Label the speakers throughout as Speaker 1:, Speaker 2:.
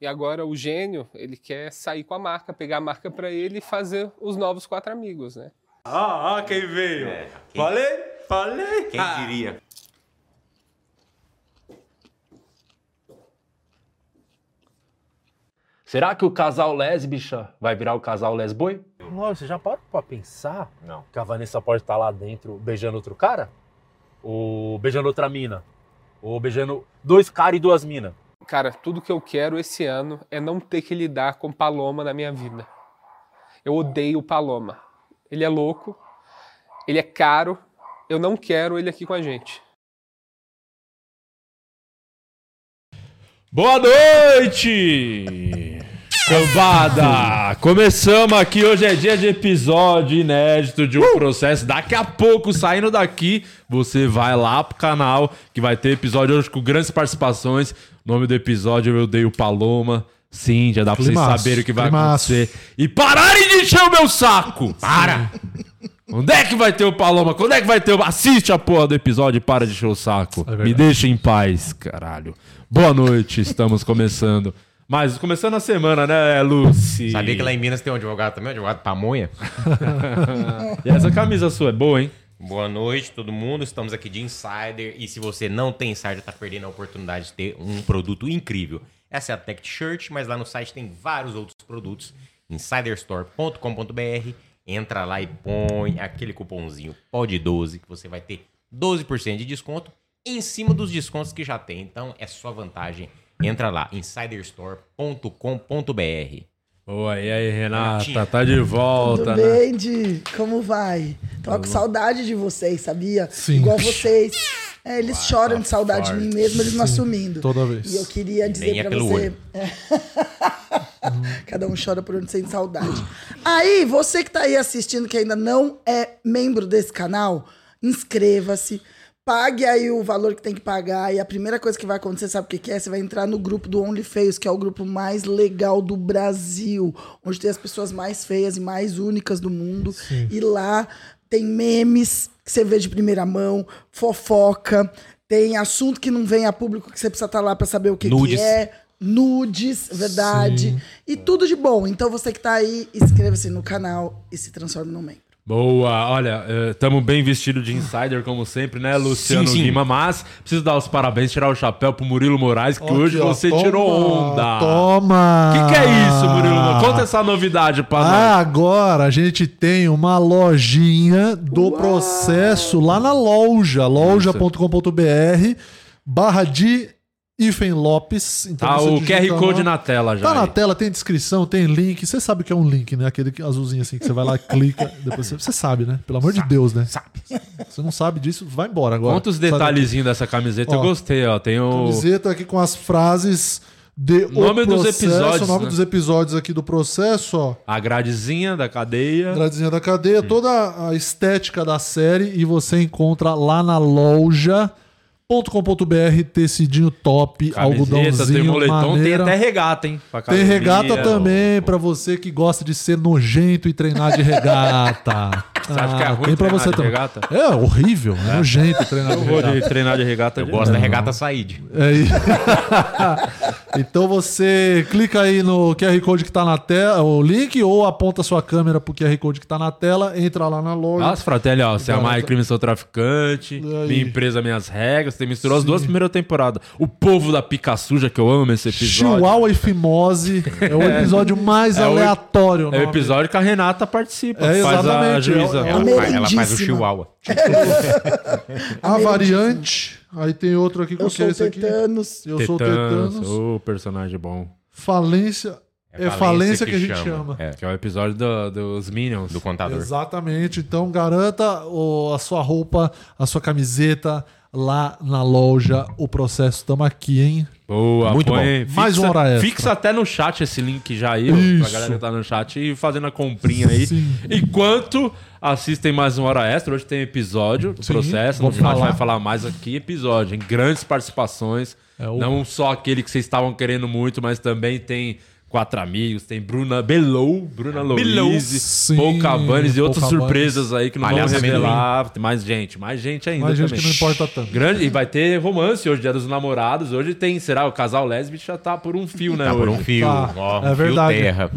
Speaker 1: E agora o gênio, ele quer sair com a marca, pegar a marca para ele e fazer os novos quatro amigos, né?
Speaker 2: Ah, ah quem veio?
Speaker 3: É, quem-
Speaker 2: Falei, falei.
Speaker 3: Quem
Speaker 2: Ah,
Speaker 3: diria?
Speaker 4: Será que o casal lésbicha vai virar o casal lesboi?
Speaker 5: Nossa, você já parou pra pensar
Speaker 3: Não.
Speaker 5: que a Vanessa pode estar lá dentro beijando outro cara? Ou beijando outra mina? Ou beijando dois caras e duas minas?
Speaker 1: Cara, tudo que eu quero esse ano é não ter que lidar com Paloma na minha vida. Eu odeio o Paloma. Ele é louco, ele é caro, eu não quero ele aqui com a gente.
Speaker 6: Boa noite! Cambada! Começamos aqui, hoje é dia de episódio inédito de
Speaker 7: Uh!
Speaker 6: um processo. Daqui a pouco, saindo daqui, você vai lá pro canal que vai ter episódio hoje com grandes participações. O nome do episódio é eu dei o Paloma. Sim, já dá pra vocês
Speaker 7: Climaço,
Speaker 6: saberem o que vai
Speaker 7: climaço.
Speaker 6: acontecer. E pararem de encher o meu saco! Para! Onde é que vai ter o Paloma? Quando é que vai ter o. Assiste a porra do episódio e para de encher o
Speaker 7: É
Speaker 6: saco. Me deixa em paz, caralho. Boa noite, estamos começando. Mas começando a semana, né, Lucy?
Speaker 3: Sabia que lá em Minas tem um advogado também, um advogado pamonha?
Speaker 6: E essa camisa sua é boa, hein?
Speaker 3: Boa noite, todo mundo. Estamos aqui de Insider. E se você não tem Insider, tá perdendo a oportunidade de ter um produto incrível. Essa é a Tech Shirt, mas lá no site tem vários outros produtos. Insiderstore.com.br. Entra lá e põe aquele cupomzinho POD12 que você vai ter 12% de desconto em cima dos descontos que já tem. Então é só vantagem. Entra lá, insiderstore.com.br.
Speaker 6: Boa, e aí, Renata?
Speaker 3: Renatinha.
Speaker 6: Tá de volta,
Speaker 8: Tudo
Speaker 6: né?
Speaker 8: bem, Di? Como vai? Tava com saudade de vocês, sabia?
Speaker 7: Sim.
Speaker 8: Igual vocês. É, eles choram de saudade de mim mesmo, eles não assumindo.
Speaker 7: Toda vez.
Speaker 8: E eu queria dizer
Speaker 3: tá nem é
Speaker 8: pra
Speaker 3: pelo
Speaker 8: você.
Speaker 3: olho.
Speaker 8: Cada um chora por onde sente saudade. Aí, você que tá aí assistindo, que ainda não é membro desse canal, inscreva-se. Pague aí o valor que tem que pagar. E a primeira coisa que vai acontecer, sabe o que que é? Você vai entrar no grupo do Only Feios, que é o grupo mais legal do Brasil. Onde tem as pessoas mais feias e mais únicas do mundo. E lá tem memes que você vê de primeira mão, fofoca. Tem assunto que não vem a público que você precisa estar lá pra saber o que, que
Speaker 3: Nudes.
Speaker 8: é nudes, verdade. E tudo de bom. Então você que tá aí, inscreva-se no canal e se transforme num membro.
Speaker 6: Boa, olha, estamos bem vestidos de insider, como sempre, né, Luciano
Speaker 3: sim.
Speaker 6: Lima? Mas preciso dar os parabéns, tirar o chapéu pro Murilo Moraes, que
Speaker 7: Aqui,
Speaker 6: hoje
Speaker 7: ó,
Speaker 6: você
Speaker 7: toma,
Speaker 6: tirou onda.
Speaker 7: Toma!
Speaker 6: O que, que é isso, Murilo? Moraes? Conta essa novidade pra nós.
Speaker 7: Ah, agora a gente tem uma lojinha do processo lá na loja, loja.com.br, barra de Ifen Lopes. Então
Speaker 6: Tá
Speaker 7: você
Speaker 6: o
Speaker 7: digita
Speaker 6: QR Code
Speaker 7: lá.
Speaker 6: na tela já.
Speaker 7: Tá na
Speaker 6: aí.
Speaker 7: tela, tem descrição, tem link. Você sabe que é um link, né? Aquele que- azulzinho assim que você vai lá, clica, depois você, você sabe, né? Pelo amor de Deus, né?
Speaker 3: Sabe?
Speaker 7: Você não sabe disso, vai embora agora.
Speaker 6: Conta os
Speaker 7: Sai
Speaker 6: detalhezinhos dessa camiseta. Eu
Speaker 7: Ó,
Speaker 6: gostei, ó. Tem o.
Speaker 7: Camiseta aqui com as frases de
Speaker 6: Nome dos episódios,
Speaker 7: o nome
Speaker 6: né?
Speaker 7: dos episódios aqui do processo, ó.
Speaker 6: A gradezinha da cadeia.
Speaker 7: Gradezinha da cadeia, toda a estética da série e você encontra lá na loja.com.br tecidinho top,
Speaker 6: Camiseta,
Speaker 7: algodãozinho
Speaker 6: tem um moletom,
Speaker 7: maneira.
Speaker 6: tem até regata, hein? Pra
Speaker 7: Tem
Speaker 6: academia.
Speaker 7: regata também pra você que gosta de ser nojento e treinar de regata.
Speaker 6: Você acha que é
Speaker 7: Ah,
Speaker 6: ruim
Speaker 7: tem pra
Speaker 6: treinar
Speaker 7: você
Speaker 6: de
Speaker 7: também.
Speaker 6: regata?
Speaker 7: É horrível, é nojento treinar de
Speaker 6: Eu vou
Speaker 7: regata.
Speaker 6: de treinar de regata.
Speaker 3: Eu
Speaker 6: de-
Speaker 3: gosto da regata Said.
Speaker 7: É isso. então você clica aí no QR Code que tá na tela, o link, ou aponta sua câmera pro QR Code que tá na tela, entra lá na loja.
Speaker 6: Nossa, fratelli, ó, se amar é crime, sou traficante,
Speaker 7: Aí.
Speaker 6: minha empresa, minhas regras, você misturou as duas primeiras temporadas. O povo da pica suja, que eu amo esse um episódio.
Speaker 7: Chihuahua e Fimose é o episódio mais
Speaker 6: É o-
Speaker 7: aleatório.
Speaker 6: É o
Speaker 7: nome.
Speaker 6: episódio que a Renata participa,
Speaker 7: É,
Speaker 6: faz a
Speaker 7: exatamente, é o-
Speaker 6: juíza.
Speaker 7: é
Speaker 3: Ela,
Speaker 8: o-
Speaker 3: faz, ela faz o
Speaker 8: Lindíssima.
Speaker 3: chihuahua.
Speaker 7: A variante. Aí tem outro aqui
Speaker 8: Eu
Speaker 7: qual que é
Speaker 8: sou o
Speaker 7: esse aqui.
Speaker 8: Tetanos.
Speaker 7: Eu sou o
Speaker 6: Tetanos,
Speaker 7: Tetanos.
Speaker 6: ô personagem bom.
Speaker 7: Falência. É falência que, a gente chama.
Speaker 3: É,
Speaker 6: Que é o episódio do- dos Minions.
Speaker 3: do contador.
Speaker 7: Exatamente. Então garanta o- a sua roupa, a sua camiseta lá na loja. O processo estamos aqui, hein?
Speaker 6: Boa,
Speaker 3: Muito
Speaker 6: põe-
Speaker 7: bom. Mais uma hora extra.
Speaker 6: Fixa até no chat esse link já aí, ó, pra
Speaker 7: Isso.
Speaker 6: galera que tá no chat e fazendo a comprinha aí.
Speaker 7: Sim.
Speaker 6: Enquanto assistem mais uma hora extra, hoje tem episódio do
Speaker 7: Sim,
Speaker 6: processo, no
Speaker 7: vamos
Speaker 6: final a gente
Speaker 7: falar.
Speaker 6: vai falar mais aqui, episódio, em grandes participações,
Speaker 7: É o-
Speaker 6: não só aquele que vocês estavam querendo muito, mas também tem Quatro Amigos, tem Bruna Belou, Bruna
Speaker 3: Belou.
Speaker 6: Louise,
Speaker 7: Sim,
Speaker 6: Paul Cabanes e
Speaker 7: Paul
Speaker 6: outras
Speaker 7: Cabanes.
Speaker 6: surpresas aí que não vamos
Speaker 3: Palhaço
Speaker 6: revelar. Tem mais gente, mais gente ainda
Speaker 7: Mais gente
Speaker 6: também.
Speaker 7: que não importa tanto.
Speaker 6: Grande, e vai ter romance hoje, Dia dos Namorados. Hoje tem, será, o casal lésbico já tá por um fio, né?
Speaker 3: Tá por
Speaker 6: hoje.
Speaker 3: um fio.
Speaker 7: Tá,
Speaker 3: Ó, um
Speaker 7: é verdade.
Speaker 3: fio terra.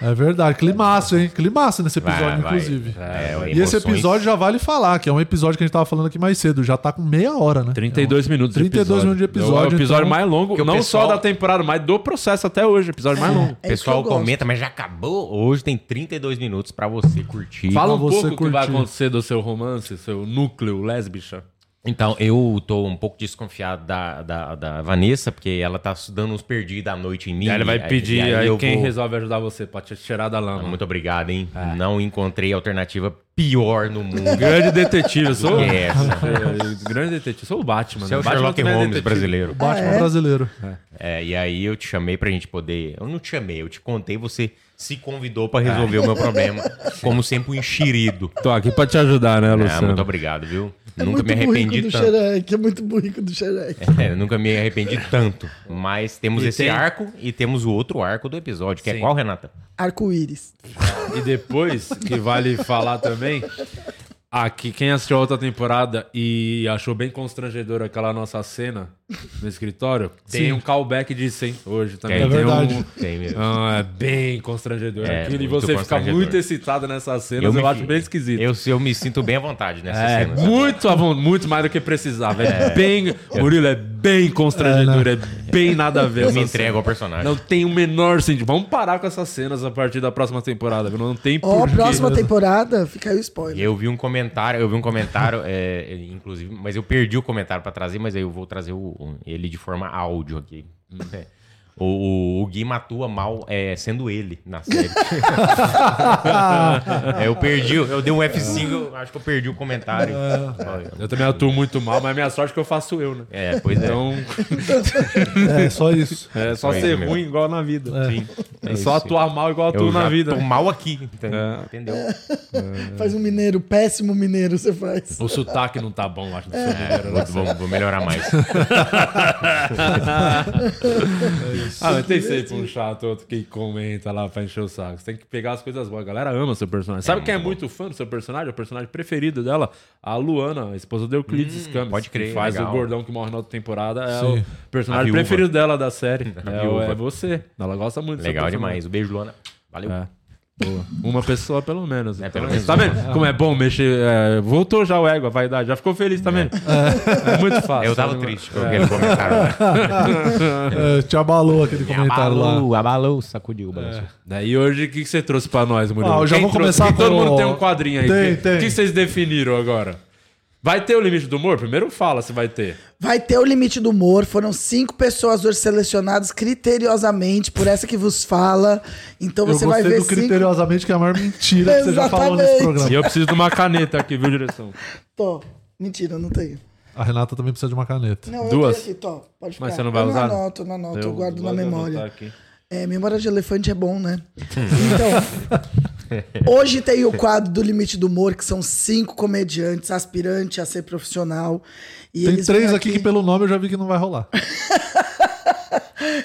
Speaker 7: É verdade, climaço, hein? Climaço nesse
Speaker 3: Vai,
Speaker 7: episódio,
Speaker 3: vai.
Speaker 7: inclusive.
Speaker 3: É,
Speaker 7: E esse
Speaker 3: emoções.
Speaker 7: episódio já vale falar, que é um episódio que a gente tava falando aqui mais cedo, já tá com meia hora, né?
Speaker 6: 32 minutos de
Speaker 7: 32
Speaker 6: episódio.
Speaker 7: minutos de episódio,
Speaker 6: É o episódio
Speaker 7: então-
Speaker 6: mais longo,
Speaker 3: Porque o
Speaker 6: não
Speaker 3: pessoal-
Speaker 6: só da temporada, mas do processo até hoje,
Speaker 7: É.
Speaker 6: episódio mais longo.
Speaker 3: O pessoal
Speaker 8: isso que eu
Speaker 3: comenta, mas já acabou. Hoje tem 32 minutos pra você curtir.
Speaker 6: Fala um
Speaker 7: pra você
Speaker 6: pouco o que vai
Speaker 7: curtir.
Speaker 6: acontecer do seu romance, seu núcleo lésbica.
Speaker 3: Então, eu tô um pouco desconfiado da, da, da Vanessa, porque ela tá dando uns perdidos à noite em mim.
Speaker 6: E aí ele vai pedir,
Speaker 3: e
Speaker 6: aí,
Speaker 3: eu
Speaker 6: quem
Speaker 3: vou-
Speaker 6: resolve ajudar você pra te tirar da
Speaker 3: Ah,
Speaker 6: lama. É.
Speaker 3: Muito obrigado, hein? Não encontrei alternativa pior no mundo.
Speaker 6: Grande detetive, eu sou.
Speaker 3: Que essa.
Speaker 6: É, grande detetive, sou o Batman.
Speaker 3: Você é o
Speaker 6: Batman
Speaker 3: Sherlock
Speaker 6: também é
Speaker 3: Holmes
Speaker 6: detetive.
Speaker 3: brasileiro.
Speaker 7: Batman brasileiro.
Speaker 3: É, e aí eu te chamei pra gente poder. Eu não te chamei, eu te contei, você se convidou pra resolver o meu problema. Como sempre, um enxerido.
Speaker 6: É. Tô aqui pra te ajudar, né,
Speaker 3: Ah, muito
Speaker 6: Luciano?
Speaker 3: obrigado, viu?
Speaker 8: É
Speaker 3: nunca
Speaker 8: muito
Speaker 3: me
Speaker 8: burrico
Speaker 3: arrependi
Speaker 8: do
Speaker 3: tanto.
Speaker 8: Xerec, é muito burrico do Xerec.
Speaker 3: É, nunca me arrependi tanto. Mas temos
Speaker 6: E
Speaker 3: esse
Speaker 6: tem-
Speaker 3: arco e temos o outro arco do episódio, que é
Speaker 6: Sim.
Speaker 3: qual, Renata?
Speaker 8: Arco-íris.
Speaker 6: E depois, que vale falar também, aqui quem assistiu a outra temporada e achou bem constrangedora aquela nossa cena no escritório, tem um callback disso, hein, hoje também.
Speaker 3: É
Speaker 6: Tem
Speaker 7: verdade.
Speaker 6: um-
Speaker 3: Tem mesmo.
Speaker 6: Ah, é bem constrangedor
Speaker 3: É,
Speaker 6: aquilo. E
Speaker 3: muito
Speaker 6: você fica
Speaker 3: constrangedor.
Speaker 6: muito excitado nessas cenas, eu,
Speaker 3: me-
Speaker 6: acho bem esquisito.
Speaker 3: Eu, eu me sinto bem à vontade nessa
Speaker 6: É,
Speaker 3: cena. sabe?
Speaker 6: muito, avon- muito mais do que precisava. É, bem. Murilo, é bem constrangedor, é, bem nada a ver.
Speaker 3: Eu
Speaker 6: essa
Speaker 3: me
Speaker 6: cena.
Speaker 3: entrego ao personagem.
Speaker 6: Não tem o menor sentido. Vamos parar com essas cenas a partir da próxima temporada. viu? Não tem
Speaker 8: Ó,
Speaker 6: porquê.
Speaker 8: próxima temporada, fica aí o spoiler.
Speaker 3: Eu vi um comentário, eu vi um comentário, é, inclusive, mas eu perdi o comentário pra trazer, mas aí eu vou trazer o- o- ele de forma áudio aqui. É. O, o- o Guima atua mal é, sendo ele na série. É, eu perdi, eu dei um F5, eu acho que eu perdi o comentário.
Speaker 6: É. Eu também atuo muito mal, mas minha sorte é que eu faço eu, né?
Speaker 3: É, pois é.
Speaker 6: Então,
Speaker 7: É, só isso.
Speaker 6: é só
Speaker 3: Foi
Speaker 6: ser
Speaker 3: mesmo.
Speaker 6: ruim igual na vida.
Speaker 3: Sim,
Speaker 6: É, só
Speaker 3: isso.
Speaker 6: atuar mal igual
Speaker 3: Eu
Speaker 6: atuo na
Speaker 3: já
Speaker 6: vida. né?
Speaker 3: Tô mal aqui, entendeu?
Speaker 6: É.
Speaker 3: entendeu?
Speaker 8: Faz um mineiro, péssimo mineiro você faz.
Speaker 6: O sotaque não tá bom, acho.
Speaker 3: É, vou, vou- vou melhorar mais.
Speaker 6: Ah, mas tem sempre um chato, outro que comenta lá pra encher o saco. Você tem que pegar as coisas boas. A galera ama seu personagem. Sabe quem é muito fã do seu personagem? É o personagem preferido dela? A Luana, a esposa do Euclides Campos.
Speaker 3: Hum, pode crer,
Speaker 6: Que faz
Speaker 3: legal.
Speaker 6: o gordão que morre na outra temporada. É
Speaker 7: Sim.
Speaker 6: o
Speaker 3: A
Speaker 6: personagem
Speaker 3: viúva.
Speaker 6: preferido dela da série. É, o-
Speaker 3: viúva.
Speaker 6: é você. Ela gosta muito do seu
Speaker 3: Legal
Speaker 6: personagem.
Speaker 3: demais. Um beijo, Luana. Valeu.
Speaker 6: É. Boa. Uma pessoa, pelo menos.
Speaker 3: É,
Speaker 6: então.
Speaker 3: pelo menos
Speaker 6: Tá
Speaker 3: uma.
Speaker 6: vendo? Como é bom mexer. é, voltou já o ego, a vaidade. Já ficou feliz, tá vendo? É, muito fácil.
Speaker 3: Eu tava
Speaker 6: né, mano?
Speaker 3: triste com aquele comentário. né?
Speaker 7: É, te abalou aquele comentário lá.
Speaker 3: Abalou, abalou,
Speaker 6: É.
Speaker 3: sacudiu, balançou.
Speaker 6: Daí hoje, o que, que você trouxe pra nós, Murilo?
Speaker 7: Ah, eu já
Speaker 6: Quem
Speaker 7: vou
Speaker 6: trouxe?
Speaker 7: começar
Speaker 6: Porque
Speaker 7: com-
Speaker 6: Todo mundo tem um quadrinho aí.
Speaker 7: Tem,
Speaker 6: Que-
Speaker 7: tem.
Speaker 6: O que vocês definiram agora? Vai ter o limite do humor? Primeiro fala se vai ter.
Speaker 8: Vai ter o limite do humor. Foram cinco pessoas hoje selecionadas criteriosamente por essa que vos fala. Então
Speaker 7: Eu
Speaker 8: você vai
Speaker 7: gostei
Speaker 8: ver
Speaker 7: do
Speaker 8: cinco.
Speaker 7: criteriosamente, que é a maior mentira que você já falou nesse
Speaker 8: Exatamente.
Speaker 6: E
Speaker 7: programa.
Speaker 6: eu preciso de uma caneta aqui, viu, direção?
Speaker 8: Tô. Mentira, não tenho.
Speaker 7: A Renata também precisa de uma caneta.
Speaker 8: Não,
Speaker 6: Duas?
Speaker 8: eu tenho aqui, tô. Pode ficar. É
Speaker 6: Mas você não vai
Speaker 8: eu
Speaker 6: usar?
Speaker 8: Não anoto, não anoto. Eu, guardo na
Speaker 6: vou anotar
Speaker 8: memória.
Speaker 6: aqui.
Speaker 8: É, memória de elefante é bom, né? Então, hoje tem o quadro do Limite do Humor, que são cinco comediantes aspirantes a ser profissional. E
Speaker 7: Tem
Speaker 8: eles
Speaker 7: três
Speaker 8: vêm
Speaker 7: aqui que pelo nome eu já vi que não vai rolar.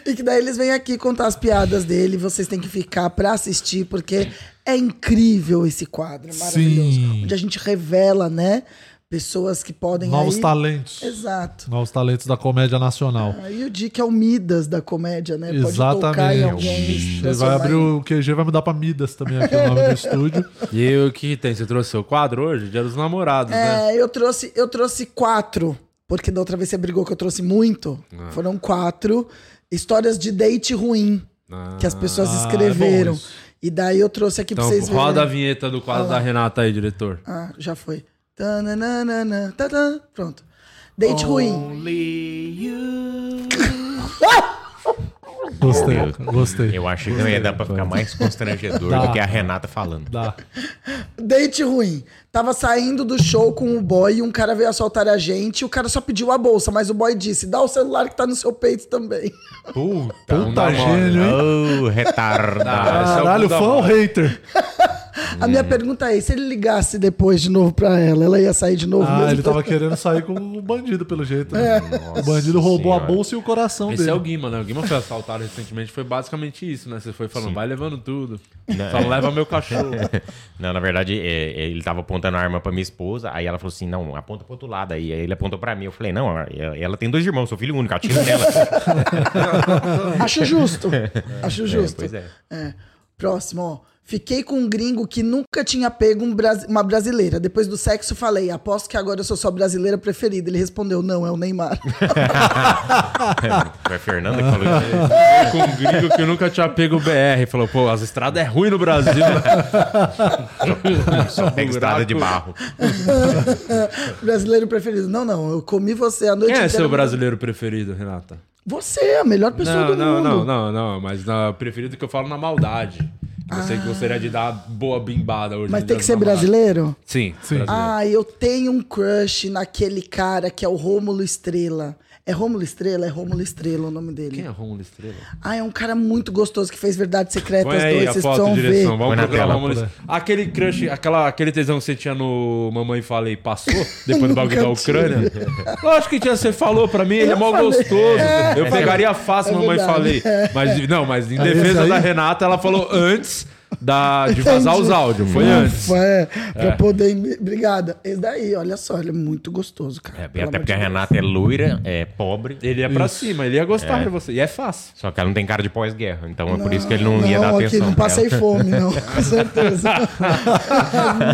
Speaker 8: E que daí eles vêm aqui contar as piadas dele. Vocês têm que ficar pra assistir, porque é incrível esse quadro maravilhoso.
Speaker 7: Sim.
Speaker 8: Onde a gente revela, né? Pessoas que podem.
Speaker 7: Novos
Speaker 8: aí...
Speaker 7: talentos.
Speaker 8: Exato.
Speaker 7: Novos talentos da comédia nacional.
Speaker 8: Aí o Dick é o Midas da comédia, né? Pode tocar em
Speaker 6: É
Speaker 7: Exatamente.
Speaker 6: um
Speaker 8: alguém. se
Speaker 7: Ele vai
Speaker 8: transformar
Speaker 7: abrir
Speaker 8: em-
Speaker 7: o QG, vai mudar pra Midas também aqui o nome do estúdio.
Speaker 6: E o que tem? Você trouxe seu quadro hoje? Dia dos namorados, né?
Speaker 8: É, eu trouxe, eu trouxe quatro, porque da outra vez você brigou que eu trouxe muito. Foram quatro histórias de date ruim que as pessoas
Speaker 6: Ah, é bom
Speaker 8: escreveram.
Speaker 6: isso.
Speaker 8: e daí eu trouxe aqui
Speaker 6: Então
Speaker 8: pra vocês
Speaker 6: roda a
Speaker 8: verem.
Speaker 6: vinheta do quadro da Renata aí, diretor.
Speaker 8: Ah, já foi. Tananana, tadã. Pronto. Date ruim. Ah!
Speaker 7: Gostei, gostei.
Speaker 3: Eu achei que não ia dar pra ficar mais constrangedor do que a Renata falando.
Speaker 7: Dá.
Speaker 8: Date ruim. Tava saindo do show com o boy e um cara veio assaltar a gente. E o cara só pediu a bolsa, mas o boy disse: dá o celular que tá no seu peito também.
Speaker 3: Puta,
Speaker 7: Puta Tá gênio, hein?
Speaker 6: é
Speaker 3: Ô, retardado.
Speaker 7: Caralho, fã ou hater?
Speaker 8: A
Speaker 3: Hum.
Speaker 8: minha pergunta é: se ele ligasse depois de novo pra ela, ela ia sair de novo
Speaker 7: Ah,
Speaker 8: mesmo?
Speaker 7: ele tava querendo sair com o bandido, pelo jeito. né? O bandido roubou a bolsa e o coração
Speaker 6: Esse
Speaker 7: dele.
Speaker 6: é o Guima, né? O Guima foi assaltado recentemente, foi basicamente isso, né? Você foi falando,
Speaker 3: Sim.
Speaker 6: vai levando tudo.
Speaker 3: Não, é.
Speaker 6: Só leva meu cachorro.
Speaker 3: Não, na verdade, é, é, ele tava apontando a arma pra minha esposa, aí ela falou assim, não, aponta pro outro lado. Aí ele apontou pra mim, eu falei, não, ela, ela tem dois irmãos, sou filho único, atiro nela.
Speaker 8: Acho justo. Acho justo.
Speaker 3: pois é.
Speaker 8: É. Próximo, ó. Fiquei com um gringo que nunca tinha pego um brasi- uma brasileira. Depois do sexo, falei: aposto que agora eu sou sua brasileira preferida. Ele respondeu: não, é o Neymar.
Speaker 3: Foi a Fernanda que falou isso.
Speaker 6: Com um gringo que nunca tinha pego o BR. Falou, pô, as estradas é ruim no Brasil. Um
Speaker 3: Só pega estrada de barro.
Speaker 8: brasileiro preferido. Não, não, eu comi você a noite
Speaker 6: Quem é
Speaker 8: inteira.
Speaker 6: seu brasileiro preferido, Renata?
Speaker 8: Você é a melhor pessoa
Speaker 6: Não,
Speaker 8: do
Speaker 6: não,
Speaker 8: mundo.
Speaker 6: não, não, não. Mas na, preferido que eu falo na maldade. Que Você
Speaker 3: Ah.
Speaker 6: que gostaria de dar boa bimbada hoje.
Speaker 8: Mas
Speaker 6: no dia
Speaker 8: tem que
Speaker 6: dos
Speaker 8: ser
Speaker 6: namorados.
Speaker 8: brasileiro?
Speaker 6: Sim, é brasileiro.
Speaker 8: Ah, eu tenho um crush naquele cara que é o Rômulo Estrela. É Rômulo Estrela? É Rômulo Estrela o nome dele.
Speaker 6: Quem é Romulo Estrela?
Speaker 8: Ah, é um cara muito gostoso que fez Verdades Secretas
Speaker 6: Põe aí
Speaker 8: 2,
Speaker 6: a
Speaker 8: vocês
Speaker 6: foto,
Speaker 8: precisam ver.
Speaker 6: direção. Vamos
Speaker 3: Põe na
Speaker 6: procurar
Speaker 3: tela,
Speaker 6: o Romulo Estrela. Aquele crush, aquela, aquele tesão que você tinha no Mamãe Falei passou, depois do bagulho da
Speaker 8: Nunca
Speaker 6: Ucrânia? Lógico que tinha, você falou pra mim, ele é
Speaker 8: Eu
Speaker 6: mó
Speaker 8: falei.
Speaker 6: gostoso.
Speaker 8: É.
Speaker 6: Eu pegaria fácil,
Speaker 8: É
Speaker 6: Mamãe
Speaker 8: verdade.
Speaker 6: Falei. Mas, não, mas em
Speaker 7: É esse
Speaker 6: defesa
Speaker 7: aí?
Speaker 6: da Renata, ela falou antes da, de vazar
Speaker 8: Entendi.
Speaker 6: os áudios. Foi antes.
Speaker 8: Ufa, é, pra poder. Obrigada. Esse daí, olha só, ele é muito gostoso, cara.
Speaker 3: É,
Speaker 8: pelo
Speaker 3: até
Speaker 8: amor
Speaker 3: porque a
Speaker 8: de Deus. Uhum.
Speaker 3: Renata é loira, é pobre,
Speaker 6: Ele ia pra cima, ele ia gostar de você. E é fácil.
Speaker 3: só que ela não tem cara de pós-guerra. Então é por isso que ele não, ia dar
Speaker 8: Não, aqui
Speaker 3: atenção.
Speaker 8: não
Speaker 3: pra
Speaker 8: passei
Speaker 3: ela.
Speaker 8: fome, não, com certeza.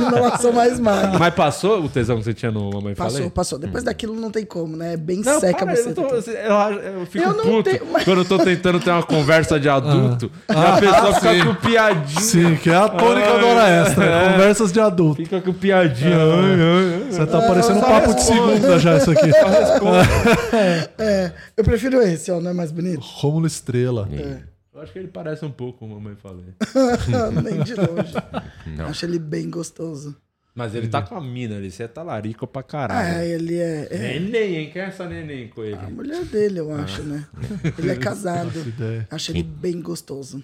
Speaker 8: não sou mais magra.
Speaker 6: Mas passou o tesão que você tinha no Mamãe
Speaker 8: Passou,
Speaker 6: Falei?
Speaker 8: passou. Depois daquilo não tem como, né? É bem
Speaker 6: Não,
Speaker 8: seca
Speaker 6: para, eu,
Speaker 8: você.
Speaker 6: não tô- eu- eu fico
Speaker 8: Eu não
Speaker 6: puto
Speaker 8: tenho- mas-
Speaker 6: quando eu tô tentando ter uma conversa de adulto
Speaker 8: Ah.
Speaker 6: e a pessoa fica com piadinha.
Speaker 7: Ah,
Speaker 6: É.
Speaker 7: Sim, que é a tônica da hora extra. né? Conversas de adulto. É.
Speaker 6: Fica com piadinha.
Speaker 7: Você tá parecendo um papo de segunda já isso aqui.
Speaker 8: É, eu prefiro esse, ó, não é mais bonito?
Speaker 7: Rômulo Estrela.
Speaker 6: Eu acho que ele parece um pouco, mamãe falei.
Speaker 8: Nem de longe. Acho ele bem gostoso.
Speaker 6: Mas ele tá com a mina ali, você é talarico pra
Speaker 8: Ah,
Speaker 6: caralho.
Speaker 8: ele é, é
Speaker 6: Neném, hein? Quem é essa neném com ele?
Speaker 8: a mulher dele, eu
Speaker 6: Ah.
Speaker 8: acho, né? Ele é casado.
Speaker 7: Ah. ideia.
Speaker 8: Acho ele bem gostoso.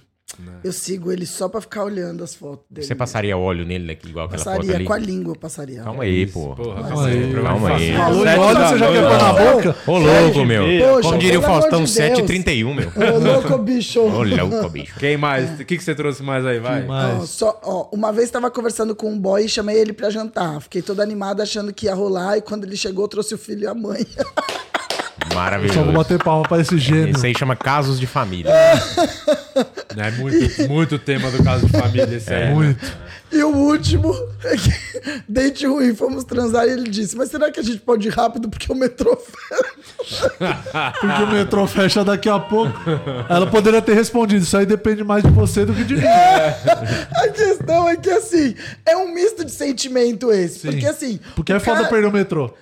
Speaker 8: Eu sigo ele só pra ficar olhando as fotos dele.
Speaker 3: Você passaria óleo nele daqui, igual aquela foto
Speaker 8: passaria
Speaker 3: ali?
Speaker 8: com a língua, eu passaria.
Speaker 3: Calma aí, pô.
Speaker 6: Porra,
Speaker 7: Calma
Speaker 8: um
Speaker 7: aí.
Speaker 3: Calma aí.
Speaker 7: Falou em
Speaker 6: Sete
Speaker 7: óleo,
Speaker 6: da
Speaker 7: você já quer
Speaker 6: noite.
Speaker 7: pôr na boca?
Speaker 3: Ô, louco, meu.
Speaker 8: Poxa,
Speaker 3: Como diria o
Speaker 8: pelo amor
Speaker 3: Faustão,
Speaker 8: de Deus.
Speaker 3: 7h31, meu.
Speaker 8: Ô, louco, bicho.
Speaker 3: Ô, louco, bicho.
Speaker 6: Quem mais? O que, que você trouxe mais aí, vai?
Speaker 8: Ó, só, ó, uma vez tava conversando com um boy e chamei ele pra jantar. Fiquei toda animada achando que ia rolar e quando ele chegou trouxe o filho e a mãe.
Speaker 7: Só vou
Speaker 3: Maravilhoso.
Speaker 7: bater palma pra esse gênio.
Speaker 3: Esse aí chama Casos de Família.
Speaker 7: Ah.
Speaker 6: É muito, muito tema do caso de família esse
Speaker 3: É.
Speaker 6: aí.
Speaker 7: Muito.
Speaker 8: E o último, é que dente ruim, fomos transar e ele disse: Mas será que a gente pode ir rápido porque o metrô fecha?"
Speaker 7: Porque o metrô fecha daqui a pouco. Ela poderia ter respondido. Isso aí depende mais de você do que de mim.
Speaker 8: A questão é que, assim, é um misto de sentimento esse. Porque, assim.
Speaker 7: Porque
Speaker 8: o
Speaker 7: é foda
Speaker 8: cara-
Speaker 7: perder o metrô.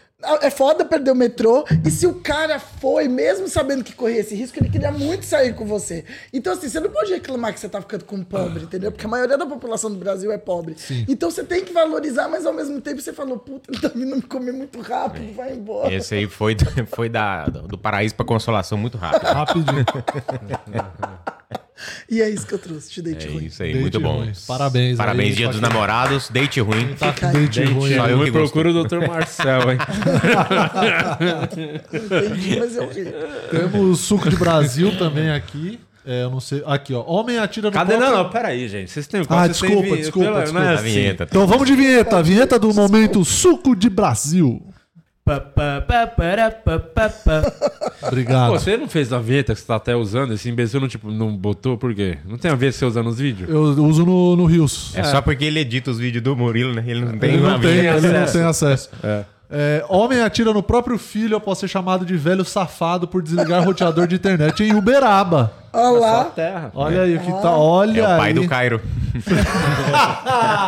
Speaker 8: É foda perder o metrô. E se o cara foi, mesmo sabendo que corria esse risco, ele queria muito sair com você. Então, assim, você não pode reclamar que você tá ficando com
Speaker 7: Ah.
Speaker 8: pobre, entendeu? Porque a maioria da população do Brasil é pobre. Então você tem que valorizar, mas ao mesmo tempo você falou, puta, ele tá vindo me comer muito rápido, vai embora.
Speaker 3: Esse aí foi, foi da, do paraíso pra consolação muito rápido.
Speaker 7: Rapidinho.
Speaker 8: E é isso que eu trouxe, te dei de
Speaker 3: É
Speaker 8: ruim.
Speaker 3: isso aí,
Speaker 7: Date
Speaker 3: muito bom.
Speaker 7: ruim. Parabéns, aí,
Speaker 3: Parabéns,
Speaker 7: Tá
Speaker 3: Dia
Speaker 7: pra
Speaker 3: dos
Speaker 7: quem-
Speaker 3: Namorados, date ruim.
Speaker 7: Dente ruim.
Speaker 3: Só eu
Speaker 6: Eu
Speaker 3: que
Speaker 6: procuro o Dr. Marcel, hein?
Speaker 8: Entendi, mas eu ri.
Speaker 7: Temos suco de Brasil também aqui. É, eu não sei. Aqui, ó. Homem atira no
Speaker 6: Cadê?
Speaker 7: copo.
Speaker 6: Não, não, peraí, gente. Vocês têm o copo, vocês têm
Speaker 7: desculpa,
Speaker 6: vinho.
Speaker 7: desculpa,
Speaker 6: Pelo- não é
Speaker 7: desculpa.
Speaker 3: A
Speaker 6: assim.
Speaker 3: vinheta. tá.
Speaker 7: Então vamos de vinheta. Vinheta do momento Suco de Brasil.
Speaker 6: Pô,
Speaker 7: Obrigado.
Speaker 6: você não fez a vinheta que você tá até usando? Esse imbecil não, tipo, não botou? Por quê? Não tem a ver você usando os vídeos?
Speaker 7: Eu uso no, no Rios.
Speaker 3: É só porque ele edita os vídeos do Murilo, né? Ele não tem
Speaker 7: Ele
Speaker 3: uma
Speaker 7: não tem,
Speaker 3: vinheta.
Speaker 7: ele não tem acesso. É, homem atira no próprio filho após ser chamado de velho safado por desligar roteador de internet em Uberaba.
Speaker 8: Olha lá.
Speaker 6: Terra.
Speaker 7: Olha aí o que tá. Olha
Speaker 3: É o pai
Speaker 7: aí.
Speaker 3: do Cairo.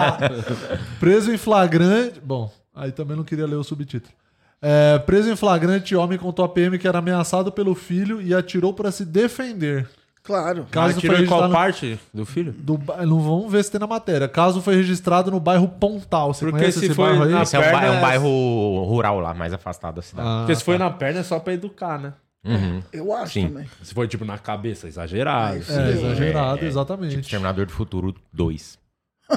Speaker 7: Preso em flagrante. Bom, aí também não queria ler o subtítulo. É, preso em flagrante, homem contou a PM que era ameaçado pelo filho e atirou para se defender.
Speaker 8: Claro.
Speaker 7: Caso tá
Speaker 6: Atirou em
Speaker 7: foi
Speaker 6: qual
Speaker 7: registrado
Speaker 6: parte do filho?
Speaker 7: do ba- não vamos ver se tem na matéria. Caso foi registrado no bairro Pontal. Você
Speaker 6: Porque
Speaker 7: conhece
Speaker 6: se
Speaker 7: esse
Speaker 6: foi
Speaker 7: bairro aí?
Speaker 6: na-
Speaker 3: Esse é um, ba- é um
Speaker 6: Pernas-
Speaker 3: bairro rural lá, mais afastado da cidade.
Speaker 7: Ah,
Speaker 6: Porque se foi na perna é só pra educar, né?
Speaker 8: Eu acho
Speaker 3: Uhum. Sim.
Speaker 8: também.
Speaker 6: Se foi, tipo, na cabeça, exagerado.
Speaker 3: Tipo,
Speaker 7: é, exagerado, exatamente.
Speaker 3: Exterminador do Futuro 2.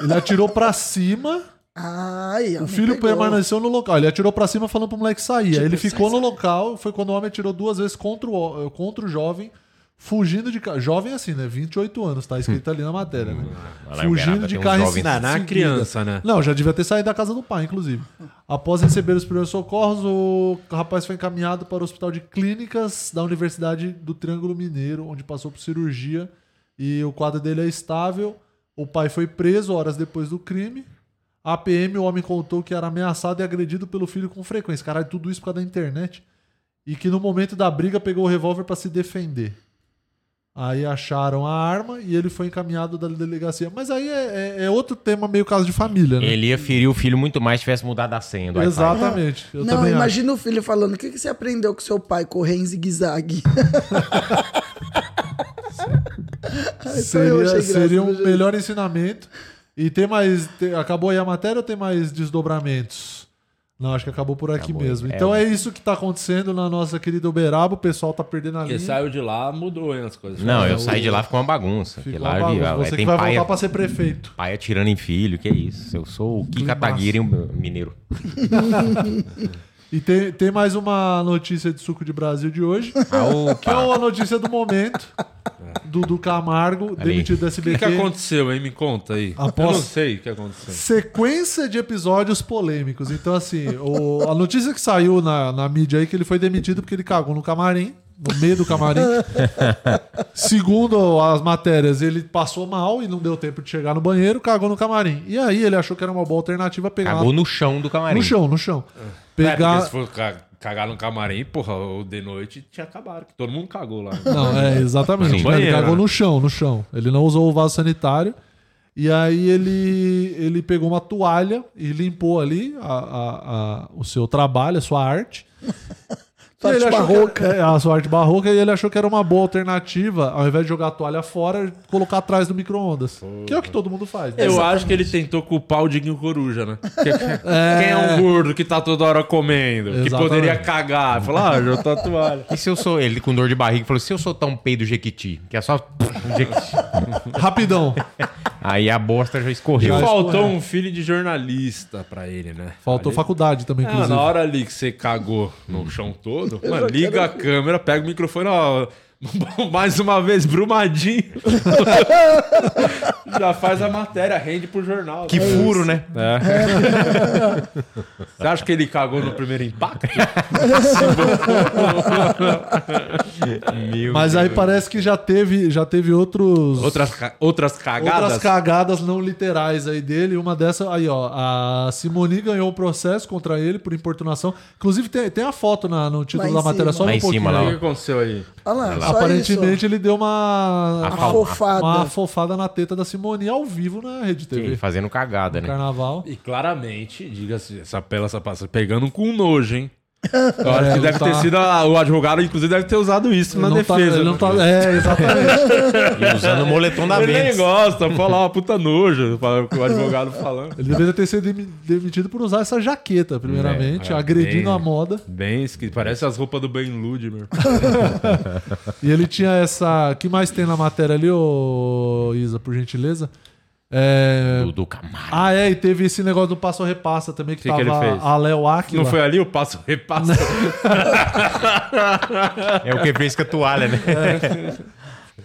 Speaker 7: Ele atirou pra cima,
Speaker 6: Ah.
Speaker 8: Ai, ó,
Speaker 7: o
Speaker 8: me
Speaker 7: filho
Speaker 8: pegou.
Speaker 7: permaneceu no local. Ele atirou pra cima falando pro moleque sair.
Speaker 8: Tipo,
Speaker 7: Aí ele
Speaker 8: sai,
Speaker 7: ficou
Speaker 8: sai.
Speaker 7: no local, foi quando o homem atirou duas vezes contra o, ho- contra o jovem, fugindo de carro. Jovem assim, né? 28 anos, tá escrito ali na matéria, né?
Speaker 3: Hum, Lá em
Speaker 7: Fugindo
Speaker 3: Uberaba
Speaker 7: de
Speaker 3: tem um uns
Speaker 7: carro
Speaker 3: jovens-
Speaker 7: em
Speaker 3: Não,
Speaker 6: não é
Speaker 7: seguida.
Speaker 6: criança, né?
Speaker 7: Não, já devia ter saído da casa do pai, inclusive. Após receber os primeiros socorros, o rapaz foi encaminhado para o Hospital de Clínicas da Universidade do Triângulo Mineiro, onde passou por cirurgia e o quadro dele é estável. O pai foi preso horas depois do crime. A PM, o homem contou que era ameaçado e agredido pelo filho com frequência. Caralho, tudo isso por causa da internet. E que no momento da briga pegou o revólver para se defender. Aí acharam a arma e ele foi encaminhado da delegacia. Mas aí é, é- é outro tema meio caso de família, né?
Speaker 3: Ele ia ferir o filho muito mais se tivesse mudado a senha do Exato.
Speaker 7: Exatamente. Eu
Speaker 8: não,
Speaker 7: também acho.
Speaker 8: imagina o filho falando: o que, que você aprendeu com seu pai correr em zigue-zague? Ai, só Ah, então eu achei
Speaker 7: Seria,
Speaker 8: graça,
Speaker 7: seria
Speaker 8: mas
Speaker 7: um
Speaker 8: eu-
Speaker 7: melhor ensinamento. E tem mais. te- acabou aí a matéria ou tem mais desdobramentos? Não, acho que acabou por aqui
Speaker 3: Acabou.
Speaker 7: mesmo.
Speaker 3: É,
Speaker 7: Então
Speaker 3: um-
Speaker 7: é isso que tá acontecendo na nossa querida Uberaba. O pessoal tá perdendo a
Speaker 6: Porque
Speaker 7: linha.
Speaker 6: saiu de lá, mudou hein, as coisas.
Speaker 3: Não, eu
Speaker 6: O-
Speaker 3: saí de lá, ficou uma bagunça.
Speaker 7: Fica
Speaker 3: Porque
Speaker 7: uma
Speaker 3: lá eu vi,
Speaker 7: bagunça.
Speaker 3: ah,
Speaker 7: Você que
Speaker 3: tem
Speaker 7: vai
Speaker 3: pai,
Speaker 7: voltar pra ser prefeito.
Speaker 3: pai atirando em filho, que isso. Eu sou o Kika
Speaker 7: Climaço.
Speaker 3: Taguiri, um mineiro.
Speaker 7: E tem, tem mais uma notícia de suco de Brasil de hoje. que é
Speaker 3: Opa,
Speaker 7: uma notícia do momento. Dudu Camargo,
Speaker 3: Ali.
Speaker 7: demitido do
Speaker 6: O que,
Speaker 7: SBT.
Speaker 6: que aconteceu, hein? Me conta aí.
Speaker 7: Após-
Speaker 6: Eu não sei o que aconteceu.
Speaker 7: Sequência de episódios polêmicos. Então, assim, o- a notícia que saiu na, na mídia aí é que ele foi demitido porque ele cagou no camarim, no meio do camarim. Segundo as matérias, ele passou mal e não deu tempo de chegar no banheiro, cagou no camarim. E aí ele achou que era uma boa alternativa pegar
Speaker 3: cagou no chão do
Speaker 7: no,
Speaker 3: camarim.
Speaker 7: chão, no chão.
Speaker 6: É, porque
Speaker 7: Pegar.
Speaker 6: se for ca- cagar no camarim, porra, o de noite tinha acabado. que Todo mundo cagou lá.
Speaker 7: Não, é, exatamente.
Speaker 6: Sim.
Speaker 7: Né? Ele
Speaker 6: Banheiro,
Speaker 7: cagou
Speaker 6: né?
Speaker 7: no chão, no chão. Ele não usou o vaso sanitário. E aí ele, ele pegou uma toalha e limpou ali a- a- a- o seu trabalho, a sua arte. E
Speaker 8: Sua
Speaker 7: ele
Speaker 8: arte
Speaker 7: achou que-
Speaker 8: barroca.
Speaker 7: é, a sua arte barroca. E ele achou que era uma boa alternativa, ao invés de jogar a toalha fora, colocar atrás do micro-ondas. Que é o que todo mundo faz. né?
Speaker 6: Eu acho que ele tentou culpar o Diguinho Coruja, né? Que- Quem é um gordo que tá toda hora comendo, que
Speaker 7: Exatamente.
Speaker 6: poderia cagar? Falar, ah, já tá toalha.
Speaker 3: E se eu sou ele com dor de barriga, falou: se eu sou tão peido Jequiti, que é só. Jequiti.
Speaker 7: Rapidão.
Speaker 3: Aí a bosta já
Speaker 6: E
Speaker 3: escorreu.
Speaker 6: faltou um filho de jornalista pra ele, né?
Speaker 7: "É." Faltou
Speaker 6: Ali-
Speaker 7: faculdade também,
Speaker 6: Ah,
Speaker 7: inclusive.
Speaker 6: na hora ali que você cagou no chão todo, mano, liga a câmera, pega o microfone, ó. Mais uma vez, Brumadinho. É, Já faz a matéria, rende pro jornal. É
Speaker 3: Que furo, né?
Speaker 6: Você acha que ele cagou no primeiro impacto?
Speaker 3: Meu
Speaker 7: Mas aí parece que já teve, já teve outros.
Speaker 6: Outras, ca- outras cagadas?
Speaker 7: Outras cagadas não literais aí dele. Uma dessa, aí ó, a Simoni ganhou um processo contra ele por importunação. Inclusive tem, tem a foto na- no título
Speaker 8: Lá em
Speaker 7: da
Speaker 8: cima.
Speaker 7: matéria, só
Speaker 3: Lá
Speaker 7: um
Speaker 3: em
Speaker 7: pouquinho.
Speaker 3: cima, lá,
Speaker 6: O
Speaker 3: ó.
Speaker 6: que aconteceu aí?
Speaker 8: Olha lá, só
Speaker 7: Aparentemente
Speaker 8: isso.
Speaker 7: ele deu uma,
Speaker 3: Afal-
Speaker 8: Afofada.
Speaker 7: uma afofada na teta da Simoni ao vivo na Rede TV.
Speaker 3: Sim, fazendo cagada, né?
Speaker 7: Carnaval.
Speaker 6: E claramente, diga-se, essa pela essa passa pegando com nojo, hein? Eu acho que
Speaker 7: não
Speaker 6: deve
Speaker 7: tá-
Speaker 6: ter sido. a- o advogado, inclusive, deve ter usado isso na
Speaker 7: Ele não tá-
Speaker 6: defesa.
Speaker 7: ele
Speaker 6: né?
Speaker 7: não tá, é, exatamente.
Speaker 3: E usando o moletom da
Speaker 6: Ele nem
Speaker 3: vez.
Speaker 6: gosta, fala uma puta nojo, fala o advogado falando.
Speaker 7: ele deveria ter sido demi- demitido por usar essa jaqueta, primeiramente,
Speaker 6: É, é,
Speaker 7: agredindo
Speaker 6: bem-
Speaker 7: a moda.
Speaker 6: Bem esquisito, parece as roupas do Ben Ludmer.
Speaker 7: E ele tinha essa. que mais tem na matéria ali, ô Isa, por gentileza? É,
Speaker 3: Do, do Camargo.
Speaker 7: Ah, é, e teve esse negócio do passo repassa também, que,
Speaker 6: Que
Speaker 7: tava
Speaker 6: que ele fez?
Speaker 7: a Léo Aquila.
Speaker 6: Não foi ali o passo repassa?
Speaker 3: É o que fez com a toalha, né?
Speaker 7: É.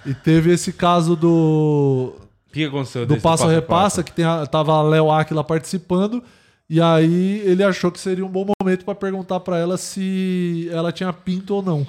Speaker 7: E teve esse caso do,
Speaker 6: O que aconteceu?
Speaker 7: do
Speaker 6: desse
Speaker 7: passo repassa, que tem a- tava a Léo Aquila participando. E aí ele achou que seria um bom momento pra perguntar pra ela se ela tinha pinto ou não.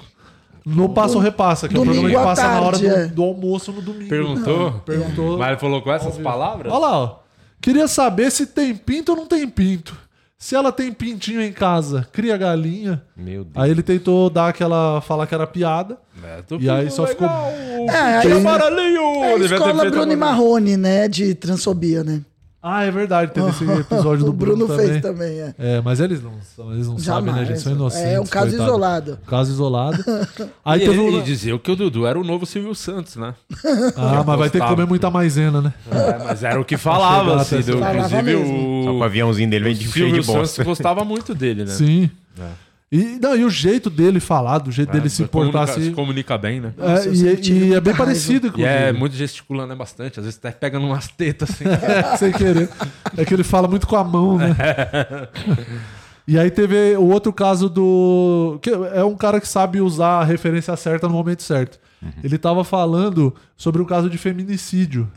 Speaker 7: No passo repassa, que é o
Speaker 8: domingo
Speaker 7: programa que
Speaker 8: à
Speaker 7: passa na hora
Speaker 8: tarde, é.
Speaker 7: do, do almoço no domingo.
Speaker 6: Perguntou?
Speaker 7: Perguntou.
Speaker 6: Mas ele falou com essas palavras?
Speaker 7: Olha lá, ó. Queria saber se tem pinto ou não tem pinto. Se ela tem pintinho em casa, cria galinha.
Speaker 3: Meu Deus.
Speaker 7: Aí ele tentou dar aquela. falar que era piada.
Speaker 6: É, tô
Speaker 7: E aí
Speaker 6: ficando
Speaker 7: só
Speaker 6: legal.
Speaker 8: É, aí-
Speaker 6: Trabalhinho!
Speaker 8: É a
Speaker 6: Devia ter
Speaker 8: escola
Speaker 6: feito
Speaker 8: Bruno e
Speaker 6: alguma-
Speaker 8: Marrone, né? De transfobia, né?
Speaker 7: Ah, é verdade, teve esse episódio
Speaker 8: o
Speaker 7: do Bruno, também.
Speaker 8: fez também, é.
Speaker 7: É, mas eles não, são- eles não sabem, né,
Speaker 8: Jamais.
Speaker 7: gente? São inocentes.
Speaker 8: É um caso
Speaker 7: coitado.
Speaker 8: isolado.
Speaker 7: Caso isolado. Aí
Speaker 6: E,
Speaker 7: teve
Speaker 6: ele-
Speaker 7: um...
Speaker 6: e diziam que o Dudu era o novo Silvio Santos, né?
Speaker 7: Ah, mas vai ter que
Speaker 6: Gostavo.
Speaker 7: comer muita maisena, né?
Speaker 6: É, mas era o que falava, assim. do-
Speaker 8: Falava
Speaker 6: inclusive
Speaker 8: mesmo.
Speaker 3: Só com o
Speaker 6: o,
Speaker 3: aviãozinho dele vem
Speaker 6: o
Speaker 3: de cheio
Speaker 6: Silvio
Speaker 3: de
Speaker 6: Santos
Speaker 3: bosta.
Speaker 6: gostava muito dele, né?
Speaker 7: Sim. E, não, e o jeito dele falar, do jeito dele se
Speaker 6: comunica,
Speaker 7: importar assim.
Speaker 6: É, se comunica bem, né?
Speaker 7: É,
Speaker 8: Nossa, eu
Speaker 7: e,
Speaker 8: sempre tive
Speaker 7: e é
Speaker 8: muita
Speaker 7: bem
Speaker 8: raiva.
Speaker 7: parecido,
Speaker 6: E
Speaker 7: inclusive.
Speaker 6: é muito gesticulando, é bastante. Às vezes tá pegando umas tetas assim.
Speaker 7: Sem querer. É que ele fala muito com a mão, né? E aí teve o outro caso do. que é um cara que sabe usar a referência certa no momento certo.
Speaker 6: Uhum.
Speaker 7: Ele tava falando sobre um caso de feminicídio.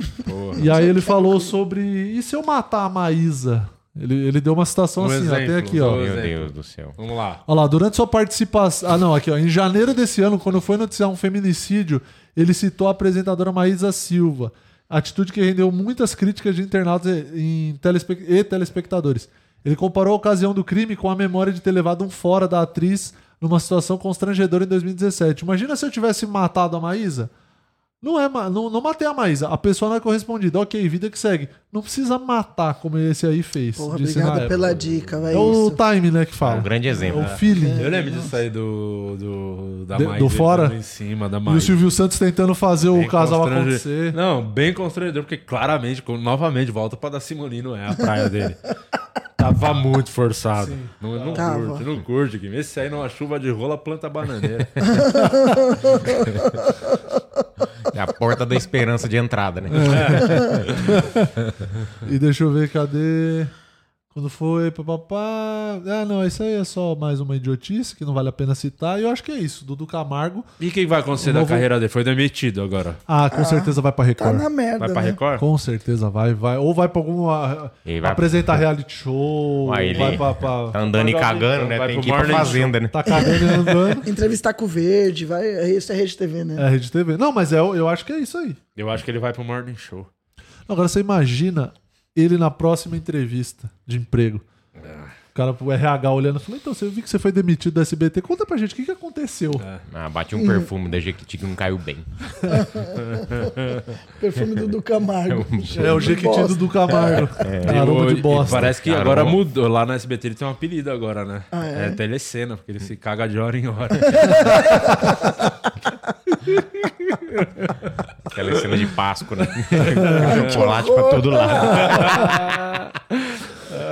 Speaker 7: E aí ele falou sobre. E se eu matar a Maísa? Ele, ele deu uma citação assim, ó, tem aqui, ó.
Speaker 6: um
Speaker 3: Meu
Speaker 6: exemplo.
Speaker 3: Deus do céu.
Speaker 6: Vamos lá.
Speaker 7: Olha lá, durante sua participação. Ah, não, aqui, ó. Em janeiro desse ano, quando foi noticiar um feminicídio, ele citou a apresentadora Maísa Silva. Atitude que rendeu muitas críticas de internautas e, em telespe- e telespectadores. Ele comparou a ocasião do crime com a memória de ter levado um fora da atriz numa situação constrangedora em 2017. Imagina se eu tivesse matado a Maísa? Não é, ma- não, não matei a Maísa. A pessoa não é correspondida. Ok, vida que segue. Não precisa matar como esse aí fez.
Speaker 8: Porra,
Speaker 7: disse na
Speaker 8: obrigada
Speaker 7: época.
Speaker 8: pela dica,
Speaker 7: É,
Speaker 8: velho.
Speaker 7: o time, né, que
Speaker 3: É
Speaker 7: fala.
Speaker 3: um grande
Speaker 7: É
Speaker 3: exemplo.
Speaker 7: o feeling.
Speaker 6: Eu lembro disso aí do. do da
Speaker 7: De-
Speaker 6: Maísa,
Speaker 7: do
Speaker 6: ele
Speaker 7: fora?
Speaker 6: dando Em cima da
Speaker 7: E o
Speaker 6: Maísa.
Speaker 7: Silvio Santos tentando fazer
Speaker 6: Bem
Speaker 7: o casal
Speaker 6: constrange-
Speaker 7: acontecer.
Speaker 6: Não, bem constrangedor, porque claramente, como- novamente, volta pra da Simolino, é a praia dele. Tava muito forçado. Não, não
Speaker 8: Tava.
Speaker 6: curte, não curte, Guilherme. Esse aí numa chuva de rola, planta bananeira.
Speaker 3: É a porta da esperança de entrada, né?
Speaker 7: É. E deixa eu ver, cadê? Quando foi, papapá. Ah, não, isso aí é só mais uma idiotice que não vale a pena citar. E eu acho que é isso. Dudu Camargo.
Speaker 6: e o que vai acontecer
Speaker 7: O
Speaker 6: na
Speaker 7: novo-
Speaker 6: carreira dele? Foi demitido agora.
Speaker 7: Ah, com certeza vai pra
Speaker 8: Tá
Speaker 7: Record.
Speaker 8: na merda,
Speaker 6: Vai pra
Speaker 8: né?
Speaker 6: Record?
Speaker 7: Com certeza vai, vai. Ou vai pra alguma.
Speaker 3: Ele vai-
Speaker 7: apresentar reality show.
Speaker 3: Aí ele
Speaker 7: vai pra, pra-
Speaker 3: Tá andando e
Speaker 7: pra-
Speaker 3: cagando, né?
Speaker 6: Vai
Speaker 3: Tem
Speaker 6: pro
Speaker 3: que ir pra
Speaker 6: Morning
Speaker 3: fazenda, né?
Speaker 7: Tá cagando e andando.
Speaker 8: Entrevistar com o Verde, vai. Isso é Rede TV, né?
Speaker 7: É a Rede TV. Não, mas é, eu acho que é isso aí.
Speaker 6: Eu acho que ele vai pro Morning Show.
Speaker 7: Agora você imagina ele na próxima entrevista de emprego.
Speaker 3: É.
Speaker 7: O cara pro RH olhando e falou: Então, você viu que você foi demitido da SBT? Conta pra gente o que, que aconteceu.
Speaker 3: Ah, bati um perfume da Jequiti que não caiu bem.
Speaker 8: Perfume do Dudu Camargo.
Speaker 3: um
Speaker 7: É, o Jequiti do Dudu Camargo.
Speaker 3: É.
Speaker 7: É. Aroma
Speaker 6: E-
Speaker 7: de
Speaker 6: e
Speaker 7: bosta.
Speaker 6: Parece que
Speaker 3: Caramba.
Speaker 6: agora mudou. Lá na SBT ele tem um apelido agora, né? é? telecena, porque ele se caga de hora em hora.
Speaker 3: Aquela cena de Páscoa, né? Chocolate pra todo lado.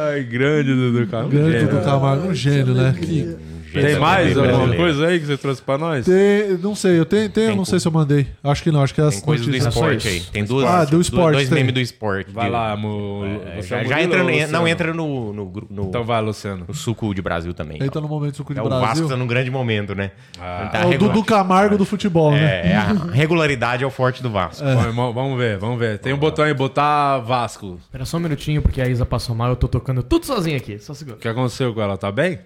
Speaker 6: Ai, grande Dudu Camargo.
Speaker 7: Grande Dudu Camargo, um gênio, né? Que-
Speaker 6: Tem mais alguma
Speaker 3: brasileiro.
Speaker 6: coisa aí que você trouxe pra nós?
Speaker 7: Tem- não sei, eu tenho, tenho não
Speaker 3: Tem
Speaker 7: sei se eu mandei. Acho que não, acho que é as
Speaker 3: Tem coisa do
Speaker 7: notícias.
Speaker 3: esporte aí. Tem duas,
Speaker 7: Ah, do esporte,
Speaker 3: dois
Speaker 7: tem.
Speaker 3: memes do esporte.
Speaker 6: Vai
Speaker 3: De-
Speaker 6: lá, amor.
Speaker 3: É, já já entra no, não entra no, no, gru- no,
Speaker 6: Então vai, Luciano.
Speaker 3: no suco de Brasil também.
Speaker 7: Aí
Speaker 3: ó.
Speaker 7: tá no momento do Suco de
Speaker 3: é, o Vasco
Speaker 7: Brasil.
Speaker 3: tá num grande momento, né?
Speaker 6: Ah.
Speaker 3: Ele tá
Speaker 7: É o
Speaker 3: regular-
Speaker 7: Dudu Camargo do futebol, né?
Speaker 3: É, é a regularidade é o forte do Vasco.
Speaker 6: Vai, mo- Vamos ver, vamos ver. Tem um botão aí, botar Vasco.
Speaker 9: Espera só um minutinho, porque a Isa passou mal, eu tô tocando tudo sozinho aqui, só um
Speaker 6: O
Speaker 9: segundo.
Speaker 6: que aconteceu com ela? Tá bem?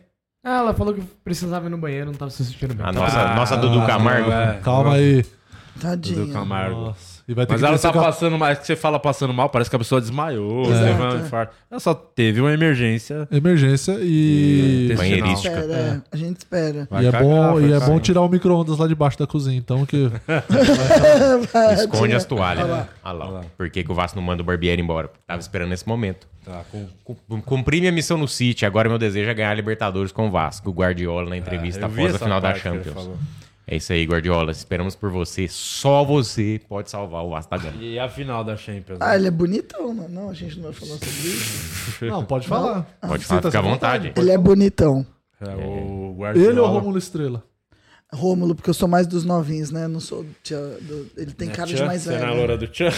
Speaker 9: Ah, ela falou que precisava ir no banheiro, não tava se sentindo bem.
Speaker 3: A nossa, nossa Dudu Camargo.
Speaker 6: É,
Speaker 7: Calma aí.
Speaker 8: Tadinho.
Speaker 6: Dudu Camargo.
Speaker 7: E vai ter
Speaker 6: Mas
Speaker 7: que
Speaker 6: ela
Speaker 7: descer
Speaker 6: tá
Speaker 7: com a-
Speaker 6: passando mal. É que você fala passando mal, parece que a pessoa desmaiou. teve um infarto. Ela só teve uma emergência.
Speaker 7: Emergência e.
Speaker 3: Banheirística.
Speaker 8: Espera, é. A gente espera.
Speaker 6: Vai
Speaker 7: e é,
Speaker 6: cagar,
Speaker 7: bom,
Speaker 6: vai
Speaker 7: e é
Speaker 6: cagar.
Speaker 7: bom tirar o micro-ondas lá debaixo da cozinha, então, que
Speaker 3: Ah, Esconde as toalhas. né? Ah lá. Por que, que o Vasco não manda o Barbieri embora? Tava esperando esse momento.
Speaker 6: Tá, com-
Speaker 3: Cum- Cumpri minha missão no City. Agora meu desejo é ganhar a Libertadores com o Vasco. O Guardiola na entrevista
Speaker 6: Ah, eu vi
Speaker 3: após a
Speaker 6: essa
Speaker 3: final da
Speaker 6: parte que ele
Speaker 3: Champions.
Speaker 6: falou.
Speaker 3: É isso aí, Guardiola. Esperamos por você. Só você pode salvar o Vasco da Gama.
Speaker 6: E a final da Champions? né?
Speaker 8: Ah, ele é bonitão, mano. Não, a gente não vai falar sobre isso.
Speaker 7: Não, pode falar.
Speaker 3: Pode falar, fica à vontade.
Speaker 8: Ele é bonitão.
Speaker 6: É, o
Speaker 7: Ele
Speaker 6: Guardiola.
Speaker 7: ou Romulo Estrela?
Speaker 8: Rômulo, porque eu sou mais dos novinhos, né? Eu não sou. tia do- Ele tem cara de
Speaker 6: Tchan?
Speaker 8: mais
Speaker 6: Você é na
Speaker 8: velho. né?
Speaker 6: loura do Tchan?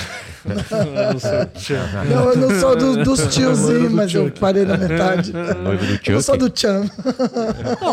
Speaker 6: Eu não sou o Tchan.
Speaker 8: Não, eu não sou do- dos
Speaker 7: Loira
Speaker 8: tiozinhos,
Speaker 7: do
Speaker 8: mas eu
Speaker 7: Chuck.
Speaker 8: parei na metade.
Speaker 3: Noivo do
Speaker 8: Eu sou
Speaker 3: Chuck.
Speaker 8: do Chan.
Speaker 7: Não,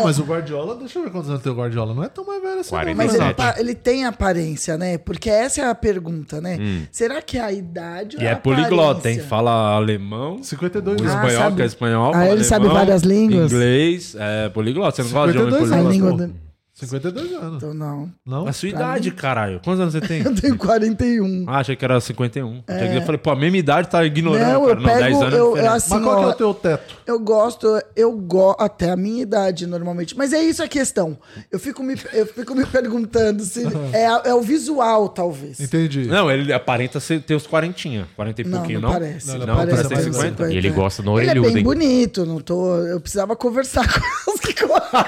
Speaker 7: mas o Guardiola, deixa eu ver quantos anos tem o Guardiola. Não é tão mais velho assim, não.
Speaker 3: 40.
Speaker 7: Mas
Speaker 8: Mas é ele,
Speaker 3: 17.
Speaker 8: pa- ele tem aparência, né? Porque essa é a pergunta, né? Será que é a idade ou
Speaker 6: Hum. E
Speaker 8: a
Speaker 6: é poliglota, hein?
Speaker 8: aparência?
Speaker 6: Fala alemão.
Speaker 7: 52
Speaker 6: O
Speaker 7: anos.
Speaker 8: Ah,
Speaker 6: espanhol,
Speaker 8: sabe.
Speaker 6: que é espanhol.
Speaker 8: Ah, ele
Speaker 6: alemão,
Speaker 8: sabe várias língas?
Speaker 6: Inglês, é poliglota. Você não gosta de homem
Speaker 7: 52
Speaker 6: poliglota?
Speaker 8: A
Speaker 7: anos.
Speaker 8: língua
Speaker 7: pô.
Speaker 8: dele.
Speaker 7: 52 anos.
Speaker 8: Então, não.
Speaker 7: Não?
Speaker 6: A sua idade, caralho. Quantos anos você tem?
Speaker 8: Eu tenho 41.
Speaker 6: Ah, achei que era 51. É. Eu falei, pô, a mesma idade tá ignorando.
Speaker 8: Não,
Speaker 6: cara.
Speaker 8: eu pego.
Speaker 6: 10 anos é
Speaker 8: eu, eu,
Speaker 6: diferente.
Speaker 8: assim,
Speaker 7: Mas qual que é
Speaker 8: ó,
Speaker 7: o teu teto?
Speaker 8: Eu gosto, eu gosto até a minha idade normalmente. Mas é isso a questão. Eu fico me, eu fico me perguntando se é, a- é o visual, talvez.
Speaker 7: Entendi.
Speaker 6: Não, ele é aparenta ser- ter uns quarentinha. 40 e
Speaker 8: Não,
Speaker 6: pouquinho,
Speaker 8: não,
Speaker 6: não?
Speaker 8: parece.
Speaker 7: Não,
Speaker 6: Não,
Speaker 7: ele
Speaker 6: parece, é
Speaker 7: aparece
Speaker 6: ter
Speaker 7: mais de
Speaker 6: 50.
Speaker 3: E ele gosta
Speaker 6: Então,
Speaker 3: no
Speaker 8: Ele é bem
Speaker 3: orelhudo, hein?
Speaker 8: bonito, não tô. Eu precisava conversar com os que gostam.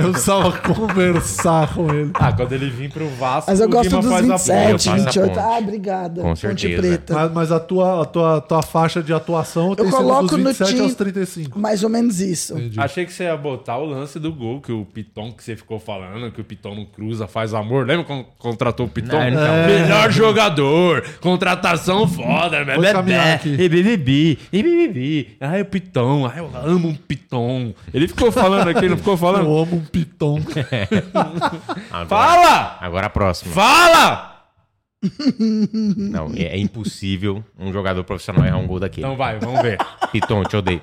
Speaker 7: Eu precisava conversar com ele.
Speaker 6: Ah, quando ele vir pro Vasco,
Speaker 8: Mas eu
Speaker 6: o
Speaker 8: gosto
Speaker 6: Guima
Speaker 8: dos
Speaker 6: faz a ponte.
Speaker 8: 27,
Speaker 3: Eu faço a
Speaker 8: 28.
Speaker 3: ponte.
Speaker 8: Ah, obrigada.
Speaker 3: Com
Speaker 8: Ponte
Speaker 3: certeza.
Speaker 8: Preta.
Speaker 7: Mas, mas a, tua, a tua, tua faixa de atuação tem sido
Speaker 8: coloco
Speaker 7: dos
Speaker 8: no
Speaker 7: 27 aos
Speaker 8: Tim-
Speaker 7: 35.
Speaker 8: Mais ou menos isso.
Speaker 6: Achei que você ia botar o lance do gol que o Piton que você ficou falando, que o Piton não cruza, faz amor. Lembra quando contratou o Piton?
Speaker 3: Não, então.
Speaker 6: Melhor jogador, contratação foda, né?
Speaker 7: Vou caminhar aqui.
Speaker 6: E bibibi, e bibibi. Ai, o Piton, ai, eu amo um Piton. Ele ficou falando aqui, não ficou
Speaker 7: Eu
Speaker 6: falando?
Speaker 7: amo um piton.
Speaker 3: Agora,
Speaker 6: Fala!
Speaker 3: Agora a próxima.
Speaker 6: Fala!
Speaker 3: Não, é, é impossível um jogador profissional errar um gol daquele.
Speaker 6: Então vai, vamos ver.
Speaker 3: Piton, te odeio.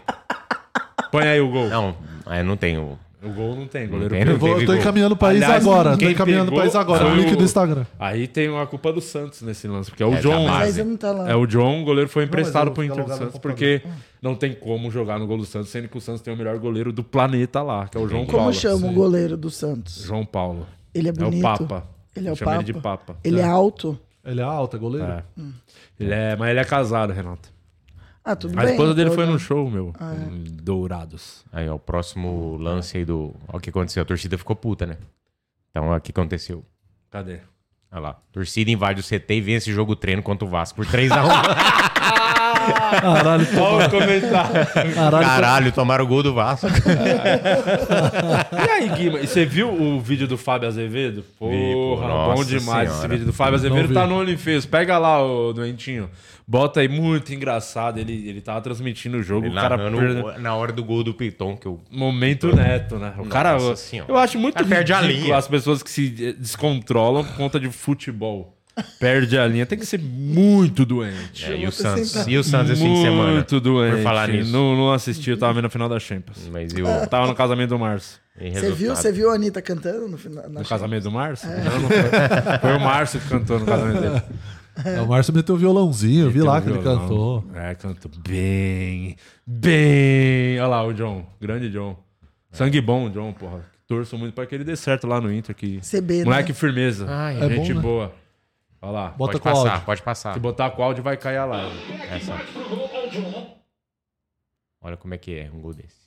Speaker 6: Põe aí o gol.
Speaker 3: Não, eu não tenho.
Speaker 6: O gol não tem,
Speaker 3: Não
Speaker 6: goleiro.
Speaker 3: tem, não
Speaker 7: Eu, vou, eu
Speaker 3: teve
Speaker 7: tô
Speaker 3: gol.
Speaker 7: encaminhando o país
Speaker 6: Aliás,
Speaker 7: agora. Tô
Speaker 6: quem
Speaker 7: encaminhando o
Speaker 6: pegou
Speaker 7: país agora.
Speaker 6: foi
Speaker 7: O link
Speaker 6: o-
Speaker 7: do Instagram.
Speaker 6: Aí tem a culpa do Santos nesse lance, porque é o
Speaker 3: É,
Speaker 6: John.
Speaker 3: jamais.
Speaker 8: Mas eu não tá lá.
Speaker 6: É o John, o goleiro foi
Speaker 7: mas eu
Speaker 6: emprestado
Speaker 7: vou
Speaker 6: pro
Speaker 7: ficar
Speaker 6: Inter do
Speaker 7: logado no
Speaker 6: Santos, porque não tem como jogar no gol do Santos, sendo que o Santos tem o melhor goleiro do planeta lá, que é o João
Speaker 3: Como
Speaker 6: Paulo.
Speaker 8: Como chama o goleiro do Santos?
Speaker 6: João Paulo.
Speaker 8: Ele é
Speaker 6: É
Speaker 8: bonito.
Speaker 6: o Papa.
Speaker 8: Ele é o
Speaker 6: Chama
Speaker 8: Papa.
Speaker 6: ele de Papa.
Speaker 8: Ele é alto.
Speaker 7: Ele é alta, goleiro?
Speaker 6: É. Ele é, mas ele é casado, Renato.
Speaker 8: Ah, tudo
Speaker 6: A
Speaker 8: bem.
Speaker 6: esposa dele
Speaker 8: então,
Speaker 6: foi
Speaker 8: né?
Speaker 6: no show, meu. em Dourados.
Speaker 3: Aí, ó, o próximo lance aí do. Olha o que aconteceu. A torcida ficou puta, né? Então, olha o que aconteceu.
Speaker 6: Cadê?
Speaker 3: É. Olha lá. Torcida invade o CT e vence o jogo treino contra o Vasco por 3x1.
Speaker 7: Caralho,
Speaker 6: Olha o comentário.
Speaker 7: caralho.
Speaker 3: Caralho, tomaram o gol do Vasco.
Speaker 6: E aí, Guima, e você viu o vídeo do Fábio Azevedo?
Speaker 3: pô,
Speaker 6: Porra, bom
Speaker 3: nossa
Speaker 6: demais esse
Speaker 3: senhora.
Speaker 6: vídeo do Fábio Azevedo.
Speaker 7: vi.
Speaker 6: Tá no OnlyFans. Pega lá, o doentinho. Bota aí, muito engraçado. Ele, ele tava transmitindo o jogo.
Speaker 3: Ele
Speaker 6: o cara
Speaker 3: narrando
Speaker 6: perde-
Speaker 3: o- na hora do gol do Piton, que eu.
Speaker 6: Momento neto, né? O cara.
Speaker 3: Nossa senhora.
Speaker 6: Eu acho muito
Speaker 3: Cara, perde a
Speaker 6: ridículo
Speaker 3: linha.
Speaker 6: as pessoas que se eh, descontrolam por conta de futebol. Perde a linha. Tem que ser muito doente.
Speaker 3: É, e o
Speaker 8: vou
Speaker 3: Santos.
Speaker 8: sentar.
Speaker 3: E o Santos esse fim de semana.
Speaker 6: Muito doente.
Speaker 3: Por falar nisso.
Speaker 6: Não, não assisti, eu tava vendo a final da Champions.
Speaker 3: Mas eu.
Speaker 6: Tava no casamento do Márcio.
Speaker 8: Você viu, você viu a Anitta cantando no final? na
Speaker 6: No
Speaker 8: chave?
Speaker 6: casamento do Márcio?
Speaker 8: É.
Speaker 6: Não, não foi. Foi o Márcio que cantou no casamento dele.
Speaker 7: É O Márcio meteu um violãozinho, eu vi lá que ele
Speaker 6: Violão.
Speaker 7: cantou.
Speaker 6: É, cantou bem, bem. Olha lá o John, grande John. Sangue bom, John, porra. Torço muito pra que ele dê certo lá no Inter. Que...
Speaker 8: CB, né?
Speaker 6: Moleque firmeza.
Speaker 7: é
Speaker 6: gente
Speaker 7: bom, né?
Speaker 6: boa. Olha lá.
Speaker 7: Bota
Speaker 3: Pode
Speaker 7: com áudio.
Speaker 3: passar, pode passar.
Speaker 6: Se botar com áudio, vai cair a live.
Speaker 3: Essa. Olha como é que é um gol desse.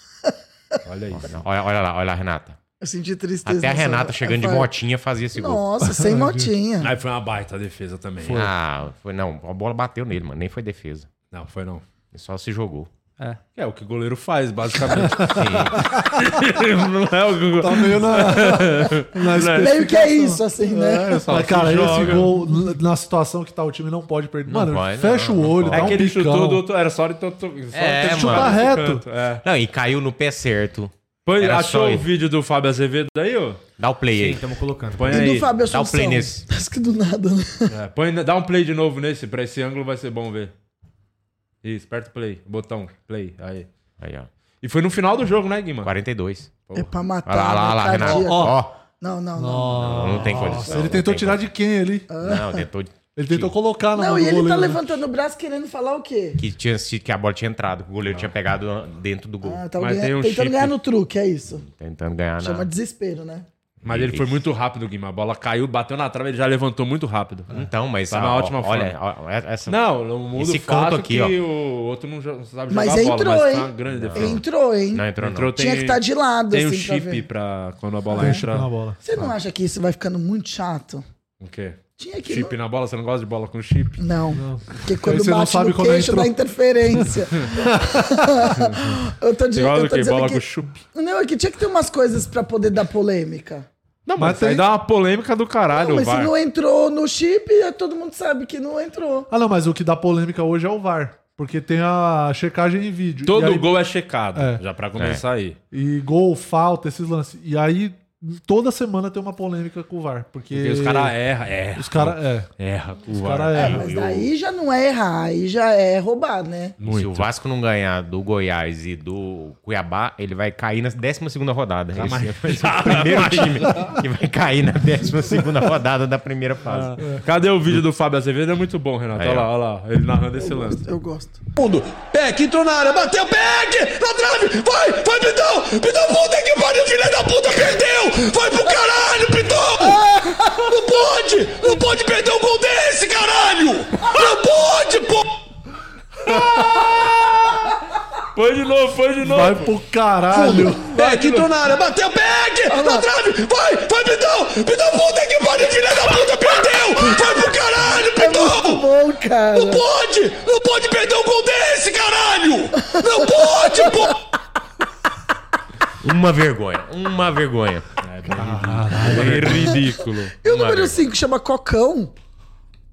Speaker 6: Olha isso.
Speaker 3: Não, olha, olha lá, olha lá a Renata.
Speaker 8: Eu senti tristeza.
Speaker 3: Até a
Speaker 8: nessa
Speaker 3: Renata
Speaker 8: hora.
Speaker 3: chegando de
Speaker 8: Eu falei,
Speaker 3: motinha fazia esse gol.
Speaker 8: Nossa, sem motinha.
Speaker 6: Aí foi uma baita defesa também.
Speaker 3: Ah, foi não. A bola bateu nele, mano. Nem foi defesa.
Speaker 6: Não, foi não.
Speaker 3: Ele só se jogou.
Speaker 6: É. o que o goleiro faz, basicamente. não é o que o goleiro...
Speaker 7: Tá meio na. na espe-
Speaker 8: Meio que é isso, assim, né?
Speaker 7: Mas, cara,
Speaker 6: É, se
Speaker 7: esse
Speaker 6: joga.
Speaker 7: gol, n- na situação que tá o time, não pode perder. Mano,
Speaker 3: vai, não,
Speaker 7: fecha
Speaker 3: não
Speaker 7: o olho, dá
Speaker 6: É
Speaker 7: um
Speaker 6: que ele
Speaker 7: picão.
Speaker 6: chutou do outro... Era só ele... Só ele
Speaker 8: um
Speaker 3: É,
Speaker 6: ter chutado
Speaker 3: mano.
Speaker 7: Chutar
Speaker 6: esse
Speaker 7: reto.
Speaker 6: canto, É.
Speaker 3: Não, e caiu no pé certo.
Speaker 6: Põe,
Speaker 3: Era
Speaker 6: achou
Speaker 3: só
Speaker 6: o
Speaker 3: ele.
Speaker 6: vídeo do Fábio Azevedo daí, ô?
Speaker 3: Dá o play
Speaker 10: Sim,
Speaker 3: aí.
Speaker 10: estamos colocando.
Speaker 6: Põe
Speaker 8: E
Speaker 6: aí.
Speaker 8: do Fábio
Speaker 3: Dá o play
Speaker 8: Assunção.
Speaker 3: nesse.
Speaker 8: um. Parece que do nada, né?
Speaker 6: É, põe, dá um play de novo nesse, pra esse ângulo vai ser bom ver. Isso, aperta o play. Botão, play. Aí.
Speaker 3: Aí, ó.
Speaker 6: E foi no final do jogo, né, Guima?
Speaker 3: 42.
Speaker 8: É pra
Speaker 3: Olha lá,
Speaker 8: matar.
Speaker 3: olha lá, olha lá,
Speaker 8: né?
Speaker 3: Renata.
Speaker 8: Cardíaco.
Speaker 3: Ó,
Speaker 8: Não, não, não.
Speaker 3: não tem condição.
Speaker 7: Ele
Speaker 3: não
Speaker 7: tentou
Speaker 3: tem
Speaker 7: tirar de quem ali?
Speaker 3: condição. Não, tentou.
Speaker 7: Ele tentou colocar na mão
Speaker 8: Não,
Speaker 7: do
Speaker 8: e ele tá
Speaker 7: goleiro, né?
Speaker 8: levantando o braço querendo falar o quê?
Speaker 3: Que, tinha, sido- que a bola tinha entrado. que O goleiro tinha pegado dentro do gol.
Speaker 8: Ah, tá
Speaker 6: Mas
Speaker 8: ganha-
Speaker 6: tem um
Speaker 8: tentando
Speaker 6: chip.
Speaker 8: ganhar no truque, é isso.
Speaker 3: Tentando ganhar na.
Speaker 8: Chama desespero, né?
Speaker 6: Mas ele foi muito rápido, Guima. A bola caiu, bateu na trave, ele já levantou muito rápido.
Speaker 3: Então, mas.
Speaker 6: Tá na
Speaker 3: ó,
Speaker 6: ótima
Speaker 3: olha, ó, essa.
Speaker 6: Não, não muda
Speaker 3: Esse
Speaker 6: o fato
Speaker 3: canto aqui,
Speaker 6: que
Speaker 3: ó.
Speaker 6: o outro não jo- sabe jogar
Speaker 8: Mas
Speaker 6: a bola,
Speaker 8: entrou,
Speaker 6: mas
Speaker 8: hein?
Speaker 6: tá uma grande defesa.
Speaker 8: Entrou, hein?
Speaker 3: Não entrou, não. É,
Speaker 6: Entrou,
Speaker 8: Tinha que estar de lado,
Speaker 6: Tem o
Speaker 8: assim, pra
Speaker 6: chip
Speaker 8: ver.
Speaker 6: pra quando a bola
Speaker 7: Tem chip
Speaker 6: entra.
Speaker 7: na bola.
Speaker 8: Você não acha que isso vai ficando muito chato?
Speaker 6: O quê?
Speaker 8: Tinha que...
Speaker 6: Chip na bola? Você não gosta de bola com chip?
Speaker 8: Não. Porque quando
Speaker 7: você
Speaker 8: bate
Speaker 7: não sabe
Speaker 8: no
Speaker 7: quando
Speaker 8: queixo
Speaker 7: entrou.
Speaker 8: dá interferência. eu tô,
Speaker 6: Você
Speaker 8: de,
Speaker 6: gosta
Speaker 8: eu
Speaker 6: do
Speaker 8: tô
Speaker 6: quê?
Speaker 8: dizendo
Speaker 6: Bola com
Speaker 8: que...
Speaker 6: chup?
Speaker 8: Não, é que tinha que ter umas coisas pra poder dar polêmica.
Speaker 6: Não,
Speaker 7: mas
Speaker 6: mas, aí
Speaker 7: tem-
Speaker 6: dá uma polêmica do caralho, o
Speaker 8: não, mas se
Speaker 6: VAR.
Speaker 8: não entrou no chip, é- todo mundo sabe que não entrou.
Speaker 7: Ah, não, mas o que dá polêmica hoje é o VAR. Porque tem a checagem em vídeo.
Speaker 6: Todo
Speaker 7: e aí-
Speaker 6: gol é checado,
Speaker 7: É.
Speaker 6: já pra começar aí.
Speaker 7: E gol, falta, esses lances. E aí, toda semana tem uma polêmica com o VAR. Porque, é
Speaker 6: Porque os é caras erram, erram.
Speaker 7: Os caras. É.
Speaker 6: Erra com o
Speaker 7: Os
Speaker 6: VAR.
Speaker 7: caras
Speaker 8: É,
Speaker 7: erram.
Speaker 8: mas daí já não é errar, aí já é roubar, né?
Speaker 3: Se o Vasco não ganhar do Goiás e do Cuiabá, ele vai cair na 12 rodada. Esse é o primeiro time que vai cair na 12 rodada da primeira fase.
Speaker 6: Ah, é. Cadê o vídeo do Fábio Azevedo? É muito bom, Renato.
Speaker 3: Aí,
Speaker 6: olha
Speaker 3: ó.
Speaker 6: lá, olha lá. Ele narrando esse lance.
Speaker 8: Eu gosto.
Speaker 11: Peck entrou na área, bateu Peck! Na trave! Vai! Vai, Pitão! Pitão, puta que pariu, filha da puta, perdeu! Vai pro caralho, Pitão!
Speaker 8: Ah!
Speaker 11: Não pode! Não pode perder um gol desse, caralho! Não pode, pô!
Speaker 6: Foi de novo, foi de novo.
Speaker 7: Vai pro caralho.
Speaker 2: É,
Speaker 11: Peck entrou na área, bateu Peck!
Speaker 2: na trave! Tá Vai! Vai, Pitão! Pitão, puta que pariu, filha da puta! Perdeu! Vai pro caralho, Pitão!
Speaker 8: É bom, cara.
Speaker 2: Não pode! Não pode perder um gol desse, caralho! Não pode, pô!
Speaker 3: Uma vergonha. Uma vergonha.
Speaker 6: É ridículo.
Speaker 8: E o número 5 chama Cocão?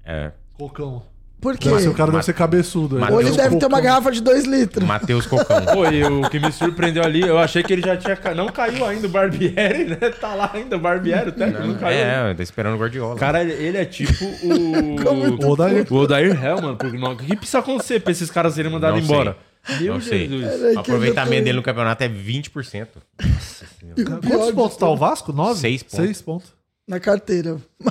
Speaker 3: É.
Speaker 7: Cocão.
Speaker 8: Por quê?
Speaker 7: Mas o cara deve ser cabeçudo. né?
Speaker 3: Mas-
Speaker 8: Ou ele
Speaker 6: um
Speaker 3: Deus,
Speaker 8: deve ter uma
Speaker 7: cocão.
Speaker 8: garrafa de 2 litros.
Speaker 3: Matheus Cocão.
Speaker 6: Pô, e o que me surpreendeu ali, eu achei que ele já tinha. ca- Não caiu ainda o Barbieri, né? Tá lá ainda o Barbieri, o técnico não, caiu.
Speaker 3: É, tá esperando o Guardiola.
Speaker 6: Cara, ele ele é tipo o.
Speaker 7: O Odair.
Speaker 6: o Odair Hellman. porque não- O que precisa acontecer pra esses caras serem mandados
Speaker 3: Não sei.
Speaker 6: embora? Meu
Speaker 3: Não sei.
Speaker 6: Jesus.
Speaker 8: Peraí que
Speaker 3: O
Speaker 8: eu
Speaker 3: aproveitamento dele no campeonato é 20%.
Speaker 7: Quantos pontos tá o Vasco? Nove?
Speaker 3: Seis pontos.
Speaker 7: Seis pontos.
Speaker 8: Na carteira.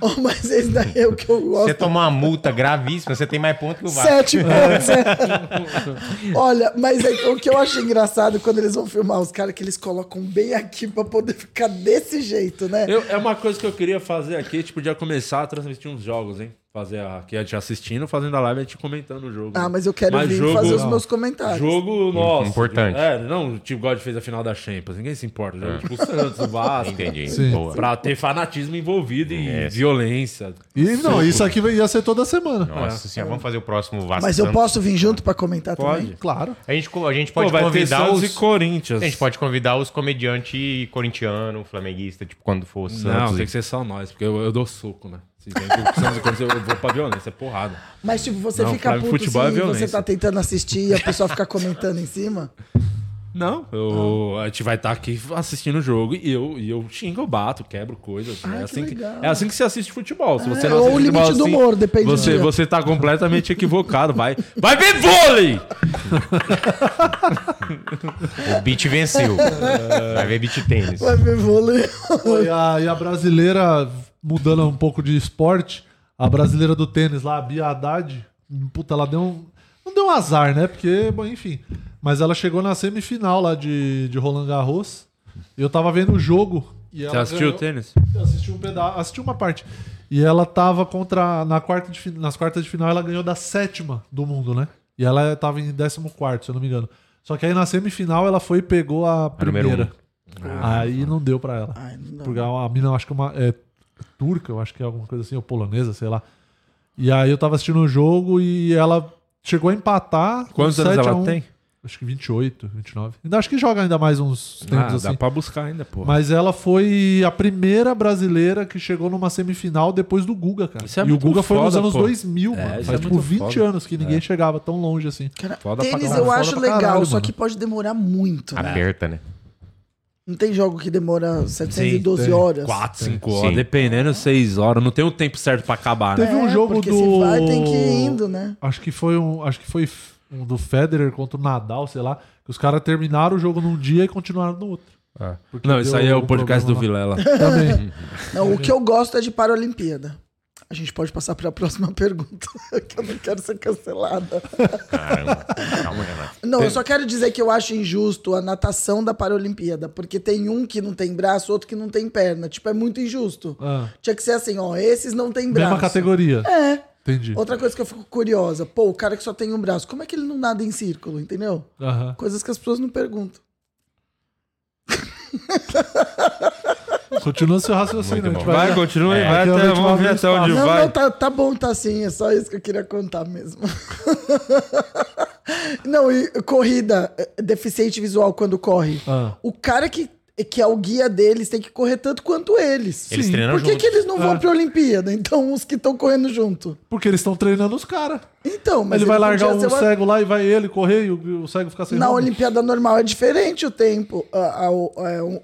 Speaker 8: oh, mas esse daí é o que eu
Speaker 3: Você
Speaker 8: gosto.
Speaker 3: tomar uma multa gravíssima, você tem mais ponto que o Vasco.
Speaker 8: Sete pontos. é. Olha, mas é que o que eu acho engraçado quando eles vão filmar os caras, que eles colocam bem aqui pra poder ficar desse jeito, né?
Speaker 6: Eu- é uma coisa que eu queria fazer aqui, tipo, já começar a transmitir uns jogos, hein? Fazer a, aqui a gente assistindo, fazendo a live, a gente comentando o jogo.
Speaker 8: Ah, mas eu quero
Speaker 6: Mas
Speaker 8: vir
Speaker 6: jogo-
Speaker 8: fazer os
Speaker 6: não.
Speaker 8: meus comentários.
Speaker 6: Jogo nosso.
Speaker 3: Hum, importante. É.
Speaker 6: É, não, o time God fez a final da Champions. Ninguém se importa. Jogo tipo o Santos, o Vasco.
Speaker 3: Entendi.
Speaker 7: Sim.
Speaker 3: Boa. É.
Speaker 6: Pra ter fanatismo envolvido e violência. É.
Speaker 7: E não, isso aqui ia ser toda semana. É.
Speaker 3: Nossa senhora, vamos fazer o próximo Vasco.
Speaker 8: Mas eu
Speaker 3: Santos.
Speaker 8: posso vir junto pra comentar também?
Speaker 6: Pode.
Speaker 7: Claro.
Speaker 3: A gente, co- a gente
Speaker 6: Pô,
Speaker 3: pode
Speaker 6: vai ter
Speaker 3: convidar
Speaker 6: Santos
Speaker 3: os.
Speaker 6: e Corinthians.
Speaker 3: A gente pode convidar os comediantes corintiano, flamenguista, tipo quando for o Santos.
Speaker 6: Não, tem que ser só nós, porque eu, eu dou soco, né? Se tem que- Santos e Corinthians, eu vou pra violência, é porrada.
Speaker 8: Mas, tipo, você
Speaker 6: Não,
Speaker 8: fica
Speaker 6: Flávio,
Speaker 8: puto
Speaker 6: futebol é
Speaker 8: se você
Speaker 6: violência.
Speaker 8: tá tentando assistir e a pessoa fica comentando em cima?
Speaker 6: Não, eu- a gente vai estar aqui assistindo o jogo e eu, e eu xingo, eu bato, quebro coisas.
Speaker 8: Ai,
Speaker 6: é,
Speaker 8: que
Speaker 6: assim que,
Speaker 8: legal.
Speaker 6: é assim que se assiste futebol. Se você
Speaker 8: É,
Speaker 6: não
Speaker 8: ou
Speaker 6: assiste
Speaker 8: o limite
Speaker 6: futebol
Speaker 8: do
Speaker 6: assim,
Speaker 8: humor, depende do
Speaker 6: você,
Speaker 8: dia.
Speaker 6: você tá completamente equivocado. Vai, vai ver vôlei!
Speaker 3: O beat venceu. Vai ver beat tênis.
Speaker 8: Vai ver vôlei.
Speaker 7: Pô, E a, e a brasileira, mudando um pouco de esporte, a brasileira do tênis lá, a Bia Haddad, puta, ela deu um. Não deu um azar, né? Porque, bom, enfim. Mas ela chegou na semifinal lá de, de Roland Garros. E eu tava vendo o jogo. E ela
Speaker 6: Você assistiu o
Speaker 7: ganhou-
Speaker 6: tênis?
Speaker 7: Eu assisti um pedaço, assisti uma parte. E ela tava contra. Na quarta de, fi- nas quartas de final, ela ganhou da sétima do mundo, né? E ela tava em 14, se eu não me engano. Só que aí na semifinal ela foi e pegou a
Speaker 3: número
Speaker 7: primeira.
Speaker 6: um.
Speaker 7: aí não deu pra ela.
Speaker 8: Ah, tá. Ai, não.
Speaker 7: Porque a mina, eu acho que é uma. É turca, eu acho que é alguma coisa assim, ou polonesa, sei lá. E aí eu tava assistindo o jogo e ela chegou a empatar. com
Speaker 6: Quantos anos
Speaker 7: 7 a
Speaker 6: ela
Speaker 7: 1.
Speaker 6: tem?
Speaker 7: Acho que 28, 29. Ainda acho que joga ainda mais uns tempos
Speaker 6: Ah,
Speaker 7: assim.
Speaker 6: dá pra buscar ainda, pô.
Speaker 7: Mas ela foi a primeira brasileira que chegou numa semifinal depois do Guga, cara.
Speaker 6: Isso é
Speaker 7: e o
Speaker 6: muito
Speaker 7: Guga foi nos
Speaker 6: foda,
Speaker 7: anos
Speaker 6: pô.
Speaker 7: 2000,
Speaker 6: É,
Speaker 7: mano.
Speaker 6: isso
Speaker 7: Faz
Speaker 6: é
Speaker 7: tipo
Speaker 6: muito
Speaker 7: 20
Speaker 6: foda. É.
Speaker 7: anos que ninguém chegava tão longe assim.
Speaker 8: Cara,
Speaker 6: Foda pra
Speaker 8: tênis
Speaker 6: caralho.
Speaker 8: eu
Speaker 7: Foda
Speaker 8: acho
Speaker 7: pra
Speaker 8: legal,
Speaker 7: caralho,
Speaker 8: só
Speaker 7: mano.
Speaker 8: que pode demorar muito. né?
Speaker 3: Aperta, né?
Speaker 8: Não tem jogo que demora 712
Speaker 7: tem.
Speaker 8: horas.
Speaker 6: 4,
Speaker 7: É.
Speaker 6: 5
Speaker 3: Sim.
Speaker 6: horas, dependendo, 6 horas. Não tem o tempo certo pra acabar, né?
Speaker 7: Teve um jogo
Speaker 8: É, porque
Speaker 7: do.
Speaker 8: se vai, tem que ir indo, né?
Speaker 7: Acho que foi um. Acho que foi f- um do Federer contra o Nadal, sei lá. Que os caras terminaram o jogo num dia e continuaram no outro. Porque
Speaker 6: Não, isso
Speaker 7: deu
Speaker 6: aí é o
Speaker 7: algum
Speaker 6: podcast do Vilela.
Speaker 7: problema lá. Também.
Speaker 8: Não, o que eu gosto é de Paralimpíada. A gente pode passar para a próxima pergunta, que eu não quero ser cancelada.
Speaker 3: Caramba. Calma, Renato.
Speaker 8: Não, eu só quero dizer que eu acho injusto a natação da Paralimpíada, porque tem um que não tem braço, outro que não tem perna. Tipo, é muito injusto.
Speaker 7: Ah.
Speaker 8: Tinha que ser assim, ó, esses não tem braço.
Speaker 7: Mesma categoria.
Speaker 8: É.
Speaker 7: Entendi.
Speaker 8: Outra coisa que eu fico curiosa, pô, o cara que só tem um braço, como é que ele não nada em círculo, entendeu?
Speaker 7: Aham.
Speaker 8: Coisas que as pessoas não perguntam.
Speaker 7: Continua seu raciocínio.
Speaker 3: Muito
Speaker 7: a gente
Speaker 3: bom.
Speaker 6: Vai, continua aí,
Speaker 3: É,
Speaker 6: vai
Speaker 7: aqui é o
Speaker 6: até,
Speaker 7: último
Speaker 6: vamos ver até onde
Speaker 8: não,
Speaker 6: vai.
Speaker 8: não, tá, tá bom, tá sim, é só isso que eu queria contar mesmo. não, e corrida, é, deficiente visual quando corre.
Speaker 7: Ah.
Speaker 8: O cara que, que é o guia deles tem que correr tanto quanto eles.
Speaker 3: Eles treinam
Speaker 8: Por que,
Speaker 3: juntos.
Speaker 8: que eles não vão pra Olimpíada? Então, os que estão correndo junto.
Speaker 7: É. Porque eles estão treinando os caras.
Speaker 8: Então, mas
Speaker 7: Ele vai
Speaker 8: podia
Speaker 7: largar um
Speaker 8: ser uma-
Speaker 7: cego lá e vai ele correr e o, o cego ficar sem
Speaker 8: Na
Speaker 7: rumo.
Speaker 8: Olimpíada normal é diferente o tempo. A, a, a-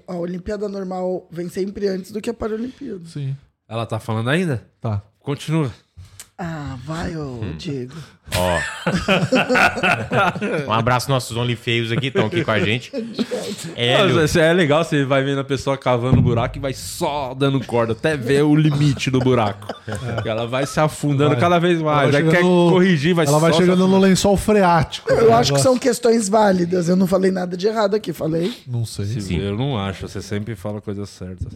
Speaker 8: a Olimpíada normal vem sempre antes do que a Paralimpíada.
Speaker 7: Sim.
Speaker 6: Ela tá falando ainda?
Speaker 7: Tá.
Speaker 6: Continua.
Speaker 8: Ah, vai, ô Diego.
Speaker 3: Um abraço aos nossos OnlyFeios aqui, estão aqui com a gente. Hélio,
Speaker 6: Mas, assim, é legal, você vai vendo a pessoa cavando o buraco e vai só dando corda até ver o limite do buraco. Ela vai se afundando
Speaker 7: É. Vai.
Speaker 6: cada vez mais. Aí
Speaker 7: Ela vai
Speaker 6: quer
Speaker 7: chegando-
Speaker 6: corrigir, vai
Speaker 7: Ela vai
Speaker 6: só-
Speaker 7: chegando no lençol freático.
Speaker 8: Eu acho que são questões válidas. Eu não falei nada de errado aqui, falei.
Speaker 7: Não sei.
Speaker 3: Sim.
Speaker 6: Eu não acho, você sempre fala coisas certas.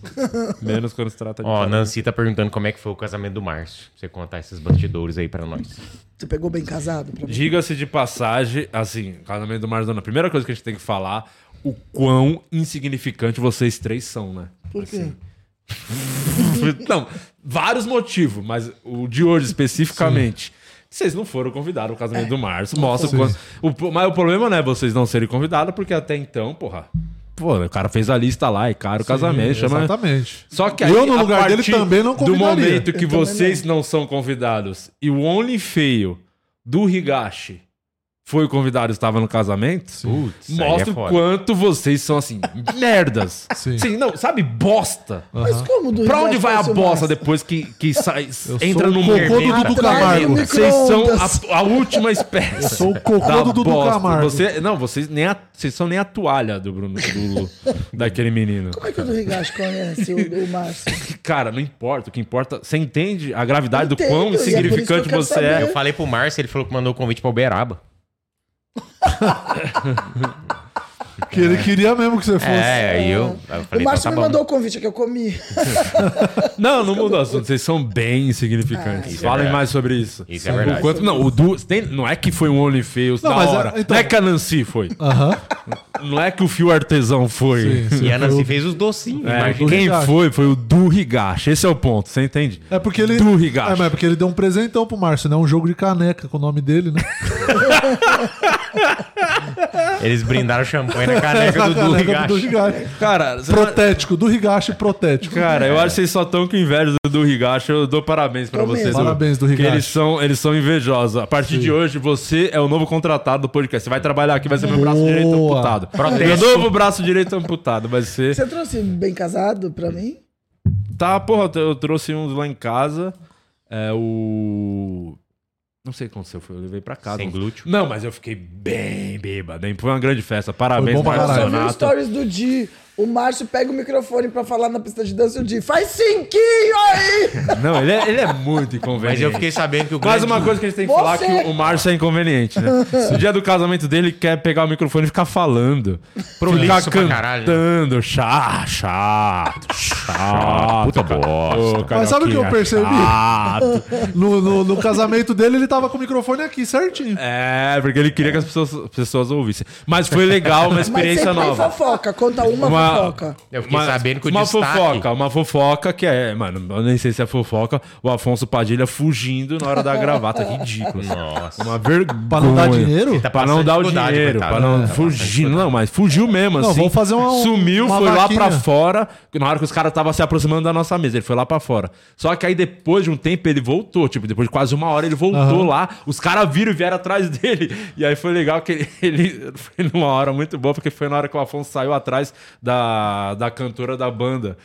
Speaker 6: Menos quando se trata de.
Speaker 3: Ó,
Speaker 6: cara.
Speaker 3: Nancy tá perguntando como é que foi o casamento do Márcio. Pra Você contar esses bastidores aí pra nós.
Speaker 8: Você pegou bem casado pra mim?
Speaker 6: Diga-se de passagem, assim, casamento do Marzona, a primeira coisa que a gente tem que falar, o quão insignificante vocês três são, né?
Speaker 7: Por quê?
Speaker 6: não, vários motivos, mas o de hoje especificamente. Vocês não foram convidados ao casamento
Speaker 7: É.
Speaker 6: do Márcio. Mostra o
Speaker 11: Sim.
Speaker 6: quanto. o pro- mas o problema não é vocês não serem convidados, porque até então, porra. Pô, o cara fez a lista lá, é caro o casamento, chama.
Speaker 7: exatamente.
Speaker 6: Só que aí,
Speaker 7: Eu, no
Speaker 6: a
Speaker 7: lugar dele,
Speaker 6: partir
Speaker 7: também não
Speaker 6: Do
Speaker 7: convidaria.
Speaker 6: momento que
Speaker 7: Eu também
Speaker 6: vocês não são convidados e o Only Feio do Higashi foi convidado e estava no casamento,
Speaker 3: Putz, aí é
Speaker 6: mostra o
Speaker 3: foda.
Speaker 6: quanto vocês são assim, merdas. Sim. não, sabe, bosta.
Speaker 8: Mas como do
Speaker 6: Pra
Speaker 8: Rio é
Speaker 6: onde
Speaker 8: Grande
Speaker 6: vai a
Speaker 8: fosse o
Speaker 6: bosta
Speaker 8: Márcio?
Speaker 6: depois que, que sai,
Speaker 7: Eu
Speaker 6: entra
Speaker 11: um
Speaker 7: sou
Speaker 6: no
Speaker 7: o cocô do
Speaker 6: mermeiro?
Speaker 7: Dudu
Speaker 8: Atrás
Speaker 7: Camargo.
Speaker 8: do
Speaker 6: Vocês são
Speaker 8: micro-ondas.
Speaker 6: a, a última espécie. Eu
Speaker 7: sou o cocô do Dudu Camargo.
Speaker 6: Você, não, vocês, nem a- vocês são nem a toalha do Bruno, do- daquele menino.
Speaker 8: Como é que o do Rigacho conhece o, o Márcio?
Speaker 6: Cara, não importa. O que importa. Você entende a gravidade
Speaker 8: Entendo,
Speaker 6: do quão
Speaker 8: e é por isso que eu
Speaker 6: insignificante
Speaker 8: quero
Speaker 6: você
Speaker 8: saber.
Speaker 6: é?
Speaker 3: Eu falei pro Márcio, ele falou que mandou o convite pra Uberaba.
Speaker 7: Que
Speaker 6: É.
Speaker 7: ele queria mesmo que você fosse.
Speaker 3: É, aí eu, aí eu falei,
Speaker 8: o
Speaker 3: então
Speaker 8: Márcio
Speaker 3: tá
Speaker 8: me
Speaker 3: bom.
Speaker 8: mandou o convite que eu comi.
Speaker 6: Não, não muda o assunto. Vocês são bem insignificantes.
Speaker 3: isso é
Speaker 6: Falem
Speaker 3: verdade.
Speaker 6: mais sobre isso.
Speaker 3: Isso é verdade.
Speaker 6: O quanto, não, o Du, tem- não é que foi um Only Fails
Speaker 7: Não,
Speaker 6: da
Speaker 7: mas,
Speaker 6: hora.
Speaker 7: ah, então-
Speaker 6: não é que a Nancy foi.
Speaker 7: Aham.
Speaker 6: Não é que o Fio Artesão foi.
Speaker 7: Sim, sim.
Speaker 3: E a Nancy
Speaker 7: Eu-
Speaker 3: fez os docinhos.
Speaker 6: É,
Speaker 3: imagina.
Speaker 7: do
Speaker 6: quem
Speaker 7: Higashi.
Speaker 6: foi, foi o Du Higashi. Esse é o ponto, você entende?
Speaker 7: É porque ele.
Speaker 6: Do Higashi.
Speaker 7: É, mas é porque ele deu um presentão pro Márcio, né? Um jogo de caneca com o nome dele, né?
Speaker 3: Eles brindaram champanhe na caneca do Du
Speaker 7: Caneca do
Speaker 3: Higashi.
Speaker 7: Higashi.
Speaker 6: Cara, você-
Speaker 7: Protético, do Higashi protético.
Speaker 6: Cara,
Speaker 3: É.
Speaker 6: eu acho que vocês só estão com inveja do, do Higashi. Eu dou parabéns pra
Speaker 8: Tô
Speaker 6: vocês.
Speaker 8: mesmo.
Speaker 6: Du.
Speaker 7: Parabéns, Du
Speaker 6: Porque
Speaker 7: Higashi.
Speaker 6: eles são, eles são invejosos. A partir de hoje, você é o novo contratado do podcast. Você vai trabalhar aqui, vai ser meu braço
Speaker 7: Boa.
Speaker 6: direito amputado. Meu novo braço direito amputado. Vai ser.
Speaker 8: Você trouxe bem casado pra mim?
Speaker 6: Tá, porra, eu trouxe uns lá em casa. É o. Não sei o que aconteceu, foi- eu levei pra casa.
Speaker 3: Sem glúteo.
Speaker 6: Não, mas eu fiquei bem bêbado. hein? Foi uma grande festa. Parabéns,
Speaker 7: bom pra
Speaker 6: Marcos
Speaker 7: caralho.
Speaker 8: Eu vi
Speaker 6: Donato.
Speaker 8: os stories do Di. O Márcio pega o microfone pra falar na pista de dança e o Di. Faz cinquinho aí!
Speaker 6: Não, ele é, ele é muito
Speaker 3: Mas
Speaker 6: inconveniente.
Speaker 3: eu fiquei sabendo que o
Speaker 6: Mais
Speaker 3: grande...
Speaker 6: uma coisa que a gente tem que
Speaker 8: Você-
Speaker 6: falar que o Márcio é inconveniente, né? No dia do casamento dele, ele quer pegar o microfone e ficar falando.
Speaker 3: Prolixo
Speaker 6: ficar
Speaker 3: pra caralho.
Speaker 6: cantando. Chá, chato, chato. Puta bosta.
Speaker 7: Mas sabe o que
Speaker 6: é
Speaker 7: eu percebi? No, no, no casamento dele, ele tava com o microfone aqui, certinho.
Speaker 6: É, porque ele queria que as pessoas, pessoas ouvissem. Mas foi legal, uma
Speaker 8: Mas
Speaker 6: experiência
Speaker 8: sempre tem
Speaker 6: nova.
Speaker 8: fofoca. Conta uma,
Speaker 6: Uma-
Speaker 8: fofoca.
Speaker 3: Eu fiquei sabendo que o
Speaker 6: uma
Speaker 3: destaque...
Speaker 6: fofoca, uma fofoca que é, mano, eu nem sei se é fofoca, o Afonso Padilha fugindo na hora da gravata, ridículo. assim.
Speaker 3: Nossa.
Speaker 6: Uma vergonha.
Speaker 7: Pra não dar dinheiro?
Speaker 3: Tá
Speaker 6: Pra não
Speaker 3: passando
Speaker 6: dar o
Speaker 3: dificuldade,
Speaker 6: dinheiro,
Speaker 3: coitado.
Speaker 6: pra não
Speaker 3: É,
Speaker 6: fugir. Não, mas fugiu mesmo,
Speaker 7: Não,
Speaker 6: assim.
Speaker 7: vamos fazer uma-
Speaker 6: Sumiu,
Speaker 7: uma
Speaker 6: foi
Speaker 7: vaquinha.
Speaker 6: lá pra fora. Na hora que os caras estavam se aproximando da nossa mesa, ele foi lá pra fora. Só que aí depois de um tempo ele voltou, tipo, depois de quase uma hora ele voltou lá. Os caras viram e vieram atrás dele. E aí foi legal que ele, ele foi numa hora muito boa, porque foi na hora que o Afonso saiu atrás da, da cantora da banda.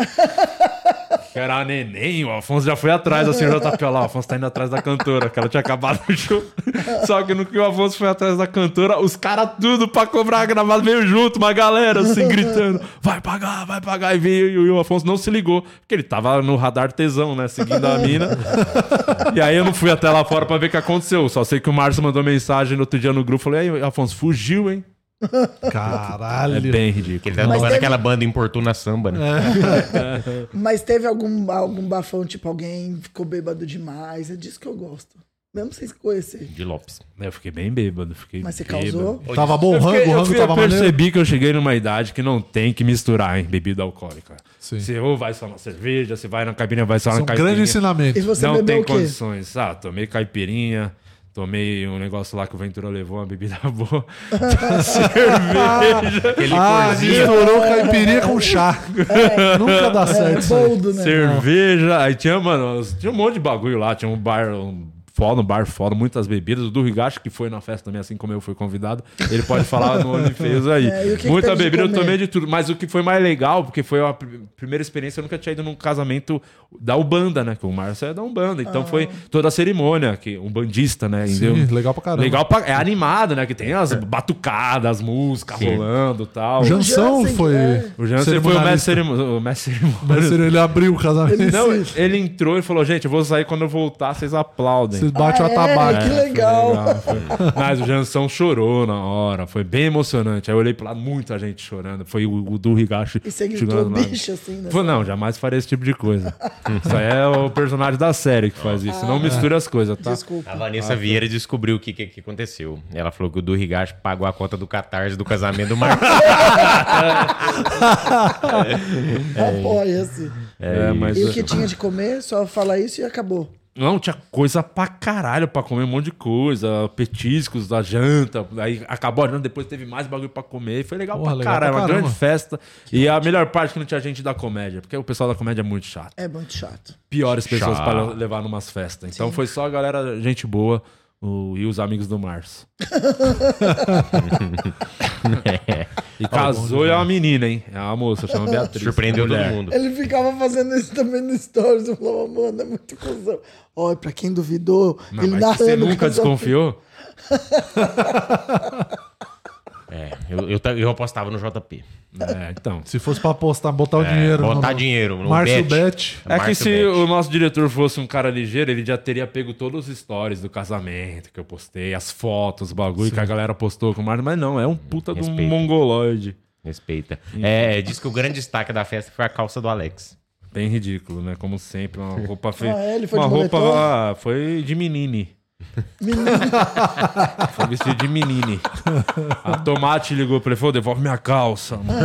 Speaker 6: Que era a neném, o Afonso já foi atrás, assim, o JP, olha lá, o Afonso tá indo atrás da cantora, que ela tinha acabado o show. Só que no que o Afonso foi atrás da cantora, os caras tudo pra cobrar a gravada veio junto, uma galera assim, gritando, vai pagar, vai pagar, e veio, e o Afonso não se ligou, porque ele tava no radar tesão, né, seguindo a mina. E aí eu não fui até lá fora pra ver o que aconteceu, só sei que o Márcio mandou mensagem no outro dia no grupo, falou, e aí, Afonso, fugiu, hein?
Speaker 7: Caralho.
Speaker 6: É bem ridículo.
Speaker 3: Que ele tá tocando
Speaker 8: teve-
Speaker 3: aquela banda Importuna Samba, né?
Speaker 7: É.
Speaker 8: Mas teve algum, algum bafão, tipo, alguém ficou bêbado demais. É disso que eu gosto. Mesmo sem se conhecer.
Speaker 3: De Lopes.
Speaker 6: É, Eu fiquei bem bêbado, fiquei
Speaker 8: Mas você
Speaker 6: bêbado.
Speaker 8: causou?
Speaker 7: Tava bom o
Speaker 6: Eu,
Speaker 7: rango,
Speaker 6: fiquei-
Speaker 7: o
Speaker 6: eu
Speaker 7: rango
Speaker 6: fui-
Speaker 7: tava
Speaker 6: eu
Speaker 7: maneiro.
Speaker 6: percebi que eu cheguei numa idade que não tem que misturar, hein? Bebida alcoólica.
Speaker 7: Sim.
Speaker 6: Você ou vai só na cerveja, você vai na caipirinha, vai só
Speaker 7: É
Speaker 6: na
Speaker 7: um grande
Speaker 6: caipirinha.
Speaker 8: E
Speaker 7: ensinamento.
Speaker 8: você
Speaker 6: não
Speaker 8: bebeu
Speaker 6: tem
Speaker 8: o quê?
Speaker 6: condições. Ah, tomei caipirinha, tomei um negócio lá que o Ventura levou, uma bebida boa. cerveja.
Speaker 3: Aquele
Speaker 7: Ah,
Speaker 3: corzinho.
Speaker 7: misturou caipirinha com chá. Nunca dá certo.
Speaker 8: É,
Speaker 7: isso aí.
Speaker 8: boldo, né?
Speaker 6: cerveja. Aí tinha, mano, tinha um monte de bagulho lá. Tinha um bar. Um... Foda, um bar foda, muitas bebidas. O do Rigacho, que foi na festa também, assim como eu fui convidado, ele pode falar no OnlyFans aí.
Speaker 8: É, e o que que
Speaker 6: Muita
Speaker 8: teve de
Speaker 6: bebida, eu
Speaker 8: comer?
Speaker 6: tomei de tudo. Mas o que foi mais legal, porque foi a pr- primeira experiência, eu nunca tinha ido num casamento da Ubanda, né? Que o Márcio é da Umbanda. Então
Speaker 8: Ah.
Speaker 6: foi toda a cerimônia, que um bandista, né? entendeu?
Speaker 7: Sim, legal pra caramba. É.
Speaker 6: Legal pra- É animado, né? Que tem as batucadas, as músicas rolando e tal.
Speaker 7: O Jansão
Speaker 8: Jansen,
Speaker 7: foi.
Speaker 8: é.
Speaker 6: O Jansen foi o mestre cerimo- o mestre cerimônia.
Speaker 7: Mas ele abriu o casamento.
Speaker 6: Não, ele entrou e falou, gente, eu vou sair quando eu voltar, vocês aplaudem. É,
Speaker 7: Vocês batem o atabaque.
Speaker 8: Ah, é? que legal.
Speaker 6: foi legal, foi. Mas o Jansão chorou na hora, foi bem emocionante. Aí eu olhei pra lá, muita gente chorando. Foi o, o do Higashi
Speaker 8: E você gritou
Speaker 6: chegando lá.
Speaker 8: bicho assim, né?
Speaker 6: Falei, não, jamais farei esse tipo de coisa. isso aí é o personagem da série que faz isso. Não mistura as coisas, tá?
Speaker 8: Ah. Desculpa.
Speaker 3: A Vanessa Vieira descobriu o que, que, que aconteceu. Ela falou que o do Higashi pagou a conta do catarse do casamento do Marcos.
Speaker 8: Apoia-se.
Speaker 6: É, mas.
Speaker 8: assim. E o que tinha de comer, só falar isso e acabou.
Speaker 6: Não, tinha coisa pra caralho pra comer, um monte de coisa, petiscos da janta, aí acabou a janta, depois teve mais bagulho pra comer, e foi legal
Speaker 7: Porra,
Speaker 6: pra
Speaker 7: legal pra
Speaker 6: caralho, uma
Speaker 7: caramba.
Speaker 6: grande festa. e a melhor parte é que não tinha gente da comédia, porque o pessoal da comédia é muito chato.
Speaker 8: É muito chato.
Speaker 6: Piores pessoas
Speaker 3: Chato.
Speaker 6: pra levar numas festas. Então foi só a galera, gente boa, o- e os amigos do Márcio.
Speaker 3: É.
Speaker 6: E casou e é uma menina, hein? É uma moça, chama Beatriz.
Speaker 3: Surpreendeu todo
Speaker 6: Mulher.
Speaker 3: mundo.
Speaker 8: Ele ficava fazendo isso também no Stories. Eu falava, mano, é muito cuzão. Olha, pra quem duvidou,
Speaker 6: Não,
Speaker 8: ele
Speaker 6: mas
Speaker 8: narrando.
Speaker 6: você
Speaker 8: o
Speaker 6: nunca
Speaker 8: casamento.
Speaker 6: desconfiou?
Speaker 3: É, eu, eu, ta- eu apostava no JP.
Speaker 8: Tá
Speaker 6: É, então.
Speaker 7: Se fosse pra apostar, botar o dinheiro.
Speaker 3: É, Botar
Speaker 7: no-
Speaker 3: dinheiro no
Speaker 7: Márcio
Speaker 3: bet.
Speaker 7: Bet.
Speaker 6: É que
Speaker 3: Márcio
Speaker 6: se
Speaker 3: Bet.
Speaker 6: o nosso diretor fosse um cara ligeiro, ele já teria pego todos os stories do casamento que eu postei, as fotos, o bagulho que a galera postou com o Marcos, mas não, é um puta de um
Speaker 3: Respeito.
Speaker 6: mongoloide.
Speaker 3: Respeita. É, diz que o grande destaque da festa foi a calça do Alex.
Speaker 6: Bem ridículo, né? Como sempre, uma roupa feia.
Speaker 8: Ah, é? Ele foi
Speaker 6: uma
Speaker 8: de
Speaker 6: roupa
Speaker 8: moletom?
Speaker 6: ah, foi de menine. foi vestido de menine. A Tomate ligou pra ele e falou: devolve minha calça. mano."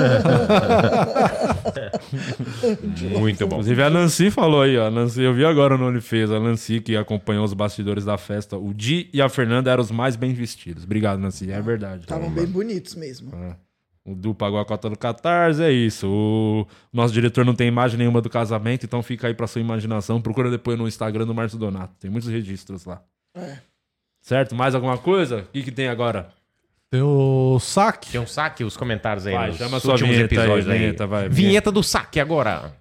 Speaker 3: Muito bom.
Speaker 6: Inclusive, a Nancy falou aí, ó. a Nancy, eu vi agora no OnlyFans, a Nancy que acompanhou os bastidores da festa. O Di e a Fernanda eram os mais bem vestidos. Obrigado, Nancy. É verdade.
Speaker 8: Estavam bem bonitos mesmo.
Speaker 6: Ah, O Du pagou a cota do Catarse, é isso. O nosso diretor não tem imagem nenhuma do casamento, então fica aí pra sua imaginação. Procura depois no Instagram do Márcio Donato. Tem muitos registros lá.
Speaker 8: É.
Speaker 6: Certo? Mais alguma coisa? O que, que tem agora?
Speaker 7: Tem o saque.
Speaker 3: Tem um saque, os comentários aí
Speaker 6: Vai,
Speaker 3: nos
Speaker 6: chama a sua
Speaker 3: últimos
Speaker 6: vinheta aí,
Speaker 3: episódios aí.
Speaker 6: vinheta, vai,
Speaker 3: Vinheta do saque agora.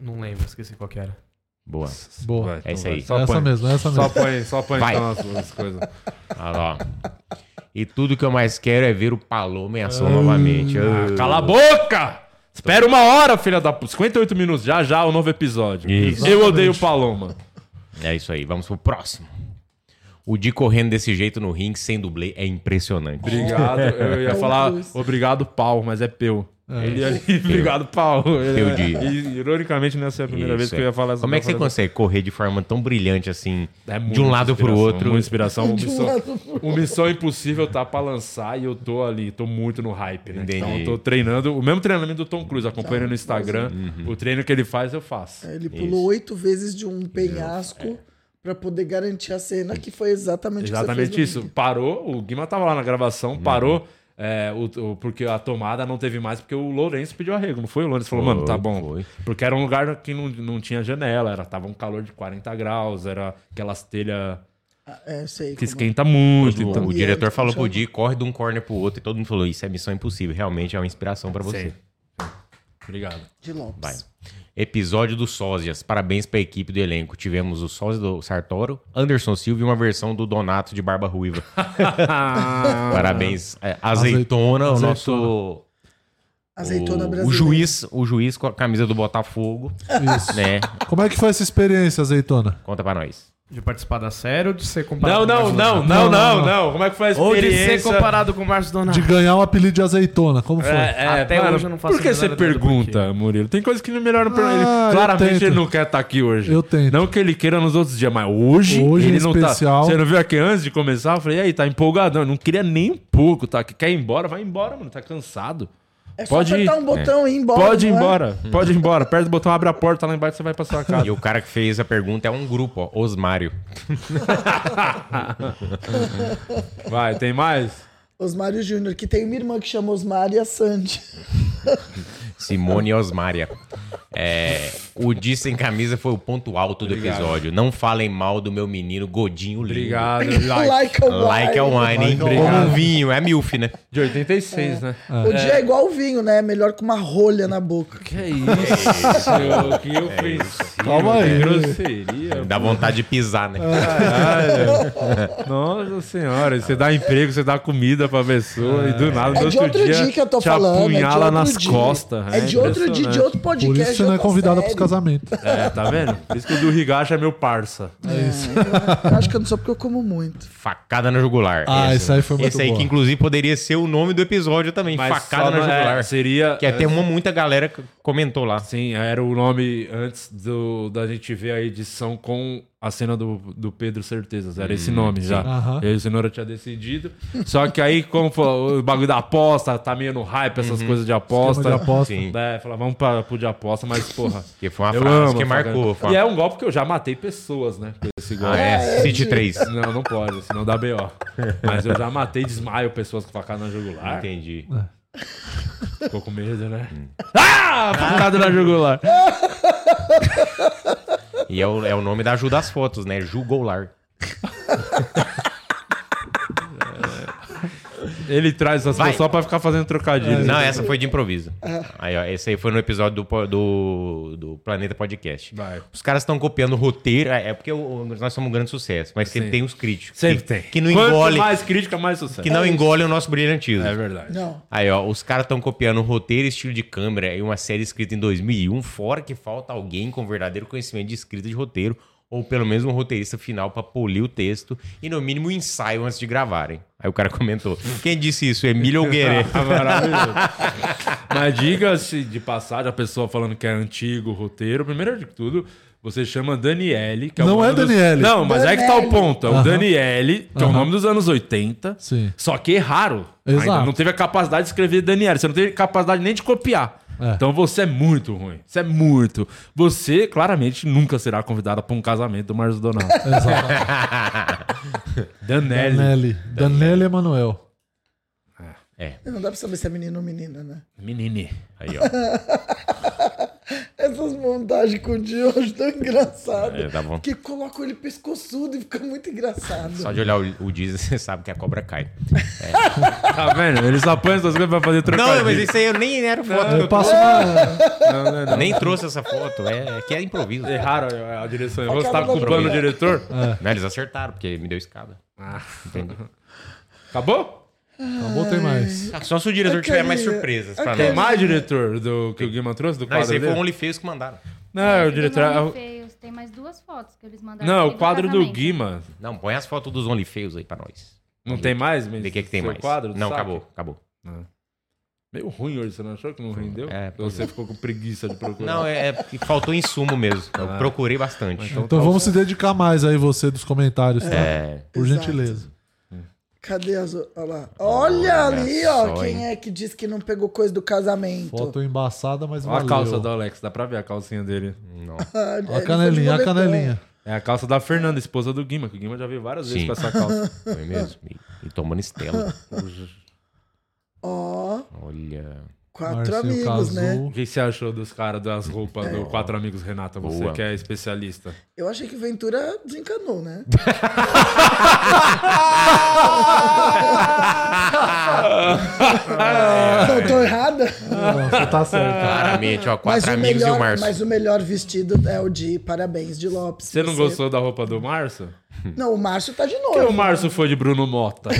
Speaker 12: Não lembro, esqueci qual que era.
Speaker 3: Boa.
Speaker 7: Boa.
Speaker 6: Vai,
Speaker 3: É isso
Speaker 6: vai.
Speaker 3: aí.
Speaker 6: Só
Speaker 7: essa
Speaker 6: põe,
Speaker 7: mesmo, essa
Speaker 6: só
Speaker 7: mesmo.
Speaker 6: põe, só põe
Speaker 3: Vai.
Speaker 6: então as, as coisas.
Speaker 3: Olha lá. E tudo que eu mais quero é ver o Paloma em ação novamente. Ah,
Speaker 6: Cala a boca! Espera uma hora, filha da puta. 58 minutos, já já o novo episódio.
Speaker 3: Isso.
Speaker 6: Eu odeio Paloma.
Speaker 3: É isso aí, vamos pro próximo. O Di correndo desse jeito no ringue, sem dublê, é impressionante.
Speaker 6: Obrigado. Eu ia falar obrigado, pau, mas é peu. Ele ali, obrigado, pau.
Speaker 3: Peu de-
Speaker 6: E, ironicamente, não ia ser a primeira
Speaker 3: Isso,
Speaker 6: vez que
Speaker 3: é.
Speaker 6: eu ia falar
Speaker 3: Como é que você
Speaker 6: eu ia falar
Speaker 3: consegue correr de forma tão brilhante assim,
Speaker 6: essa- É
Speaker 3: de um
Speaker 6: muita
Speaker 3: lado pro
Speaker 6: inspiração, Muita inspiração. Uma
Speaker 8: um
Speaker 3: outro?
Speaker 6: missão,
Speaker 8: lado pro
Speaker 6: o Missão Impossível tá pra lançar e eu tô ali, tô muito no hype, né?
Speaker 3: Entendi.
Speaker 6: Então eu tô treinando, o mesmo treinamento do Tom Cruise, acompanho no Instagram.
Speaker 3: Uhum.
Speaker 6: O treino que ele faz, eu faço.
Speaker 8: É, Ele pulou oito vezes de um
Speaker 6: é.
Speaker 8: penhasco pra poder garantir a cena, que foi exatamente, o que
Speaker 6: Exatamente
Speaker 8: você
Speaker 6: isso. Parou, o Guima tava lá na gravação,
Speaker 3: Uhum.
Speaker 6: parou. é, o- o- porque a tomada não teve mais, porque o Lourenço pediu arrego, não foi? O Lourenço falou,
Speaker 3: Foi,
Speaker 6: mano, tá bom.
Speaker 3: foi.
Speaker 6: Porque era um lugar que não, não tinha janela, era, tava um calor de 40 graus, era aquelas telhas
Speaker 8: É, eu sei.
Speaker 6: que
Speaker 8: como é.
Speaker 6: esquenta muito.
Speaker 3: O,
Speaker 6: Então,
Speaker 3: o diretor falou pro Di, corre de um corner pro outro, e todo mundo falou, isso é missão impossível, realmente é uma inspiração pra você.
Speaker 6: Sim. Obrigado.
Speaker 8: De Lopes.
Speaker 3: Vai. Episódio do Sósias. Parabéns pra equipe do elenco. Tivemos o Sósias do Sartoro, Anderson Silva e uma versão do Donato de Barba Ruiva.
Speaker 6: Ah,
Speaker 3: Parabéns. É, azeitona, o
Speaker 7: Azeitona.
Speaker 3: nosso.
Speaker 8: Azeitona
Speaker 3: o,
Speaker 8: brasileira.
Speaker 3: o juiz, o juiz com a camisa do Botafogo,
Speaker 7: Isso.
Speaker 3: né?
Speaker 7: Como é que foi essa experiência, azeitona?
Speaker 3: Conta pra nós.
Speaker 12: De participar da série ou de ser
Speaker 6: Não,
Speaker 12: comparado com o
Speaker 6: não,
Speaker 12: Márcio
Speaker 6: não,
Speaker 12: Donato?
Speaker 6: não, não, não. Como é que foi a
Speaker 12: Ou de
Speaker 6: experiência?
Speaker 12: ser comparado com o Márcio Donato.
Speaker 7: De ganhar o apelido de azeitona, como foi?
Speaker 3: É,
Speaker 12: Até hoje eu não faço
Speaker 6: Por que
Speaker 12: a menor
Speaker 6: você
Speaker 12: ideia do
Speaker 6: pergunta, Murilo? Tem coisa que não melhora pra ele.
Speaker 7: Ah, eu
Speaker 6: Claramente
Speaker 7: tento.
Speaker 6: ele não quer estar aqui hoje.
Speaker 7: Eu tento.
Speaker 6: Não que ele queira nos outros dias, mas hoje,
Speaker 7: Hoje
Speaker 6: ele
Speaker 7: em
Speaker 6: não
Speaker 7: especial.
Speaker 6: tá. Você não viu aqui antes de começar? Eu falei, e aí, tá empolgadão. Eu não queria nem um pouco, tá? Quer ir embora? Vai embora, mano. Tá cansado.
Speaker 8: É só
Speaker 6: Pode ir.
Speaker 8: apertar um botão e ir embora.
Speaker 6: Pode ir
Speaker 8: não é?
Speaker 6: embora. Pode ir embora. Aperta o botão, abre a porta lá embaixo, você vai pra sua casa.
Speaker 3: E o cara que fez a pergunta é um grupo, ó, Osmário.
Speaker 6: Vai, tem mais?
Speaker 8: Osmário Júnior, que tem uma irmã que chama Osmário e a Sandy.
Speaker 3: Simone e Osmária. É, o Di sem camisa foi o ponto alto do episódio. Não falem mal do meu menino Godinho lindo.
Speaker 6: Obrigado. Like.
Speaker 8: like a
Speaker 3: Like é wine, hein?
Speaker 6: Obrigado.
Speaker 3: Como um vinho, é milf, né?
Speaker 6: De 86, né?
Speaker 3: Ah,
Speaker 8: O dia é igual o vinho, né? Melhor com uma rolha na boca.
Speaker 6: Que é isso? É que eu fiz.
Speaker 7: Calma aí.
Speaker 6: Grosseria.
Speaker 3: É Dá vontade de pisar, né?
Speaker 6: Caralho. Nossa senhora, você dá emprego, você dá comida pra pessoa e do nada, no
Speaker 8: É de
Speaker 6: outro
Speaker 8: outro
Speaker 6: dia,
Speaker 8: dia que eu tô
Speaker 6: te
Speaker 8: falando, é de
Speaker 6: apunhala
Speaker 8: outro
Speaker 6: nas
Speaker 8: dia.
Speaker 6: costas.
Speaker 8: É de outro, de, de outro podcast.
Speaker 7: Por isso você não é convidada pros casamentos.
Speaker 6: É, tá vendo? Por isso que o do Rigacha é meu parça.
Speaker 8: É isso. Eu, eu acho que eu não sou porque eu como muito.
Speaker 3: Facada na jugular.
Speaker 7: Ah, isso aí foi muito
Speaker 3: Esse aí
Speaker 7: boa.
Speaker 3: que inclusive poderia ser o nome do episódio também,
Speaker 6: Mas
Speaker 3: facada
Speaker 6: só
Speaker 3: na
Speaker 6: não- é,
Speaker 3: jugular.
Speaker 6: seria-
Speaker 3: que um até uma muita galera c- comentou lá.
Speaker 6: Sim, era o nome antes do, da gente ver a edição com a cena do, do Pedro Certezas. Era
Speaker 3: Hum,
Speaker 6: esse nome já.
Speaker 7: Aham.
Speaker 6: Eu e o Cenoura tinha decidido. Só que aí, como foi o bagulho da aposta, tá meio no hype essas
Speaker 3: Uhum.
Speaker 6: coisas de aposta.
Speaker 7: Esquema de aposta.
Speaker 6: Sim. Né, falar, vamos pra, pro de aposta, mas porra.
Speaker 3: Que foi uma
Speaker 6: eu
Speaker 3: frase
Speaker 6: amo
Speaker 3: que
Speaker 6: a
Speaker 3: marcou.
Speaker 6: propaganda.
Speaker 3: Foi uma-
Speaker 6: E é um golpe que eu já matei pessoas, né? Com esse golpe.
Speaker 3: Ah, é, City 3.
Speaker 6: Não, não pode, senão dá BO. Mas eu já matei e desmaio pessoas com facada na jugular.
Speaker 3: Entendi. Hum.
Speaker 6: Ficou com medo, né? Ah! Facada na jugular.
Speaker 3: E é o, é o nome da ajuda às fotos, né? Jugular.
Speaker 6: Ele traz essas
Speaker 3: Vai.
Speaker 6: coisas só pra ficar fazendo trocadilho.
Speaker 3: Não, essa foi de improviso.
Speaker 6: É.
Speaker 3: Aí, ó, esse aí foi no episódio do, po- do, do Planeta Podcast.
Speaker 6: Vai.
Speaker 3: Os caras estão copiando o roteiro. É é porque o- o- nós somos um grande sucesso, mas sempre tem os críticos.
Speaker 6: Sempre
Speaker 3: que,
Speaker 6: tem.
Speaker 3: Que não
Speaker 6: Quanto
Speaker 3: engolem,
Speaker 6: mais crítica, mais sucesso.
Speaker 3: que não engolem o nosso brilhantismo.
Speaker 6: É verdade.
Speaker 8: Não.
Speaker 3: Aí, ó, os caras estão copiando o roteiro, estilo de câmera e uma série escrita em 2001, fora que falta alguém com verdadeiro conhecimento de escrita de roteiro, ou pelo menos um roteirista final pra polir o texto e, no mínimo, um ensaio antes de gravarem. Aí o cara comentou: Quem disse isso? Emílio Alguerê.
Speaker 6: Ah, maravilhoso. Mas diga-se de passagem, a pessoa falando que é antigo o roteiro, primeiro de tudo, você chama Daniele. Que é o
Speaker 7: Não
Speaker 6: nome
Speaker 7: é
Speaker 6: dos-
Speaker 7: Daniele.
Speaker 6: Não, mas é que tá o ponto. É o
Speaker 7: Aham.
Speaker 6: Daniele, que é o nome dos anos 80.
Speaker 7: Sim.
Speaker 6: Só que erraram.
Speaker 7: Exato.
Speaker 6: Ainda não teve a capacidade de escrever Daniele. Você não teve capacidade nem de copiar.
Speaker 7: É.
Speaker 6: Então você é muito ruim. Você é muito. Você claramente nunca será convidada para um casamento do Marcos Donaldo. Daniele.
Speaker 7: Danelli. Danelli Emanuel.
Speaker 8: Não dá pra saber se é menino ou menina, né?
Speaker 6: Menine.
Speaker 3: Aí, ó.
Speaker 8: Essas montagens com o Diogo tão engraçadas.
Speaker 3: É, tá bom.
Speaker 8: Que colocam ele pescoçudo e fica muito engraçado.
Speaker 3: Só de olhar o, o Disney, você sabe que a cobra cai.
Speaker 6: Tá vendo? Eles apanham essas coisas pra fazer trocadilho. é
Speaker 3: Não, mas isso aí eu nem era foto que eu
Speaker 7: Eu passo uma.
Speaker 3: Nem trouxe essa foto. É, é que é improviso.
Speaker 6: Erraram a a direção. Você
Speaker 8: cara
Speaker 6: tá
Speaker 8: da
Speaker 6: culpando o diretor?
Speaker 7: É.
Speaker 6: Ah.
Speaker 3: Não, eles acertaram, porque me deu escada. Entendi.
Speaker 6: Acabou?
Speaker 7: Acabou, tem mais.
Speaker 3: Ah, Só se o diretor tiver mais
Speaker 8: queria-
Speaker 3: surpresas pra
Speaker 6: Tem
Speaker 3: nós.
Speaker 6: mais diretor do que o Guima trouxe do
Speaker 3: Não,
Speaker 6: quadro
Speaker 3: esse aí foi o
Speaker 6: dele?
Speaker 3: OnlyFans que mandaram.
Speaker 6: Não, o diretor...
Speaker 13: Nome
Speaker 6: é-
Speaker 13: Feios. Tem mais duas fotos que eles mandaram.
Speaker 6: Não,
Speaker 13: aqui
Speaker 6: o quadro do
Speaker 13: casamento.
Speaker 6: Guima.
Speaker 3: Não, põe as fotos dos OnlyFans aí pra nós.
Speaker 6: Não tem mais?
Speaker 3: Vê o que, que tem
Speaker 6: Seu
Speaker 3: mais.
Speaker 6: quadro do
Speaker 3: não,
Speaker 6: saque?
Speaker 3: acabou, acabou.
Speaker 6: Ah. Meio ruim hoje, você não achou que não rendeu?
Speaker 3: É,
Speaker 6: Ou você ficou com preguiça de procurar?
Speaker 3: Não, é, é porque faltou insumo mesmo. Eu
Speaker 6: Ah.
Speaker 3: procurei bastante.
Speaker 7: Então
Speaker 6: tá
Speaker 7: vamos se dedicar mais aí, você, dos comentários, tá?
Speaker 3: tá É,
Speaker 7: Por
Speaker 8: Exato.
Speaker 7: gentileza.
Speaker 8: Cadê as. o- Olha lá. Olha, ali, ó.
Speaker 3: só,
Speaker 8: quem
Speaker 3: hein.
Speaker 8: é que disse que não pegou coisa do casamento?
Speaker 7: Foto embaçada, mas
Speaker 6: Olha
Speaker 7: valeu.
Speaker 6: a calça do Alex, dá pra ver a calcinha dele.
Speaker 8: Ah, ele
Speaker 7: Olha
Speaker 8: foi
Speaker 7: a
Speaker 8: de
Speaker 7: canelinha, olha a
Speaker 8: moletom.
Speaker 7: canelinha.
Speaker 6: É a calça da Fernanda, esposa do Guima, que o Guima já veio várias vezes
Speaker 3: Sim.
Speaker 6: com essa calça.
Speaker 3: foi mesmo. E, e tomando estela.
Speaker 8: Ó,
Speaker 3: Olha.
Speaker 8: quatro
Speaker 7: Marcinho
Speaker 8: amigos, né?
Speaker 7: casou.
Speaker 6: O que você achou dos caras das roupas do Quatro Amigos Renata? Você
Speaker 3: É, Boa.
Speaker 6: que é especialista.
Speaker 8: Eu achei que o Ventura desencanou, né? Não, tô errada.
Speaker 7: Não, você tá
Speaker 6: Ah,
Speaker 7: certo.
Speaker 3: Claramente, ó,
Speaker 8: Mas
Speaker 3: quatro
Speaker 8: o,
Speaker 3: amigos e o
Speaker 8: melhor,
Speaker 3: Márcio.
Speaker 8: mas o melhor vestido é o de Parabéns, de Lopes.
Speaker 6: Você não gostou da roupa do Márcio?
Speaker 8: Não, o Márcio tá de
Speaker 6: Por que o
Speaker 8: noivo.
Speaker 6: Márcio foi de Bruno Mota?
Speaker 8: De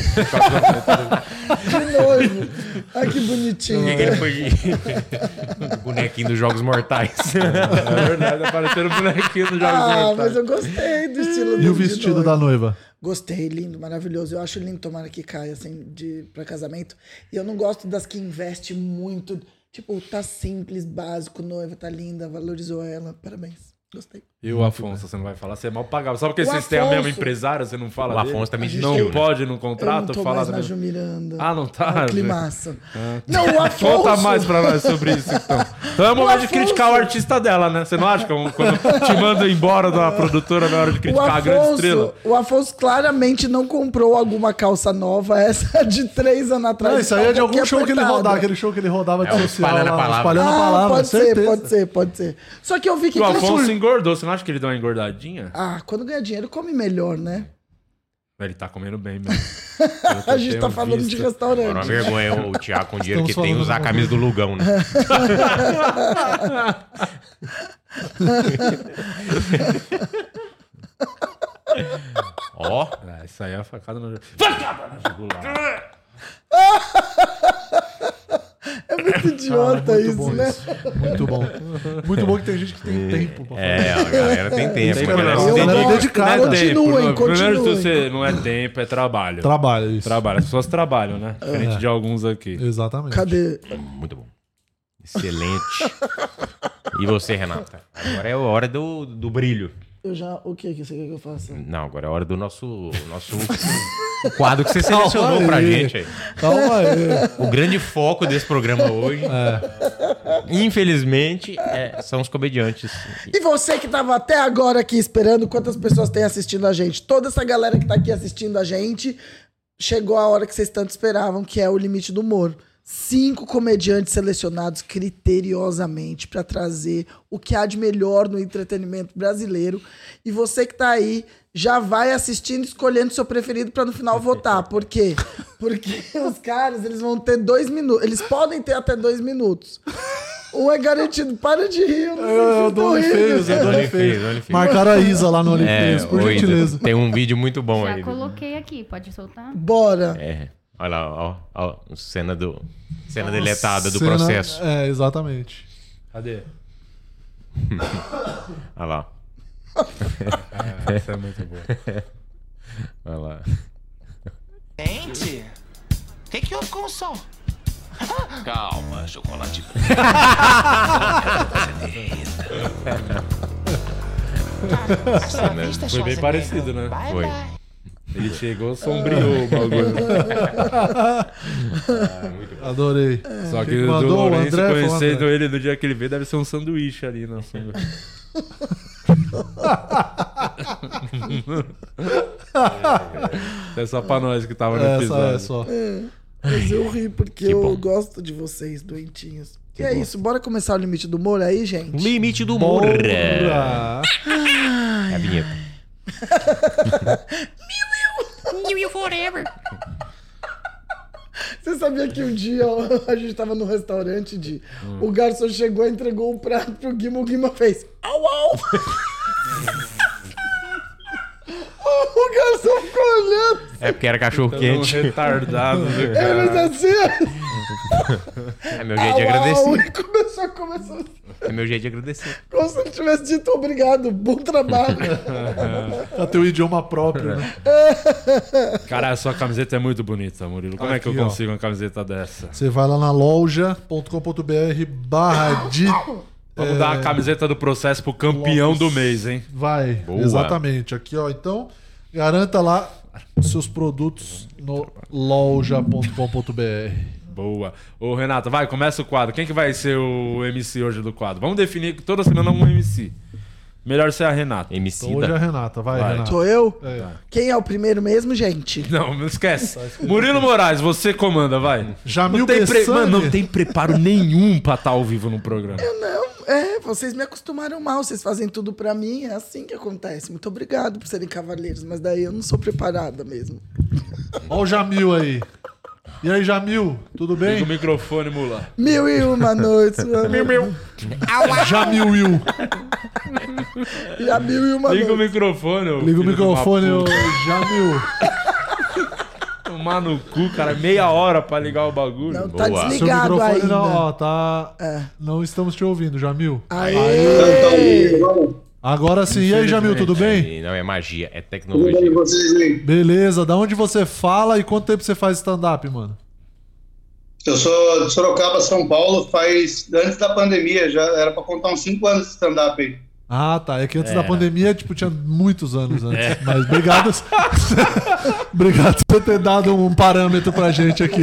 Speaker 8: noivo. Ai, que bonitinho.
Speaker 3: Que ele foi de... o bonequinho dos Jogos Mortais.
Speaker 6: É verdade, apareceram bonequinho no
Speaker 8: Ah,
Speaker 6: Jogos
Speaker 8: mas
Speaker 6: Mortais.
Speaker 8: eu gostei do estilo
Speaker 7: E o
Speaker 8: de
Speaker 7: vestido
Speaker 8: noivo.
Speaker 7: da noiva?
Speaker 8: Gostei, lindo, maravilhoso. Eu acho lindo tomara que caia, assim, de, pra casamento. E eu não gosto das que investe muito. Tipo, tá simples, básico, noiva, tá linda, valorizou ela. Parabéns. Gostei.
Speaker 6: E o Afonso, você não vai falar, você é mal pagável. Sabe porque
Speaker 8: O
Speaker 6: vocês têm a
Speaker 8: Afonso-
Speaker 6: mesma empresária, você não fala
Speaker 3: O Afonso também
Speaker 6: dele?
Speaker 3: desistiu,
Speaker 6: Não
Speaker 3: né?
Speaker 6: pode no
Speaker 8: Eu não
Speaker 6: contrato
Speaker 8: tô
Speaker 6: falar
Speaker 8: mais na
Speaker 6: também.
Speaker 8: Ju Miranda.
Speaker 6: Ah, não tá?
Speaker 8: Ah,
Speaker 6: Ju?
Speaker 8: climaço. Não, o Afonso.
Speaker 6: Conta mais pra nós sobre isso, então. Então é o momento de
Speaker 8: Afonso-
Speaker 6: criticar o artista dela, né? Você não acha que é um- quando te manda embora da produtora na hora de
Speaker 8: O
Speaker 6: criticar a grande
Speaker 8: Afonso,
Speaker 6: estrela?
Speaker 8: o Afonso claramente não comprou alguma calça nova, essa de três anos atrás.
Speaker 7: Não, isso aí é de algum
Speaker 8: Tá um
Speaker 7: show que ele
Speaker 8: pouquinho
Speaker 7: rodava,
Speaker 8: apertada.
Speaker 7: aquele show que ele rodava de
Speaker 3: É o
Speaker 7: social
Speaker 3: Espalhando a
Speaker 7: lá,
Speaker 3: Palavra.
Speaker 7: espalhando a
Speaker 8: Ah,
Speaker 7: palavra,
Speaker 8: pode ser,
Speaker 7: certeza.
Speaker 8: pode ser, pode ser. Só que eu vi que.
Speaker 6: O
Speaker 8: quem
Speaker 6: Afonso
Speaker 8: sur-
Speaker 6: engordou, você não acha que ele deu uma engordadinha?
Speaker 8: Ah, quando ganha dinheiro, come melhor, né?
Speaker 6: Ele tá comendo bem mesmo.
Speaker 8: A gente tá falando de
Speaker 3: É uma
Speaker 8: restaurante.
Speaker 3: vergonha o Thiago com o dinheiro que
Speaker 7: Estamos
Speaker 3: tem
Speaker 7: falando
Speaker 3: usar a
Speaker 7: do-
Speaker 3: camisa do Lugão, né? Ó,
Speaker 6: Ah, isso aí é uma facada no...
Speaker 8: É muito Muito idiota
Speaker 7: Cara, muito
Speaker 8: isso,
Speaker 7: bom
Speaker 8: né?
Speaker 7: isso. Muito bom. Muito bom que tem gente que tem tempo. pra
Speaker 3: É,
Speaker 7: falar.
Speaker 3: a galera tem tempo, a galera se
Speaker 7: Eu
Speaker 3: dedica.
Speaker 7: não-
Speaker 3: Não é
Speaker 7: dedicada.
Speaker 6: Não é tempo,
Speaker 7: Continuem,
Speaker 6: não. Primeiro
Speaker 7: continuem.
Speaker 6: se você não é tempo, é trabalho.
Speaker 7: Trabalho, isso.
Speaker 6: Trabalho. As pessoas trabalham, né? Diferente
Speaker 7: É.
Speaker 6: de alguns aqui.
Speaker 7: Exatamente.
Speaker 8: Cadê?
Speaker 3: Muito bom. Excelente. e você, Renata? Agora é a hora do, do brilho.
Speaker 8: Eu já. O que que você quer que eu faça?
Speaker 3: Não, agora é a hora do nosso, nosso quadro que você selecionou
Speaker 8: Calma
Speaker 3: pra
Speaker 8: aí.
Speaker 3: gente aí.
Speaker 8: Calma aí.
Speaker 3: O grande foco desse programa hoje, infelizmente, é- são os comediantes.
Speaker 8: E você que tava até agora aqui esperando, quantas pessoas tem assistindo a gente? Toda essa galera que tá aqui assistindo a gente, chegou a hora que vocês tanto esperavam, que é o limite do humor. Cinco comediantes selecionados criteriosamente para trazer o que há de melhor no entretenimento brasileiro. E você que tá aí já vai assistindo, escolhendo seu preferido para no final votar. Por quê? Porque os caras, eles vão ter dois minutos. Eles podem ter até dois minutos. Um é garantido. Para de rir. Eu, não sei se vocês tão rindo.
Speaker 7: eu dou
Speaker 3: É,
Speaker 7: OnlyFans, eu dou OnlyFans. Marcaram a Isa lá no OnlyFans, por
Speaker 3: ô, Ida,
Speaker 7: gentileza.
Speaker 3: É, Tem um vídeo muito bom
Speaker 14: Já
Speaker 3: aí.
Speaker 14: coloquei aqui, pode soltar?
Speaker 8: Bora.
Speaker 3: É. Olha lá, ó, ó, cena do cena
Speaker 7: Nossa,
Speaker 3: deletada do
Speaker 7: cena-
Speaker 3: processo.
Speaker 7: É, exatamente.
Speaker 15: Cadê?
Speaker 3: Olha lá.
Speaker 6: Ah, essa é muito boa.
Speaker 3: Olha lá.
Speaker 11: Gente, o que, que houve com o som?
Speaker 1: Calma, chocolate.
Speaker 11: né?
Speaker 6: Foi é bem parecido, né?
Speaker 3: Foi.
Speaker 6: Ele chegou, sombreou o bagulho.
Speaker 7: Ah, Adorei.
Speaker 6: Só que
Speaker 7: Quem
Speaker 6: o do
Speaker 7: mandou? O
Speaker 6: Lourenço,
Speaker 7: André? Foi o
Speaker 6: conhecendo
Speaker 7: André.
Speaker 6: ele do dia que ele veio, deve ser um sanduíche ali na sombra. é só pra nós que tava no
Speaker 7: É,
Speaker 6: episódio.
Speaker 7: só- é só.
Speaker 8: É, mas eu ri porque eu gosto de vocês, doentinhos. E é isso, bora começar o limite do humor aí, gente?
Speaker 3: Limite do humor. Bora. É a
Speaker 8: Ai,
Speaker 3: vinheta.
Speaker 11: New You Forever.
Speaker 8: Você sabia que um dia ó, a gente tava num restaurante de.
Speaker 3: Hum.
Speaker 8: O garçom chegou, entregou um prato pro Guima, o Guima fez. Au, au! o garçom ficou olhando.
Speaker 3: É porque era cachorro quente.
Speaker 6: Então, um retardado, viu, cara?
Speaker 8: Ele fez assim.
Speaker 3: É meu jeito de
Speaker 8: "Au, au",
Speaker 3: agradecer.
Speaker 8: E começou, começou.
Speaker 3: É meu jeito de agradecer.
Speaker 8: Como se ele tivesse dito obrigado, bom trabalho.
Speaker 7: Já tem o Tá idioma próprio, né?
Speaker 6: Cara, a sua camiseta é muito bonita, Murilo. Como é que
Speaker 7: Aqui,
Speaker 6: eu
Speaker 7: ó.
Speaker 6: consigo uma camiseta dessa?
Speaker 7: Você vai lá na loja.com.br barra de... é,
Speaker 6: Vamos dar a camiseta do processo pro campeão do mês, hein?
Speaker 7: Vai,
Speaker 6: Boa.
Speaker 7: exatamente. Aqui, ó. Então, garanta lá seus produtos no loja.com.br.
Speaker 6: Boa. Ô, Renato, vai, começa o quadro. Quem que vai ser o MC hoje do quadro? Vamos definir que toda semana um MC. Melhor ser a Renata.
Speaker 3: MC
Speaker 7: Então, hoje é a Renata. Vai, Renata.
Speaker 8: Sou eu?
Speaker 7: É.
Speaker 8: Quem é o primeiro mesmo, gente?
Speaker 6: Não, não esquece.
Speaker 7: Tá
Speaker 6: Murilo Moraes, você comanda, vai.
Speaker 7: Jamil
Speaker 6: não tem
Speaker 7: Bessani.
Speaker 6: Mano, não tem preparo nenhum pra estar ao vivo no programa.
Speaker 8: Não, é, vocês me acostumaram mal, vocês fazem tudo pra mim, é assim que acontece. Muito obrigado por serem cavaleiros, mas daí eu não sou preparada mesmo.
Speaker 7: Ó o Jamil aí. E aí, Jamil, tudo bem?
Speaker 6: Liga o microfone, mula.
Speaker 8: Mil e uma noites, mano.
Speaker 6: Mil, mil.
Speaker 7: Jamil Will.
Speaker 8: Já mil e uma
Speaker 6: Liga o
Speaker 8: noites.
Speaker 6: microfone, ô
Speaker 7: Liga o
Speaker 6: filho de uma
Speaker 7: microfone, ô
Speaker 6: puta.
Speaker 7: Jamil.
Speaker 6: Tomar no cu, cara. Meia hora pra ligar o bagulho.
Speaker 8: Não, tá Boa.
Speaker 7: Seu
Speaker 8: desligado
Speaker 7: microfone
Speaker 8: ainda. É.
Speaker 7: não, ó, tá. Não estamos te ouvindo, Jamil.
Speaker 8: Aê!
Speaker 7: Agora sim. E aí, Jamil, tudo bem?
Speaker 3: Não é magia, é tecnologia.
Speaker 7: Beleza, da onde você fala e quanto tempo você faz stand-up, mano?
Speaker 16: Eu sou de Sorocaba, São Paulo, faz antes da pandemia, já era pra contar uns 5 anos de stand-up aí.
Speaker 7: Ah, tá. É que antes
Speaker 16: É.
Speaker 7: da pandemia, tipo, tinha muitos anos
Speaker 6: É.
Speaker 7: antes. Mas obrigado. obrigado por ter dado um parâmetro pra gente aqui.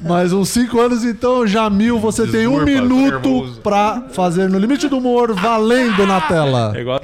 Speaker 7: Mas uns cinco anos, então, Jamil, você tem um
Speaker 6: Desculpa, tô
Speaker 7: minuto
Speaker 6: nervoso.
Speaker 7: pra fazer no limite do humor, valendo na tela.
Speaker 6: É igual-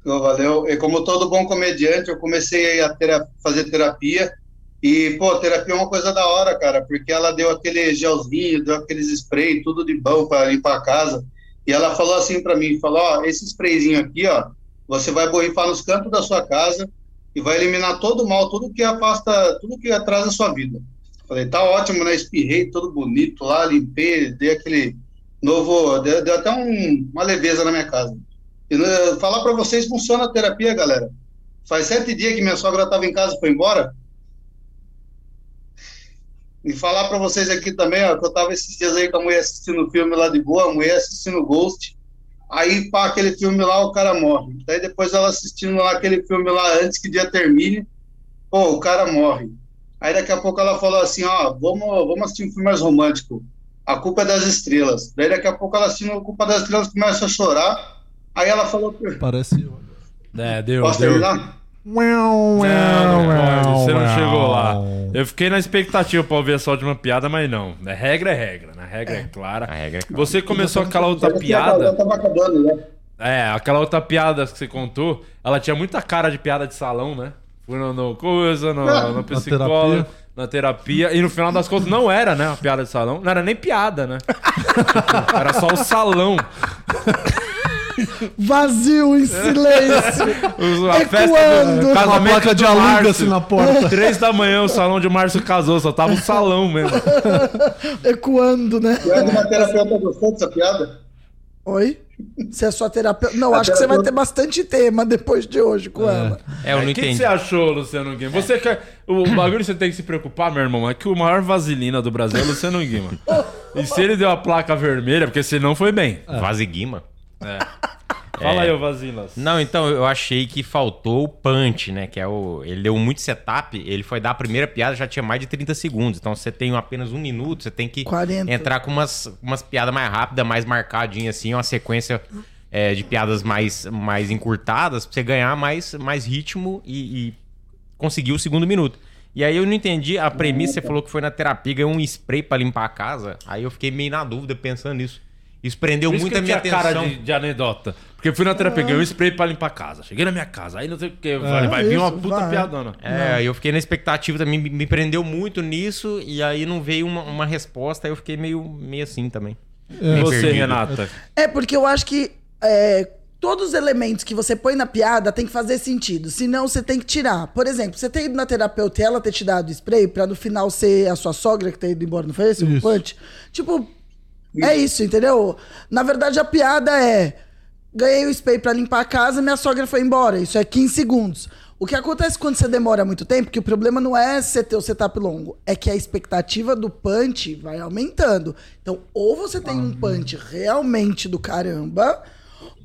Speaker 16: Então, valeu. E como todo bom comediante, eu comecei a tera- fazer terapia. E, pô, terapia é uma coisa da hora, cara, porque ela deu aquele gelzinho, deu aqueles spray, tudo de bom pra limpar a casa. E ela falou assim pra mim, falou, ó, esse sprayzinho aqui, ó, você vai borrifar nos cantos da sua casa e vai eliminar todo o mal, tudo que afasta, tudo que atrasa a sua vida. Falei, tá ótimo, né? Espirrei tudo bonito lá, limpei, dei aquele novo, deu, deu até um- uma leveza na minha casa. E, né, falar pra vocês, funciona a terapia, galera. Faz sete dias que minha sogra estava em casa e foi embora.
Speaker 17: E falar pra vocês aqui também, ó, que eu tava esses dias aí com a mulher assistindo filme lá de boa, a mulher assistindo Ghost. Aí, pá, aquele filme lá, o cara morre. Daí depois ela assistindo lá aquele filme lá antes que o dia termine, pô, o cara morre. Aí daqui a pouco ela falou assim, ó, vamos, vamos assistir um filme mais romântico. A culpa é das estrelas. Daí daqui a pouco ela assistindo a culpa das estrelas começa a chorar. Aí ela falou. tá
Speaker 7: Parece.
Speaker 6: É, deu,
Speaker 17: Posso
Speaker 6: deu.
Speaker 17: terminar?
Speaker 6: Não, não pode, você não
Speaker 11: uau.
Speaker 6: chegou lá. Eu fiquei na expectativa pra ouvir essa última piada, mas não. A regra é regra, né? A regra é, clara. Você começou aquela outra piada.
Speaker 17: Já tava acabando, né?
Speaker 6: É, aquela outra piada que você contou, ela tinha muita cara de piada de salão, né? Foi no, no coisa, no,
Speaker 11: Ah.
Speaker 6: no
Speaker 11: Na
Speaker 6: psicólogo,
Speaker 11: terapia.
Speaker 6: na terapia. E no final das contas não era, né? Uma piada de salão. Não era nem piada, né? era só o salão.
Speaker 8: Vazio em silêncio.
Speaker 6: Os- A
Speaker 8: Ecoando.
Speaker 6: festa do
Speaker 8: Uma
Speaker 6: casamento
Speaker 8: placa de
Speaker 6: do
Speaker 8: aluga,
Speaker 6: Márcio.
Speaker 8: assim, na porta.
Speaker 6: Três da manhã o salão de Márcio casou, só tava o salão mesmo.
Speaker 8: Ecoando, né?
Speaker 17: Eu era é uma terapeuta gostou dessa piada?
Speaker 8: Oi? Se é sua terapeuta. Não,
Speaker 17: A
Speaker 8: acho que você vai
Speaker 17: terapeuta-
Speaker 8: ter bastante tema depois de hoje com ela.
Speaker 6: É, eu não entendi. O que você achou, Luciano Guima? Você quer... O bagulho que você tem que se preocupar, meu irmão, é que o maior vaselina do Brasil é o Luciano Guima. e se ele deu a placa vermelha, porque senão foi bem.
Speaker 3: Vaseguima?
Speaker 6: É. Fala aí, ô Vasilas.
Speaker 3: É. Não, então eu achei que faltou o punch, né? Que é o. Ele deu muito setup, ele foi dar a primeira piada, já tinha mais de 30 segundos. Então você tem apenas um minuto, você tem que
Speaker 8: 40.
Speaker 3: entrar com umas, umas piadas mais rápidas, mais marcadinhas, assim, uma sequência é, de piadas mais, mais encurtadas, pra você ganhar mais, mais ritmo e, e conseguir o segundo minuto. E aí eu não entendi a premissa, você falou que foi na terapia, ganhou um spray pra limpar a casa. Aí eu fiquei meio na dúvida pensando nisso. Isso prendeu
Speaker 6: Por isso
Speaker 3: muito
Speaker 6: que
Speaker 3: a
Speaker 6: eu
Speaker 3: minha
Speaker 6: tinha
Speaker 3: atenção.
Speaker 6: cara de- anedota. Porque eu fui na terapia, ganhei um spray pra limpar a casa. Cheguei na minha casa, aí não sei o que. Eu
Speaker 3: Ah. É,
Speaker 6: falei, vai vir uma
Speaker 3: isso,
Speaker 6: puta
Speaker 3: vai.
Speaker 6: piadona.
Speaker 3: É, eu fiquei na expectativa também, me- me prendeu muito nisso, e aí não veio uma, uma resposta, aí eu fiquei meio, meio assim também.
Speaker 6: E
Speaker 3: Meio
Speaker 6: você,
Speaker 3: perdido.
Speaker 6: Renata?
Speaker 8: É, porque eu acho que é, todos os elementos que você põe na piada tem que fazer sentido. Senão você tem que tirar. Por exemplo, você ter ido na terapeuta e ela ter te dado spray pra no final ser a sua sogra que ter ido embora, não foi esse? O punch? Tipo, é isso, entendeu? Na verdade, a piada é. Ganhei o spray pra limpar a casa, minha sogra foi embora. Isso é 15 segundos. O que acontece quando você demora muito tempo, que o problema não é você ter o setup longo, é que a expectativa do punch vai aumentando. Então, ou você tem um punch realmente do caramba,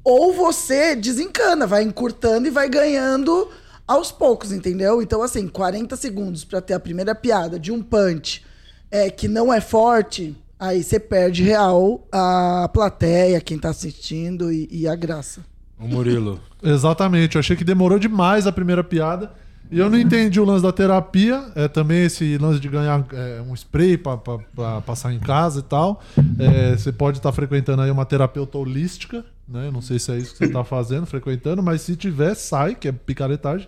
Speaker 8: ou você desencana, vai encurtando e vai ganhando aos poucos, entendeu? Então, assim, 40 segundos pra ter a primeira piada de um punch é, que não é forte, aí você perde real a plateia, quem tá assistindo e, e a graça.
Speaker 6: O Murilo.
Speaker 7: Exatamente, eu achei que demorou demais a primeira piada. E eu não entendi o lance da terapia, é também esse lance de ganhar é, um spray pra- pra pra passar em casa e tal. É, você pode estar frequentando aí uma terapeuta holística, né? Eu Não sei se é isso que você tá fazendo, frequentando, mas se tiver, sai, que é picaretagem.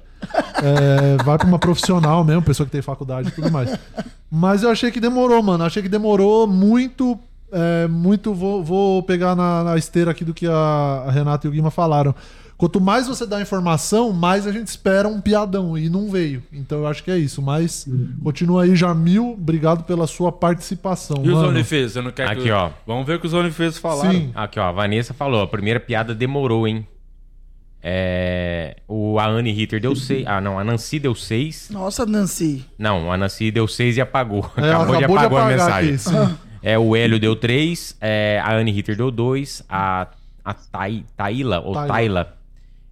Speaker 7: É, vai pra uma profissional mesmo, pessoa que tem faculdade e tudo mais. Mas eu achei que demorou, mano. Achei que demorou muito. é, muito. Vou, vou pegar na, na esteira aqui do que a, a Renata e o Guima falaram. Quanto mais você dá informação, mais a gente espera um piadão e não veio. Então eu acho que é isso. Mas continua aí, Jamil. Obrigado pela sua participação.
Speaker 6: E os
Speaker 7: mano.
Speaker 6: OnlyFans? Você não quer que...
Speaker 3: Aqui, ó.
Speaker 6: Vamos ver o que os OnlyFans falaram.
Speaker 7: Sim.
Speaker 3: Aqui, ó, a Vanessa falou, a primeira piada demorou, hein? É, o, a Anne Ritter deu 6. Ah, não, a Nancy deu 6.
Speaker 8: Nossa, Nancy.
Speaker 3: Não, a Nancy deu 6 e apagou.
Speaker 8: É, ela
Speaker 3: acabou, de
Speaker 8: acabou de
Speaker 3: apagar a
Speaker 8: apagar
Speaker 3: mensagem.
Speaker 8: aqui, sim.
Speaker 3: é, o Hélio deu 3, a Anne Ritter deu 2, a, a Tai- Taila, ou
Speaker 6: Taila.
Speaker 3: Taila,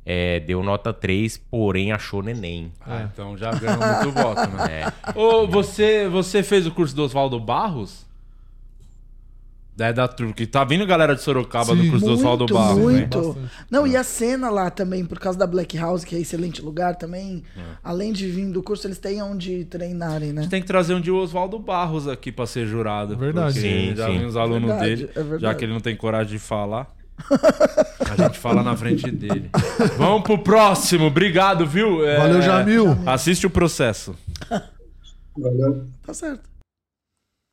Speaker 3: é, deu nota 3, porém achou neném.
Speaker 6: Ah, então já ganhou muito voto, né? Ô, você, você fez o curso do Oswaldo Barros? Da, da turma, que tá vindo galera de Sorocaba no curso do Oswaldo
Speaker 8: muito,
Speaker 6: Barros.
Speaker 8: muito.
Speaker 6: Né?
Speaker 8: Não, e a cena lá também, por causa da Black House, que é excelente lugar também.
Speaker 6: É.
Speaker 8: Além de vir do curso, eles têm onde treinarem, né?
Speaker 6: A gente tem que trazer um de Oswaldo Barros aqui pra ser jurado.
Speaker 7: Verdade.
Speaker 6: porque
Speaker 7: Sim,
Speaker 6: já
Speaker 7: sim.
Speaker 6: vem os alunos
Speaker 7: Verdade,
Speaker 6: dele,
Speaker 7: é verdade.
Speaker 6: já que ele não tem coragem de falar. A gente fala na frente dele. Vamos pro próximo, obrigado, viu? É,
Speaker 7: Valeu, Jamil.
Speaker 6: Assiste o processo.
Speaker 8: Tá certo.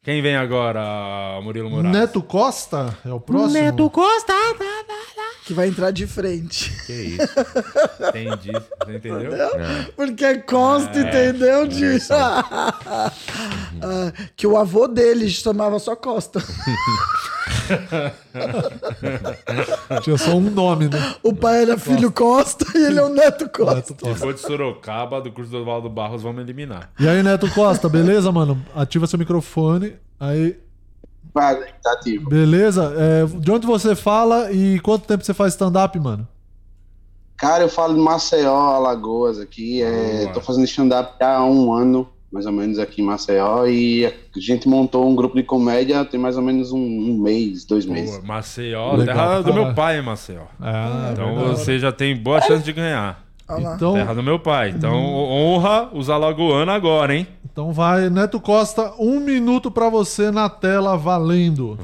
Speaker 6: Quem vem agora, Murilo Moraes?
Speaker 7: Neto Costa é o próximo.
Speaker 8: Neto Costa! Que vai entrar de frente.
Speaker 6: Que isso? Entendi. Você entendeu? Ah,
Speaker 8: Porque é Costa,
Speaker 6: É,
Speaker 8: entendeu, Di? ah, que o avô dele chamava só Costa.
Speaker 7: Tinha só um nome, né?
Speaker 8: O pai era filho Costa e ele é o neto Costa.
Speaker 6: Se for de Sorocaba, do curso do Oswaldo Barros, vamos eliminar.
Speaker 7: E aí, Neto Costa, beleza, mano? Ativa seu microfone. Aí,
Speaker 17: Vale, tá ativo.
Speaker 7: beleza? É, de onde você fala e quanto tempo você faz stand-up, mano?
Speaker 17: Cara, eu falo de Maceió, Alagoas aqui. É, tô fazendo stand-up há um ano, mais ou menos, aqui em Maceió. E a gente montou um grupo de comédia tem mais ou menos um, um mês, dois meses.
Speaker 6: Pô, Maceió,
Speaker 17: Legal.
Speaker 6: terra do
Speaker 17: Ah.
Speaker 7: é.
Speaker 6: meu pai, é Maceió.
Speaker 8: é
Speaker 7: Ah,
Speaker 6: então
Speaker 17: verdade.
Speaker 6: você já tem boa chance de ganhar.
Speaker 7: lá. Então-
Speaker 6: terra do meu pai. Então honra os alagoanos agora, hein?
Speaker 7: Então vai, Neto Costa, um minuto pra você na tela, valendo.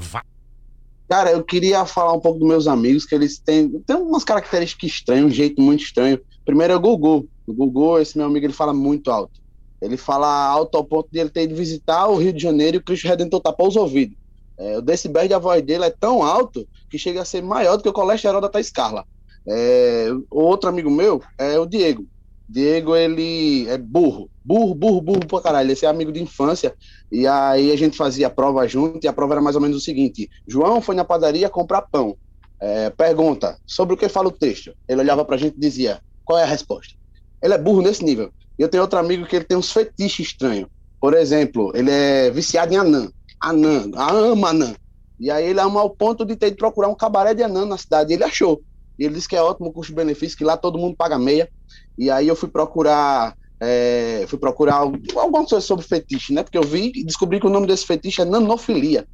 Speaker 17: Cara, eu queria falar um pouco dos meus amigos, que eles têm, têm umas características estranhas, um jeito muito estranho. Primeiro é o Gugu. O Gugu, esse meu amigo, ele fala muito alto. Ele fala alto ao ponto de ele ter ido visitar o Rio de Janeiro e o Cristo Redentor tapou os ouvidos. É, o decibel da voz dele é tão alto que chega a ser maior do que o colesterol da Thais Carla. É, o outro amigo meu é o Diego. Diego, ele é burro. Burro, burro, burro pra caralho. Esse é amigo de infância. E aí a gente fazia a prova junto e a prova era mais ou menos o seguinte: João foi na padaria comprar pão. É, pergunta: sobre o que fala o texto? Ele olhava pra gente e dizia: qual é a resposta? Ele é burro nesse nível. E eu tenho outro amigo que ele tem uns fetiches estranhos. Por exemplo, ele é viciado em anã. Anã, ama anã. E aí ele ama ao ponto de ter de procurar um cabaré de anã na cidade. E ele achou. E ele disse que é ótimo custo-benefício, que lá todo mundo paga meia. E aí eu fui procurar, é, fui procurar al- alguma coisa sobre fetiche, né? Porque eu vi e descobri que o nome desse fetiche é nanofilia.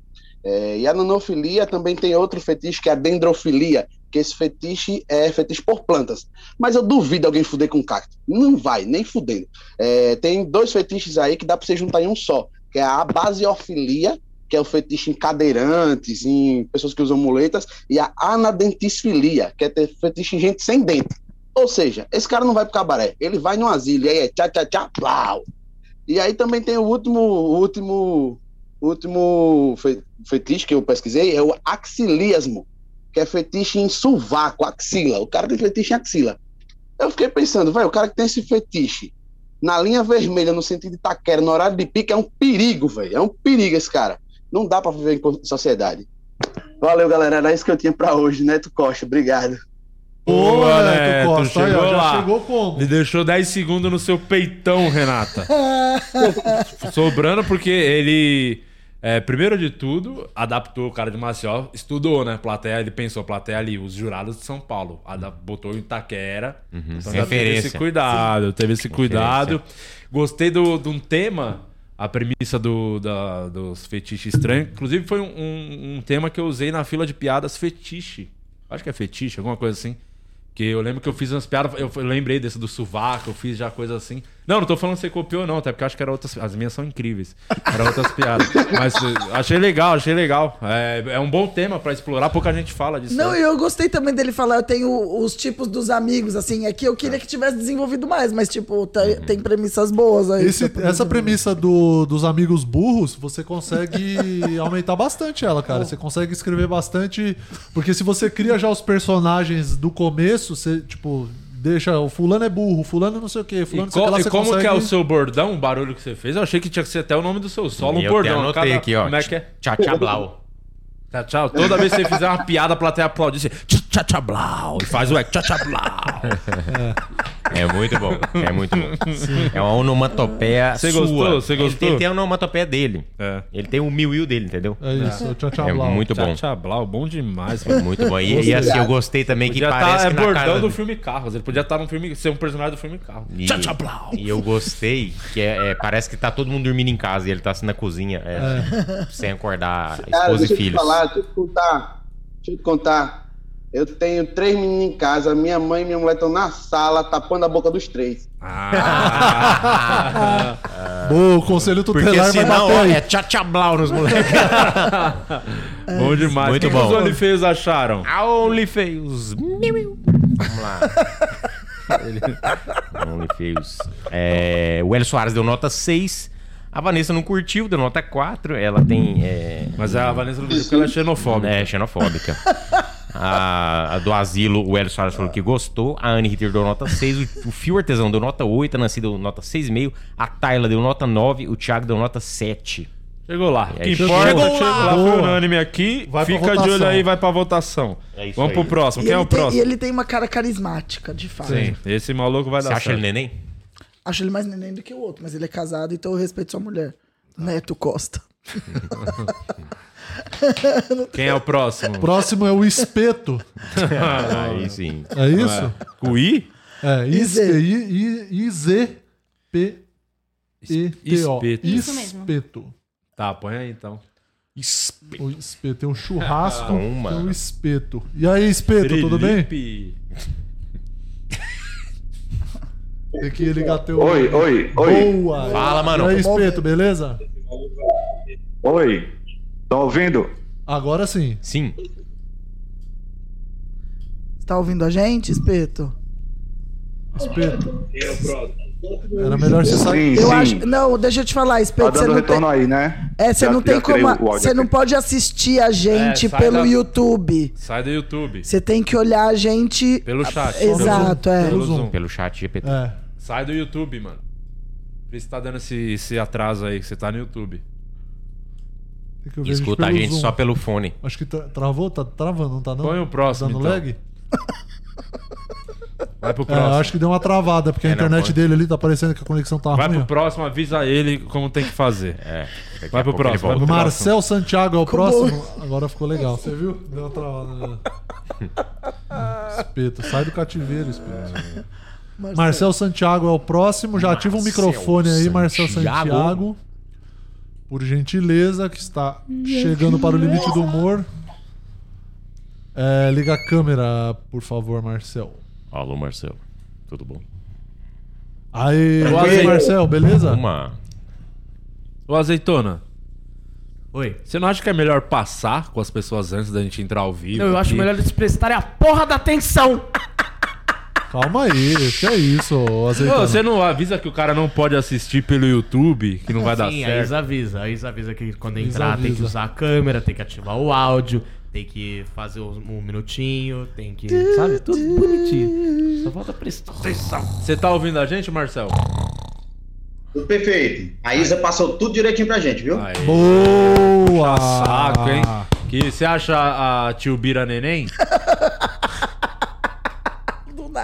Speaker 17: É, e a nanofilia também tem outro fetiche que é a dendrofilia, que esse fetiche é fetiche por plantas. Mas eu duvido alguém fuder com cacto. Não vai, nem fudendo. É, tem dois fetiches aí que dá pra você juntar em um só, que é a abasiofilia, que é o fetiche em cadeirantes, em pessoas que usam muletas, e a anadentisfilia, que é ter fetiche em gente sem dente. Ou seja, esse cara não vai pro cabaré, ele vai no asilo, e aí é tchá, tchá, tchá, pau. E aí também tem o último, o último, o último fe- fetiche que eu pesquisei, é o axilismo, que é fetiche em sovaco, axila. O cara tem fetiche em axila. Eu fiquei pensando, velho, o cara que tem esse fetiche na linha vermelha, no sentido de taquera, no horário de pique, é um perigo, velho. É um perigo esse cara. Não dá pra viver em co- sociedade. Valeu, galera. Era isso que eu tinha pra hoje. Neto Costa, obrigado.
Speaker 6: Boa,
Speaker 7: Neto
Speaker 6: Neto
Speaker 7: Costa, aí, ó,
Speaker 6: chegou
Speaker 7: já
Speaker 6: lá.
Speaker 7: chegou como?
Speaker 6: Ele deixou 10 segundos no seu peitão, Renata. Sobrando porque ele, é, primeiro de tudo, adaptou o cara de Maceió, estudou, né? Plateia, ele pensou, plateia ali, os jurados de São Paulo. Ada- botou em Itaquera. Então já Teve
Speaker 3: Referência.
Speaker 6: esse cuidado, teve esse cuidado. Gostei do- de um tema, a premissa do, da- dos fetiches estranhos. Inclusive, foi um, um- um tema que eu usei na fila de piadas fetiche. Acho que é fetiche, alguma coisa assim. Que eu lembro que eu fiz umas piadas, eu eu lembrei desse do sovaco, eu fiz já coisa assim. Não, não tô falando que você copiou, não, até porque eu acho que era outras. As minhas são incríveis. Era outras piadas. Mas eh, achei legal, achei legal. É, é um bom tema pra explorar, pouca gente fala disso.
Speaker 8: Não,
Speaker 6: né?
Speaker 8: e eu gostei também dele falar, eu tenho os tipos dos amigos, assim, aqui eu queria que tivesse desenvolvido mais, mas, tipo, tem,
Speaker 6: Uhum.
Speaker 8: tem premissas boas aí. Tipo,
Speaker 7: Esse- essa premissa do- dos amigos burros, você consegue aumentar bastante ela, cara. Você consegue escrever bastante. Porque se você cria já os personagens do começo, você, tipo, deixa. O fulano é burro, fulano não sei o quê,
Speaker 6: E,
Speaker 7: fulano não
Speaker 6: co-
Speaker 7: sei o que lá,
Speaker 6: e
Speaker 7: você
Speaker 6: como
Speaker 7: consegue...
Speaker 6: que é o seu bordão, o barulho que você fez? Eu achei que tinha que ser até o nome do seu solo,
Speaker 3: E
Speaker 6: um
Speaker 3: eu
Speaker 6: bordão.
Speaker 3: até anotei aqui, ó.
Speaker 6: Como é que é?
Speaker 3: Tchá, tchá, blau.
Speaker 6: Tchá, tchau. Toda vez que você fizer uma piada, a plateia aplaudir, você tchá, tchá, blau. E faz o eco, tchá, tchá, blau.
Speaker 3: É muito bom, é muito bom. É uma onomatopeia
Speaker 6: Você
Speaker 3: sua.
Speaker 6: gostou? Você
Speaker 3: Ele
Speaker 6: gostou? É.
Speaker 3: tem, tem a onomatopeia dele. Ele tem o miu-miu dele, entendeu?
Speaker 7: É isso, tchau, tchau,
Speaker 3: É
Speaker 7: blau.
Speaker 3: muito
Speaker 6: Tchá,
Speaker 3: bom.
Speaker 6: tchá, blau, bom demais.
Speaker 3: É muito bom. E, e assim, eu gostei também que
Speaker 6: Podia tá-
Speaker 3: parece
Speaker 6: é
Speaker 3: que na
Speaker 6: bordão
Speaker 3: cara
Speaker 6: do filme Carros. Ele podia estar num filme, ser um personagem do filme Carros.
Speaker 3: E,
Speaker 6: Tchá, tchá, blau.
Speaker 3: e eu gostei que é, é, parece que tá todo mundo dormindo em casa e ele tá assim na cozinha, é, sem acordar
Speaker 17: Cara,
Speaker 3: esposa
Speaker 17: deixa
Speaker 3: e
Speaker 17: eu te
Speaker 3: filhos.
Speaker 17: falar, deixa eu te contar. Deixa eu te contar. Eu tenho três meninos em casa, minha mãe e minha mulher estão na sala tapando a boca dos três.
Speaker 7: Boa, o conselho tutelar vai
Speaker 3: senão,
Speaker 7: bater
Speaker 3: ó,
Speaker 7: aí.
Speaker 3: é tchá-tchá-blau nos moleques.
Speaker 6: Bom demais.
Speaker 3: Muito
Speaker 6: o que
Speaker 3: bom.
Speaker 6: os Olifeios achacharam?
Speaker 3: A OnlyFeios. Vamos lá. OnlyFeios. É, o Hélio Soares deu nota 6. A Vanessa não curtiu, deu nota 4. Ela tem. é,
Speaker 6: Mas a Vanessa não curtiu porque ela é xenofóbica.
Speaker 3: É, xenofóbica. A, a do asilo, o Hélio Soares falou que gostou. A Anne Ritter deu nota 6. O, o Fio Artesão deu nota 8. A Nancy deu nota 6,5. A Tayla deu nota 9. O Thiago deu nota 7.
Speaker 6: Chegou lá.
Speaker 3: E
Speaker 6: O
Speaker 3: aí
Speaker 6: que
Speaker 3: chegou.
Speaker 6: importa,
Speaker 3: Chegou
Speaker 6: chegou,
Speaker 3: lá.
Speaker 6: lá.
Speaker 3: Boa.
Speaker 6: Foi unânime aqui.
Speaker 3: Vai pra
Speaker 6: Fica de
Speaker 3: votação.
Speaker 6: olho aí, vai pra votação.
Speaker 3: É isso
Speaker 6: Vamos
Speaker 3: aí.
Speaker 6: pro próximo.
Speaker 8: E
Speaker 6: Quem é
Speaker 8: ele
Speaker 6: o
Speaker 8: tem-
Speaker 6: próximo?
Speaker 8: E ele tem uma cara carismática, de fato.
Speaker 6: Sim, esse maluco vai
Speaker 3: Você
Speaker 6: dar
Speaker 3: acha ele neném?
Speaker 8: Acho ele mais neném do que o outro, mas ele é casado, então eu respeito sua mulher. Neto Costa.
Speaker 6: Quem é o próximo?
Speaker 7: Próximo é o espeto.
Speaker 3: aí sim.
Speaker 7: É isso?
Speaker 6: Com I?
Speaker 7: É,
Speaker 6: IZ.
Speaker 7: I-Z-P-E-T-O.
Speaker 6: Espeto. Isso mesmo.
Speaker 7: Espeto.
Speaker 6: Tá, põe aí então.
Speaker 7: O espeto. Tem um churrasco,
Speaker 6: Ah,
Speaker 7: tem
Speaker 6: uma.
Speaker 7: um espeto. E aí, espeto, tudo bem?
Speaker 6: Felipe.
Speaker 7: Tem que ligar teu...
Speaker 18: Oi, oi, oi.
Speaker 7: Boa.
Speaker 18: Fala, mano.
Speaker 7: E aí, espeto, beleza?
Speaker 18: Oi, tá ouvindo?
Speaker 7: Agora sim.
Speaker 3: Sim.
Speaker 8: Você tá ouvindo a gente, Espeto?
Speaker 7: Espeto. Era melhor você sair.
Speaker 8: Eu acho. Não, deixa eu te falar,
Speaker 18: Tá
Speaker 8: Espeto. você
Speaker 18: dando
Speaker 8: não
Speaker 18: retorno
Speaker 8: tem...
Speaker 18: aí, né?
Speaker 8: É, você
Speaker 18: Já-
Speaker 8: não
Speaker 18: já
Speaker 8: tem
Speaker 18: tirei
Speaker 8: como.
Speaker 18: o áudio
Speaker 8: Você não
Speaker 18: aqui.
Speaker 8: pode assistir a gente
Speaker 6: É, sai
Speaker 8: pelo
Speaker 6: da-
Speaker 8: YouTube.
Speaker 6: Sai do YouTube.
Speaker 8: Você tem que olhar a gente.
Speaker 6: Pelo chat.
Speaker 8: Exato, é.
Speaker 3: Pelo, Zoom. Pelo chat GPT.
Speaker 7: É.
Speaker 6: Sai do YouTube, mano. Por isso tá dando esse, esse atraso aí, que você tá no YouTube.
Speaker 7: Tem que ouvir
Speaker 3: Escuta a
Speaker 7: pelo
Speaker 3: gente
Speaker 7: Zoom.
Speaker 3: só pelo fone.
Speaker 7: Acho que tra- travou, tá travando, não tá não?
Speaker 6: Põe o próximo,
Speaker 7: Dando
Speaker 6: então.
Speaker 7: lag?
Speaker 6: Vai pro
Speaker 7: É,
Speaker 6: próximo.
Speaker 7: acho que deu uma travada, porque
Speaker 6: É,
Speaker 7: a
Speaker 6: não,
Speaker 7: internet
Speaker 6: põe.
Speaker 7: dele ali tá parecendo que a conexão tá
Speaker 6: Vai
Speaker 7: ruim.
Speaker 6: pro próximo, avisa ele como tem que fazer.
Speaker 3: É.
Speaker 6: Vai pro próximo, vai
Speaker 7: ó.
Speaker 6: pro próximo.
Speaker 7: Marcel Santiago é o
Speaker 6: Como-
Speaker 7: próximo. Agora ficou legal, você viu? Deu uma travada. né? Espeto, sai do cativeiro, Espeto.
Speaker 8: Marcel.
Speaker 7: Marcel Santiago é o próximo. Já ativa um
Speaker 8: Marcel
Speaker 7: microfone aí, Marcel
Speaker 8: Santiago.
Speaker 7: Santiago. Por gentileza, que está chegando para o limite do humor. É, liga a câmera, por favor, Marcel.
Speaker 3: Alô, Marcel. Tudo bom?
Speaker 7: Aí,
Speaker 6: Boa
Speaker 7: e aí,
Speaker 6: noite.
Speaker 7: Marcel, beleza?
Speaker 3: Uma.
Speaker 6: Ô, Azeitona.
Speaker 11: Oi.
Speaker 6: Você não acha que é melhor passar com as pessoas antes da gente entrar ao vivo?
Speaker 11: Não, eu acho
Speaker 6: aqui?
Speaker 11: melhor eles prestarem a porra da atenção.
Speaker 7: Calma aí, que é isso, ô
Speaker 6: Ô,
Speaker 7: azeitona.
Speaker 6: você não avisa que o cara não pode assistir pelo YouTube, que não vai dar
Speaker 11: Sim, a
Speaker 6: certo.
Speaker 11: Isa avisa. A Isa avisa que quando
Speaker 6: Isa
Speaker 11: entrar tem que
Speaker 6: avisa.
Speaker 11: usar a câmera, tem que ativar o áudio, tem que fazer um, um minutinho, tem que. Sabe? Tudo bonitinho. Só falta prestar atenção.
Speaker 6: Você tá ouvindo a gente, Marcel?
Speaker 19: Tudo perfeito. A Isa passou tudo direitinho pra gente, viu?
Speaker 6: Tá
Speaker 7: Boa!
Speaker 11: Ah.
Speaker 6: Saco, hein? Que você acha a tio Bira neném?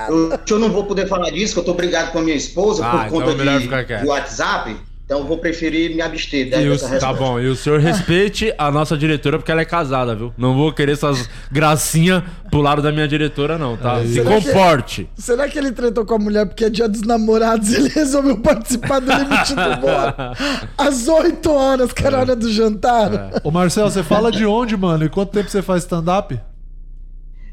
Speaker 19: Eu, eu não vou poder falar disso, que eu tô brigado com a minha esposa
Speaker 6: Ah,
Speaker 19: por
Speaker 6: então
Speaker 19: conta
Speaker 6: é melhor
Speaker 19: de,
Speaker 6: ficar quieto.
Speaker 19: de WhatsApp, então eu vou preferir me abster
Speaker 6: E
Speaker 19: dessa
Speaker 6: o-
Speaker 19: resposta.
Speaker 6: tá bom, e o senhor respeite a nossa diretora porque ela é casada, viu? Não vou querer essas gracinhas pro lado da minha diretora, não, tá?
Speaker 8: Aí.
Speaker 6: Se
Speaker 8: Será que-
Speaker 6: comporte.
Speaker 8: Será que ele tretou com a mulher porque é dia dos namorados e ele resolveu participar do limite do humor? Às 8 é horas, que era
Speaker 3: É.
Speaker 8: a hora do jantar.
Speaker 7: Ô, Marcel, você fala de onde, mano? E quanto tempo você faz stand-up?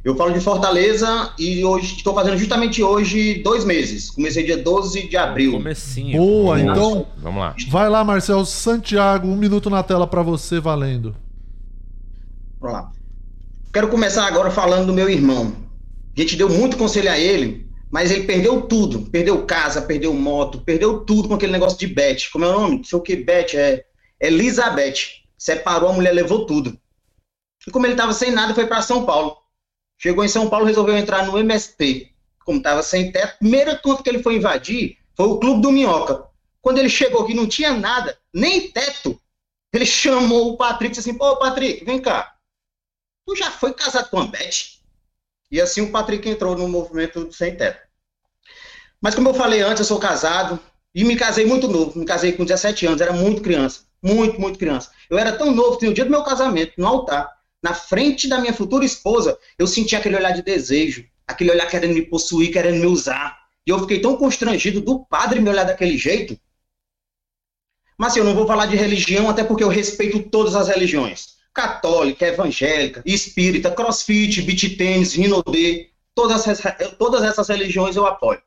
Speaker 19: Eu falo de Fortaleza e hoje estou fazendo justamente hoje dois meses. Comecei dia 12 de abril.
Speaker 6: Comecinho.
Speaker 7: Boa, então.
Speaker 3: Vamos lá.
Speaker 7: Vai lá, Marcel Santiago, um minuto na tela pra você, valendo.
Speaker 19: Vamos lá. Quero começar agora falando do meu irmão. A gente deu muito conselho a ele, mas ele perdeu tudo. Perdeu casa, perdeu moto, perdeu tudo com aquele negócio de Beth. Como é o nome? Não sei o que, Beth. É Elizabeth. Separou, a mulher levou tudo. E como ele estava sem nada, foi para São Paulo. Chegou em São Paulo, resolveu entrar no MST. Como estava sem teto, a primeira turma que ele foi invadir foi o Clube do Minhoca. Quando ele chegou aqui, não tinha nada, nem teto. Ele chamou o Patrick e disse assim: Ô, Patrick, vem cá tu já foi casado com a Beth? E assim o Patrick entrou no movimento do Sem Teto. Mas como eu falei antes, eu sou casado e me casei muito novo. Me casei com 17 anos, era muito criança. Muito, muito criança. Eu era tão novo que no dia do meu casamento, no altar, na frente da minha futura esposa, eu senti aquele olhar de desejo, aquele olhar querendo me possuir, querendo me usar. E eu fiquei tão constrangido do padre me olhar daquele jeito mas assim, eu não vou falar de religião, até porque eu respeito todas as religiões. Católica, evangélica, espírita, crossfit, beat tênis, rinodê. Todas, essas- todas essas religiões eu apoio.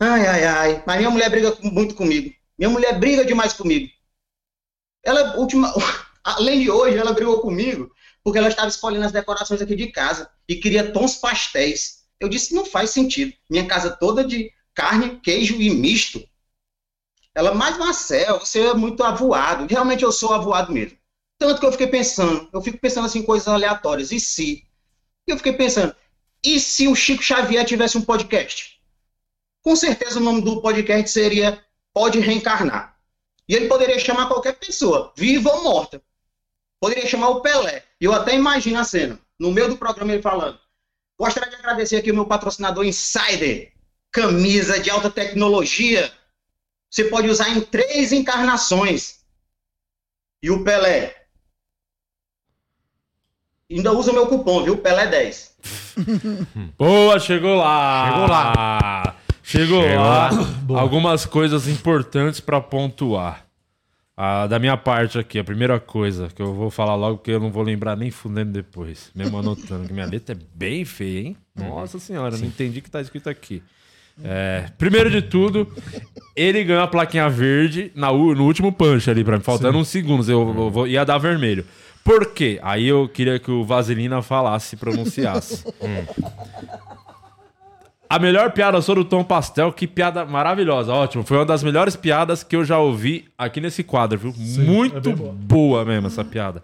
Speaker 19: Ai, ai, ai. Mas minha mulher briga com- muito comigo. Minha mulher briga demais comigo. Ela, última, além de hoje, ela brigou comigo porque ela estava escolhendo as decorações aqui de casa e queria tons pastéis. Eu disse, não faz sentido. Minha casa toda de carne, queijo e misto. Ela, mas Marcel, você é muito avoado. Realmente eu sou avoado mesmo. Tanto que eu fiquei pensando, eu fico pensando assim, em coisas aleatórias. E se? E eu fiquei pensando, e se o Chico Xavier tivesse um podcast? Com certeza o nome do podcast seria Pode Reencarnar. E ele poderia chamar qualquer pessoa, viva ou morta. Poderia chamar o Pelé. E eu até imagino a cena, no meio do programa ele falando. Gostaria de agradecer aqui o meu patrocinador Insider, camisa de alta tecnologia. Você pode usar em três encarnações. E o Pelé? Ainda usa o meu cupom, viu? Pelé 10.
Speaker 6: Boa, chegou lá.
Speaker 3: Chegou
Speaker 6: lá. Chegou,
Speaker 3: Chegou
Speaker 6: lá.
Speaker 3: lá.
Speaker 6: Boa. Algumas coisas importantes pra pontuar. Ah, da minha parte aqui, a primeira coisa que eu vou falar logo, que eu não vou lembrar nem fundendo depois. Mesmo anotando, que minha letra é bem feia, hein? Nossa senhora, não entendi o que tá escrito aqui. É, primeiro de tudo, ele ganhou a plaquinha verde na u- no último punch ali pra mim, faltando
Speaker 11: Sim.
Speaker 6: uns segundos. Eu, eu vou- ia dar vermelho. Por quê? Aí eu queria que o Vaselina falasse, pronunciasse. A melhor piada sobre o Tom Pastel, que piada maravilhosa, ótimo. Foi uma das melhores piadas que eu já ouvi aqui nesse quadro, viu? Muito boa. mesmo essa piada.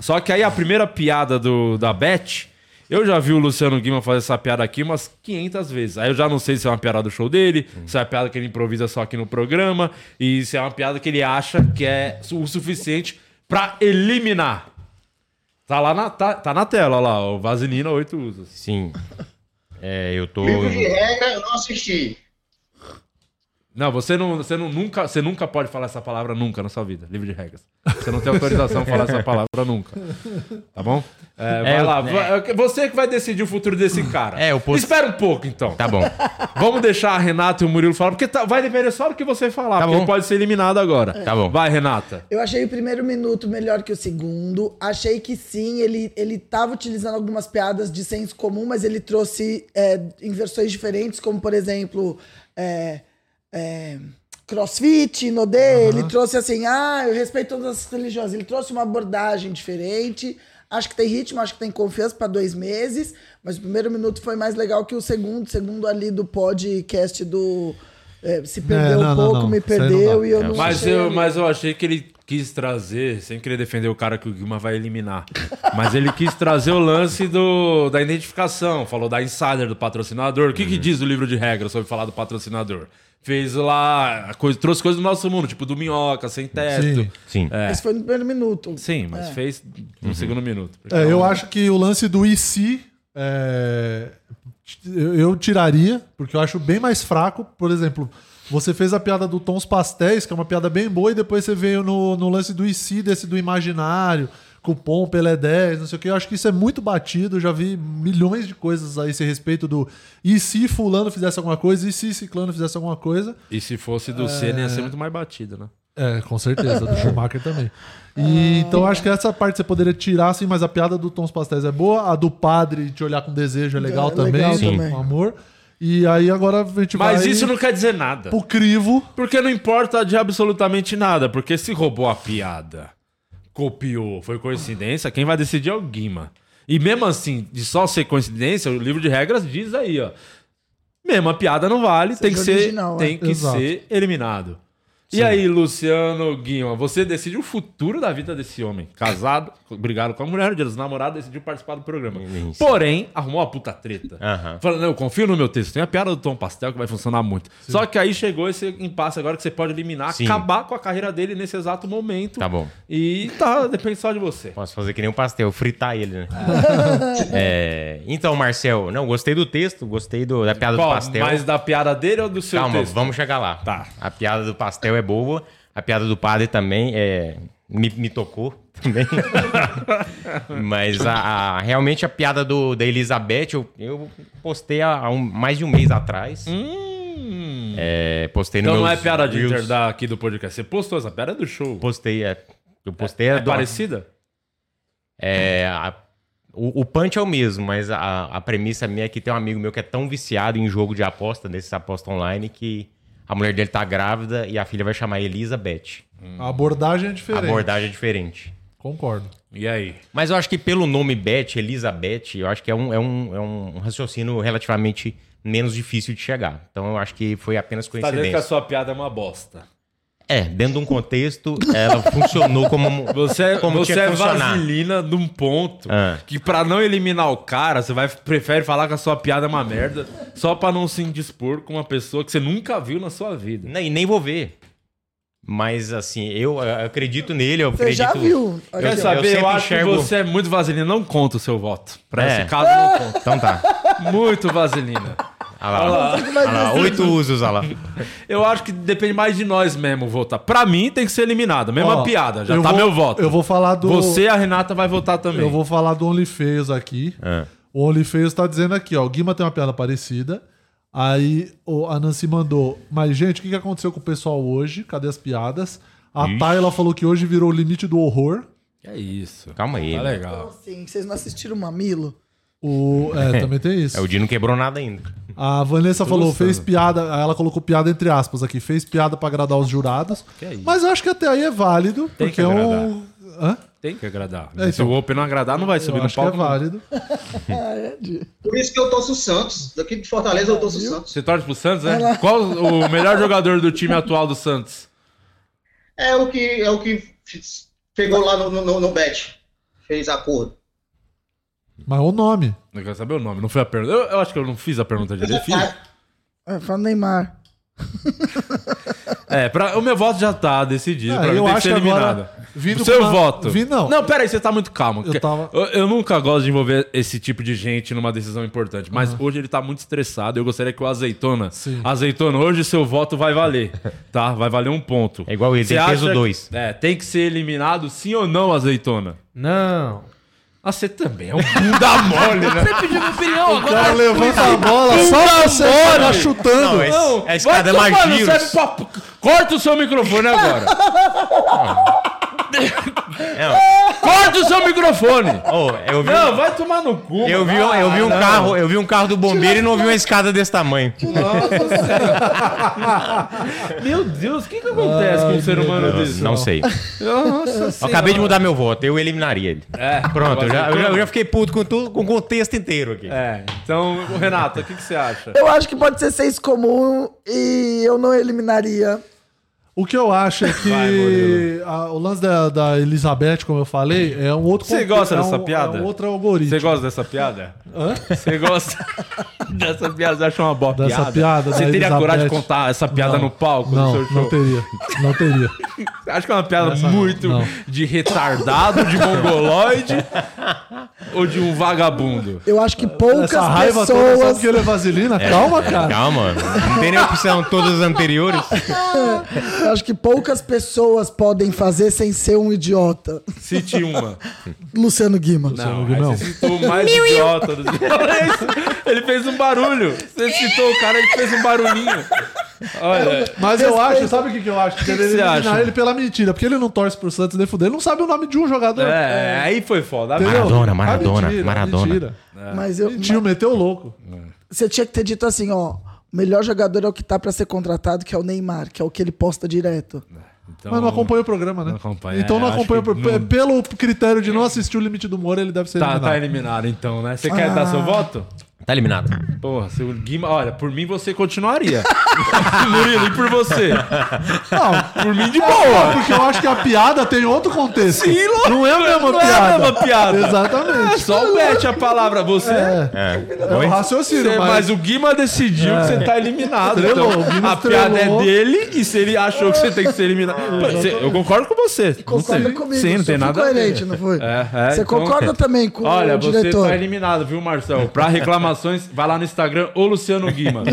Speaker 6: Só que aí a primeira piada do, da Beth, eu já vi o Luciano Guima fazer essa piada aqui umas 500 vezes. Aí eu já não sei se é uma piada do show dele, se é uma piada que ele improvisa só aqui no programa, e se é uma piada que ele acha que é su- o suficiente pra eliminar. Tá lá na, tá, tá na tela, olha lá, o Vaselina 8 usos.
Speaker 3: Sim. É, eu tô.
Speaker 19: Livro de regra, eu não assisti.
Speaker 6: Não, você não, você não nunca, você nunca pode falar essa palavra nunca na sua vida, livro de regras. Você não tem autorização pra falar essa palavra nunca. Tá bom? É, vai
Speaker 3: É, eu-
Speaker 6: lá,
Speaker 3: é.
Speaker 6: va- é você que vai decidir o futuro desse cara.
Speaker 3: É, eu posso-
Speaker 6: Espera um pouco então.
Speaker 3: Tá bom.
Speaker 6: Vamos deixar a Renata e o Murilo falar, porque tá- vai depender só do que você falar,
Speaker 3: Tá
Speaker 6: porque
Speaker 3: bom.
Speaker 6: ele pode ser eliminado agora.
Speaker 3: Tá bom.
Speaker 6: Vai, Renata.
Speaker 8: Eu achei o primeiro minuto melhor que o segundo. Achei que sim, ele, ele tava utilizando algumas piadas de senso comum, mas ele trouxe é, em versões diferentes, como por exemplo. é, é, Crossfit, Inodê, ele trouxe assim, ah, eu respeito todas as religiões. Ele trouxe uma abordagem diferente. Acho que tem ritmo, acho que tem confiança pra dois meses. Mas o primeiro minuto foi mais legal que o segundo. O segundo ali do podcast do é, se perdeu um pouco, me perdeu e eu não É,
Speaker 6: mas
Speaker 8: achei
Speaker 6: eu,
Speaker 8: ali.
Speaker 6: mas eu achei que ele quis trazer, sem querer defender o cara que o Guima vai eliminar, mas ele quis trazer o lance do, da identificação, falou da insider do patrocinador. O que, que diz o livro de regras sobre falar do patrocinador? Fez lá, coisa, trouxe coisas do nosso mundo, tipo do minhoca, sem teto.
Speaker 7: Sim.
Speaker 3: Sim.
Speaker 6: É,
Speaker 8: Esse foi no primeiro minuto.
Speaker 6: Sim, mas
Speaker 8: É.
Speaker 6: fez no segundo minuto.
Speaker 7: É, eu acho que o lance do IC é, eu eu tiraria, porque eu acho bem mais fraco. Por exemplo, você fez a piada do Tons Pastéis, que é uma piada bem boa, e depois você veio no, no lance do IC, desse do imaginário, cupom Pelé 10, não sei o que. Eu acho que isso é muito batido. Eu já vi milhões de coisas a esse respeito do e se fulano fizesse alguma coisa, e se ciclano fizesse alguma coisa.
Speaker 6: E se fosse do
Speaker 7: É.
Speaker 6: Senna, ia ser muito mais batido, né?
Speaker 7: É, com certeza, do Schumacher também. E, então acho que essa parte você poderia tirar, sim, mas a piada do Tons Pastéis é boa, a do padre te olhar com desejo é legal
Speaker 6: É,
Speaker 7: também,
Speaker 6: legal também.
Speaker 7: com amor. E aí agora a gente vai.
Speaker 6: Mas isso não quer dizer nada.
Speaker 7: Pro crivo.
Speaker 6: Porque não importa de absolutamente nada. Porque se roubou a piada, copiou, foi coincidência, quem vai decidir é o Guima. E mesmo assim, de só ser coincidência, o livro de regras diz aí, ó. Mesmo a piada não vale, tem que, ser,
Speaker 7: original,
Speaker 6: tem
Speaker 7: é.
Speaker 6: que
Speaker 7: Exato.
Speaker 6: ser eliminado. E
Speaker 7: Sim.
Speaker 6: aí, Luciano Guima, você decide o futuro da vida desse homem. Casado, brigado com a mulher, dia dos namorados, decidiu participar do programa. Porém, arrumou uma puta treta. Falando, eu confio no meu texto. Tem a piada do Tom Pastel que vai funcionar muito. Só que aí chegou esse impasse agora que você pode eliminar,
Speaker 3: Sim.
Speaker 6: acabar com a carreira dele nesse exato momento.
Speaker 3: Tá bom.
Speaker 6: E tá, depende só de você.
Speaker 3: Posso fazer que nem um pastel, fritar ele, né? É, então, Marcel, não, gostei do texto, gostei do- da piada
Speaker 6: Qual?
Speaker 3: do pastel.
Speaker 6: Mais da piada dele ou do seu
Speaker 3: Calma,
Speaker 6: texto?
Speaker 3: vamos chegar lá. Tá. A piada do pastel é boa, a piada do padre também é, me, me tocou também. Mas a, a- realmente a piada do, da Elizabeth eu, eu postei há, há um- mais de um mês atrás. É, postei no
Speaker 6: Hum, Então não é
Speaker 3: meus
Speaker 6: piada de
Speaker 3: Reels.
Speaker 6: inter da, aqui do podcast. Você postou essa piada é do show.
Speaker 3: Postei, é. Eu postei a
Speaker 6: É
Speaker 3: do-
Speaker 6: parecida?
Speaker 3: É, a- o, o punch é o mesmo, mas a, a premissa minha é que tem um amigo meu que é tão viciado em jogo de aposta, desses aposta online, que a mulher dele tá grávida e a filha vai chamar Elizabeth.
Speaker 7: A abordagem é diferente.
Speaker 3: A abordagem é diferente.
Speaker 7: Concordo.
Speaker 6: E aí?
Speaker 3: Mas eu acho que pelo nome Beth, Elizabeth, eu acho que é um, é um, é um raciocínio relativamente menos difícil de chegar. Então eu acho que foi apenas
Speaker 6: Tá dizendo que
Speaker 3: coincidência.
Speaker 6: a sua piada é uma bosta.
Speaker 3: É, dentro de um contexto, ela funcionou como
Speaker 6: Você é,
Speaker 3: como
Speaker 6: você
Speaker 3: tinha
Speaker 6: é
Speaker 3: que funcionar.
Speaker 6: vaselina de um ponto
Speaker 3: Ah.
Speaker 6: que pra não eliminar o cara, você vai, prefere falar que a sua piada é uma merda só pra não se indispor com uma pessoa que você nunca viu na sua vida.
Speaker 3: Né, E nem vou ver. Mas assim, eu eh, acredito nele, eu
Speaker 6: Você
Speaker 3: acredito.
Speaker 6: já
Speaker 8: viu.
Speaker 3: Eu,
Speaker 6: Quer saber? Eu,
Speaker 3: sempre
Speaker 6: acho
Speaker 3: enxergo...
Speaker 6: que você é muito vaselina. Não conta o seu voto. Pra
Speaker 3: É.
Speaker 6: esse caso, não conta.
Speaker 3: Então tá.
Speaker 6: Muito vaselina.
Speaker 3: Olha lá, olha lá, oito usos, olha lá.
Speaker 6: Eu acho que depende mais de nós mesmo votar. Pra mim, tem que ser eliminado. Mesma
Speaker 7: Ó,
Speaker 6: piada. Já
Speaker 7: eu
Speaker 6: tá
Speaker 7: vou-
Speaker 6: meu voto.
Speaker 7: eu vou falar do-
Speaker 6: Você e a Renata vai votar também. É.
Speaker 7: Eu vou falar do OnlyFans aqui. O OnlyFans tá dizendo aqui, ó. O Guima tem uma piada parecida. Aí o, a Nancy mandou. Mas, gente, o que, que aconteceu com o pessoal hoje? Cadê as piadas? A
Speaker 3: Ixi.
Speaker 7: Tayla falou que hoje virou o limite do horror.
Speaker 6: É isso.
Speaker 3: Calma aí.
Speaker 6: Tá
Speaker 3: né?
Speaker 7: Ah.
Speaker 6: legal.
Speaker 8: Sim, assim? vocês não assistiram o Mamilo?
Speaker 7: O, é, também tem isso.
Speaker 3: É, o Dino não quebrou nada ainda.
Speaker 7: A Vanessa
Speaker 3: Tô
Speaker 7: falou,
Speaker 3: gostando.
Speaker 7: fez piada. Ela colocou piada entre aspas aqui. Fez piada pra agradar os jurados. Mas eu acho que até aí é válido.
Speaker 6: Tem
Speaker 7: porque
Speaker 6: que
Speaker 7: é
Speaker 6: agradar.
Speaker 7: um. Hã?
Speaker 6: Tem que agradar.
Speaker 7: É,
Speaker 6: Se o
Speaker 7: então.
Speaker 6: Open não agradar, não vai
Speaker 7: Eu
Speaker 6: subir no
Speaker 7: acho que
Speaker 6: palco.
Speaker 7: é
Speaker 6: não.
Speaker 7: válido.
Speaker 19: Por isso que eu torço o Santos. Daqui de Fortaleza eu torço o Santos.
Speaker 6: Você torce pro Santos, né?
Speaker 19: Ela-
Speaker 6: Qual o melhor jogador do time atual do Santos?
Speaker 19: É o que, é o que f- pegou lá no, no, no bet. Fez acordo.
Speaker 7: Mas é o nome.
Speaker 6: Não quero saber o nome, não foi a pergunta. Eu, eu acho que eu não fiz a pergunta de defesa.
Speaker 8: É, Fala Neymar.
Speaker 6: É, pra, o meu voto já tá decidido.
Speaker 7: É,
Speaker 6: pra
Speaker 7: eu
Speaker 6: mim tem que
Speaker 7: acho
Speaker 6: ser
Speaker 7: que agora,
Speaker 6: eliminado.
Speaker 7: vindo
Speaker 6: o seu
Speaker 7: com uma-
Speaker 6: voto.
Speaker 7: Vi- não.
Speaker 6: Não, peraí, você tá muito calmo. porque Eu,
Speaker 7: tava-
Speaker 6: eu, nunca gosto de envolver esse tipo de gente numa decisão importante. Mas hoje ele tá muito estressado. Eu gostaria que o Azeitona.
Speaker 7: Sim.
Speaker 6: Azeitona, hoje seu voto vai valer. Tá? Vai valer um ponto. É igual
Speaker 3: ele, tem peso dois.
Speaker 6: É, tem que ser eliminado sim ou não, Azeitona?
Speaker 11: Não.
Speaker 6: Ah, você também é um bunda mole, né?
Speaker 11: Você pediu minha opinião,
Speaker 6: O cara Um
Speaker 7: levanta a bola só pra você ficar chutando. Não, esse-
Speaker 6: é
Speaker 7: a escada é mais giros.
Speaker 6: Corta o seu microfone agora.
Speaker 3: É.
Speaker 6: Corta o seu microfone.
Speaker 3: eu vi- um-
Speaker 6: Não, vai tomar no cu.
Speaker 3: Eu vi,
Speaker 6: mano.
Speaker 3: eu vi um
Speaker 6: Ah, não.
Speaker 3: carro, eu vi um carro do bombeiro e não vi uma escada desse tamanho.
Speaker 6: Meu Deus, o que, que acontece com um ser humano
Speaker 3: Não,
Speaker 6: desse?
Speaker 3: não sei.
Speaker 6: Nossa
Speaker 3: Eu acabei de mudar meu voto, eu eliminaria ele.
Speaker 6: É,
Speaker 3: Pronto, eu já, eu já- eu já fiquei puto com tudo, com o contexto inteiro aqui.
Speaker 6: É, então, Renato, o que, que você acha?
Speaker 8: Eu acho que pode ser seis comum e eu não eliminaria.
Speaker 7: O que eu acho é que a- o lance da, da Elizabeth, como eu falei, é um outro
Speaker 6: Você
Speaker 7: conte-
Speaker 6: gosta
Speaker 7: é um-
Speaker 6: dessa piada?
Speaker 7: É um outro algoritmo.
Speaker 6: Você gosta dessa piada?
Speaker 7: Hã?
Speaker 6: Você gosta dessa piada? Você acha uma boa
Speaker 7: Dessa
Speaker 6: piada?
Speaker 7: piada da
Speaker 6: Você teria a
Speaker 7: Elizabeth.
Speaker 6: coragem de contar essa piada
Speaker 7: Não,
Speaker 6: no palco no
Speaker 7: não,
Speaker 6: seu show?
Speaker 7: Não teria. Não teria.
Speaker 6: Acho que é uma piada
Speaker 7: Essa não,
Speaker 6: muito
Speaker 7: não.
Speaker 6: de retardado, de mongoloide ou de um vagabundo?
Speaker 8: Eu acho que poucas
Speaker 7: Essa raiva toda só
Speaker 8: pessoas.
Speaker 7: porque ele é vaselina?
Speaker 3: É,
Speaker 7: Calma,
Speaker 3: é,
Speaker 7: cara.
Speaker 3: Calma. Não tem nem opção todas as anteriores.
Speaker 8: Eu acho que poucas pessoas podem fazer sem ser um idiota.
Speaker 6: Cite uma.
Speaker 8: Luciano Guima.
Speaker 6: Não, aí você citou o mais
Speaker 11: um.
Speaker 6: idiota dos Ele fez um barulho. Você citou o cara, ele fez um barulhinho. Olha.
Speaker 7: Mas eu acho, sabe o que, que eu acho? Que
Speaker 6: que
Speaker 7: ele
Speaker 6: você
Speaker 7: eliminar
Speaker 6: acha?
Speaker 7: ele pela mentira, porque ele não torce pro Santos nem fuder, ele não sabe o nome de um jogador.
Speaker 6: É, aí foi foda.
Speaker 7: Entendeu?
Speaker 3: Maradona,
Speaker 7: Ah,
Speaker 3: Maradona,
Speaker 7: mentira,
Speaker 3: Maradona.
Speaker 7: Mentira.
Speaker 6: É.
Speaker 8: Mas eu-
Speaker 7: Mentiu, meteu o louco.
Speaker 8: Você tinha que ter dito assim, ó. O melhor jogador é o que tá pra ser contratado, que é o Neymar, que é o que ele posta direto.
Speaker 6: Então-
Speaker 7: Mas não acompanha o programa, né?
Speaker 6: Não acompanha,
Speaker 7: então não
Speaker 6: é, acho
Speaker 7: acompanha. o
Speaker 6: que
Speaker 7: pro-
Speaker 6: não-
Speaker 7: Pelo critério de não assistir o limite do humor, ele deve ser
Speaker 6: Tá,
Speaker 7: eliminado.
Speaker 6: tá eliminado então, né? Você quer
Speaker 7: é Ah.
Speaker 6: dar seu voto?
Speaker 3: Tá eliminado.
Speaker 6: Porra, seu Guima. Olha, por mim você continuaria. Murilo, e por você?
Speaker 7: Não, É,
Speaker 6: por mim de
Speaker 7: Não,
Speaker 6: boa.
Speaker 7: porque eu acho que a piada tem outro contexto.
Speaker 6: Sim, lógico.
Speaker 7: não é a mesma
Speaker 6: Não é a
Speaker 7: piada.
Speaker 6: mesma piada.
Speaker 7: Exatamente.
Speaker 6: É só o Bet a palavra, você.
Speaker 7: É. É o raciocínio,
Speaker 6: Você-
Speaker 7: mas-
Speaker 6: mas... o Guima decidiu
Speaker 7: É.
Speaker 6: que você tá eliminado.
Speaker 7: Estrelou,
Speaker 6: então,
Speaker 7: o Guima
Speaker 6: a piada é
Speaker 7: estrelou.
Speaker 6: dele e se ele achou que você tem que ser eliminado.
Speaker 7: É,
Speaker 6: Pô, você- É, eu concordo com você.
Speaker 8: Concorda
Speaker 6: não tem,
Speaker 8: comigo,
Speaker 6: Sim, não
Speaker 8: você
Speaker 6: tem
Speaker 8: foi
Speaker 6: nada. É,
Speaker 8: coerente, não foi? Você concorda também com o
Speaker 6: então, Olha,
Speaker 8: diretor?
Speaker 6: você tá eliminado, viu, Marcelo? Pra reclamações, vai lá no Instagram ou Luciano Guima.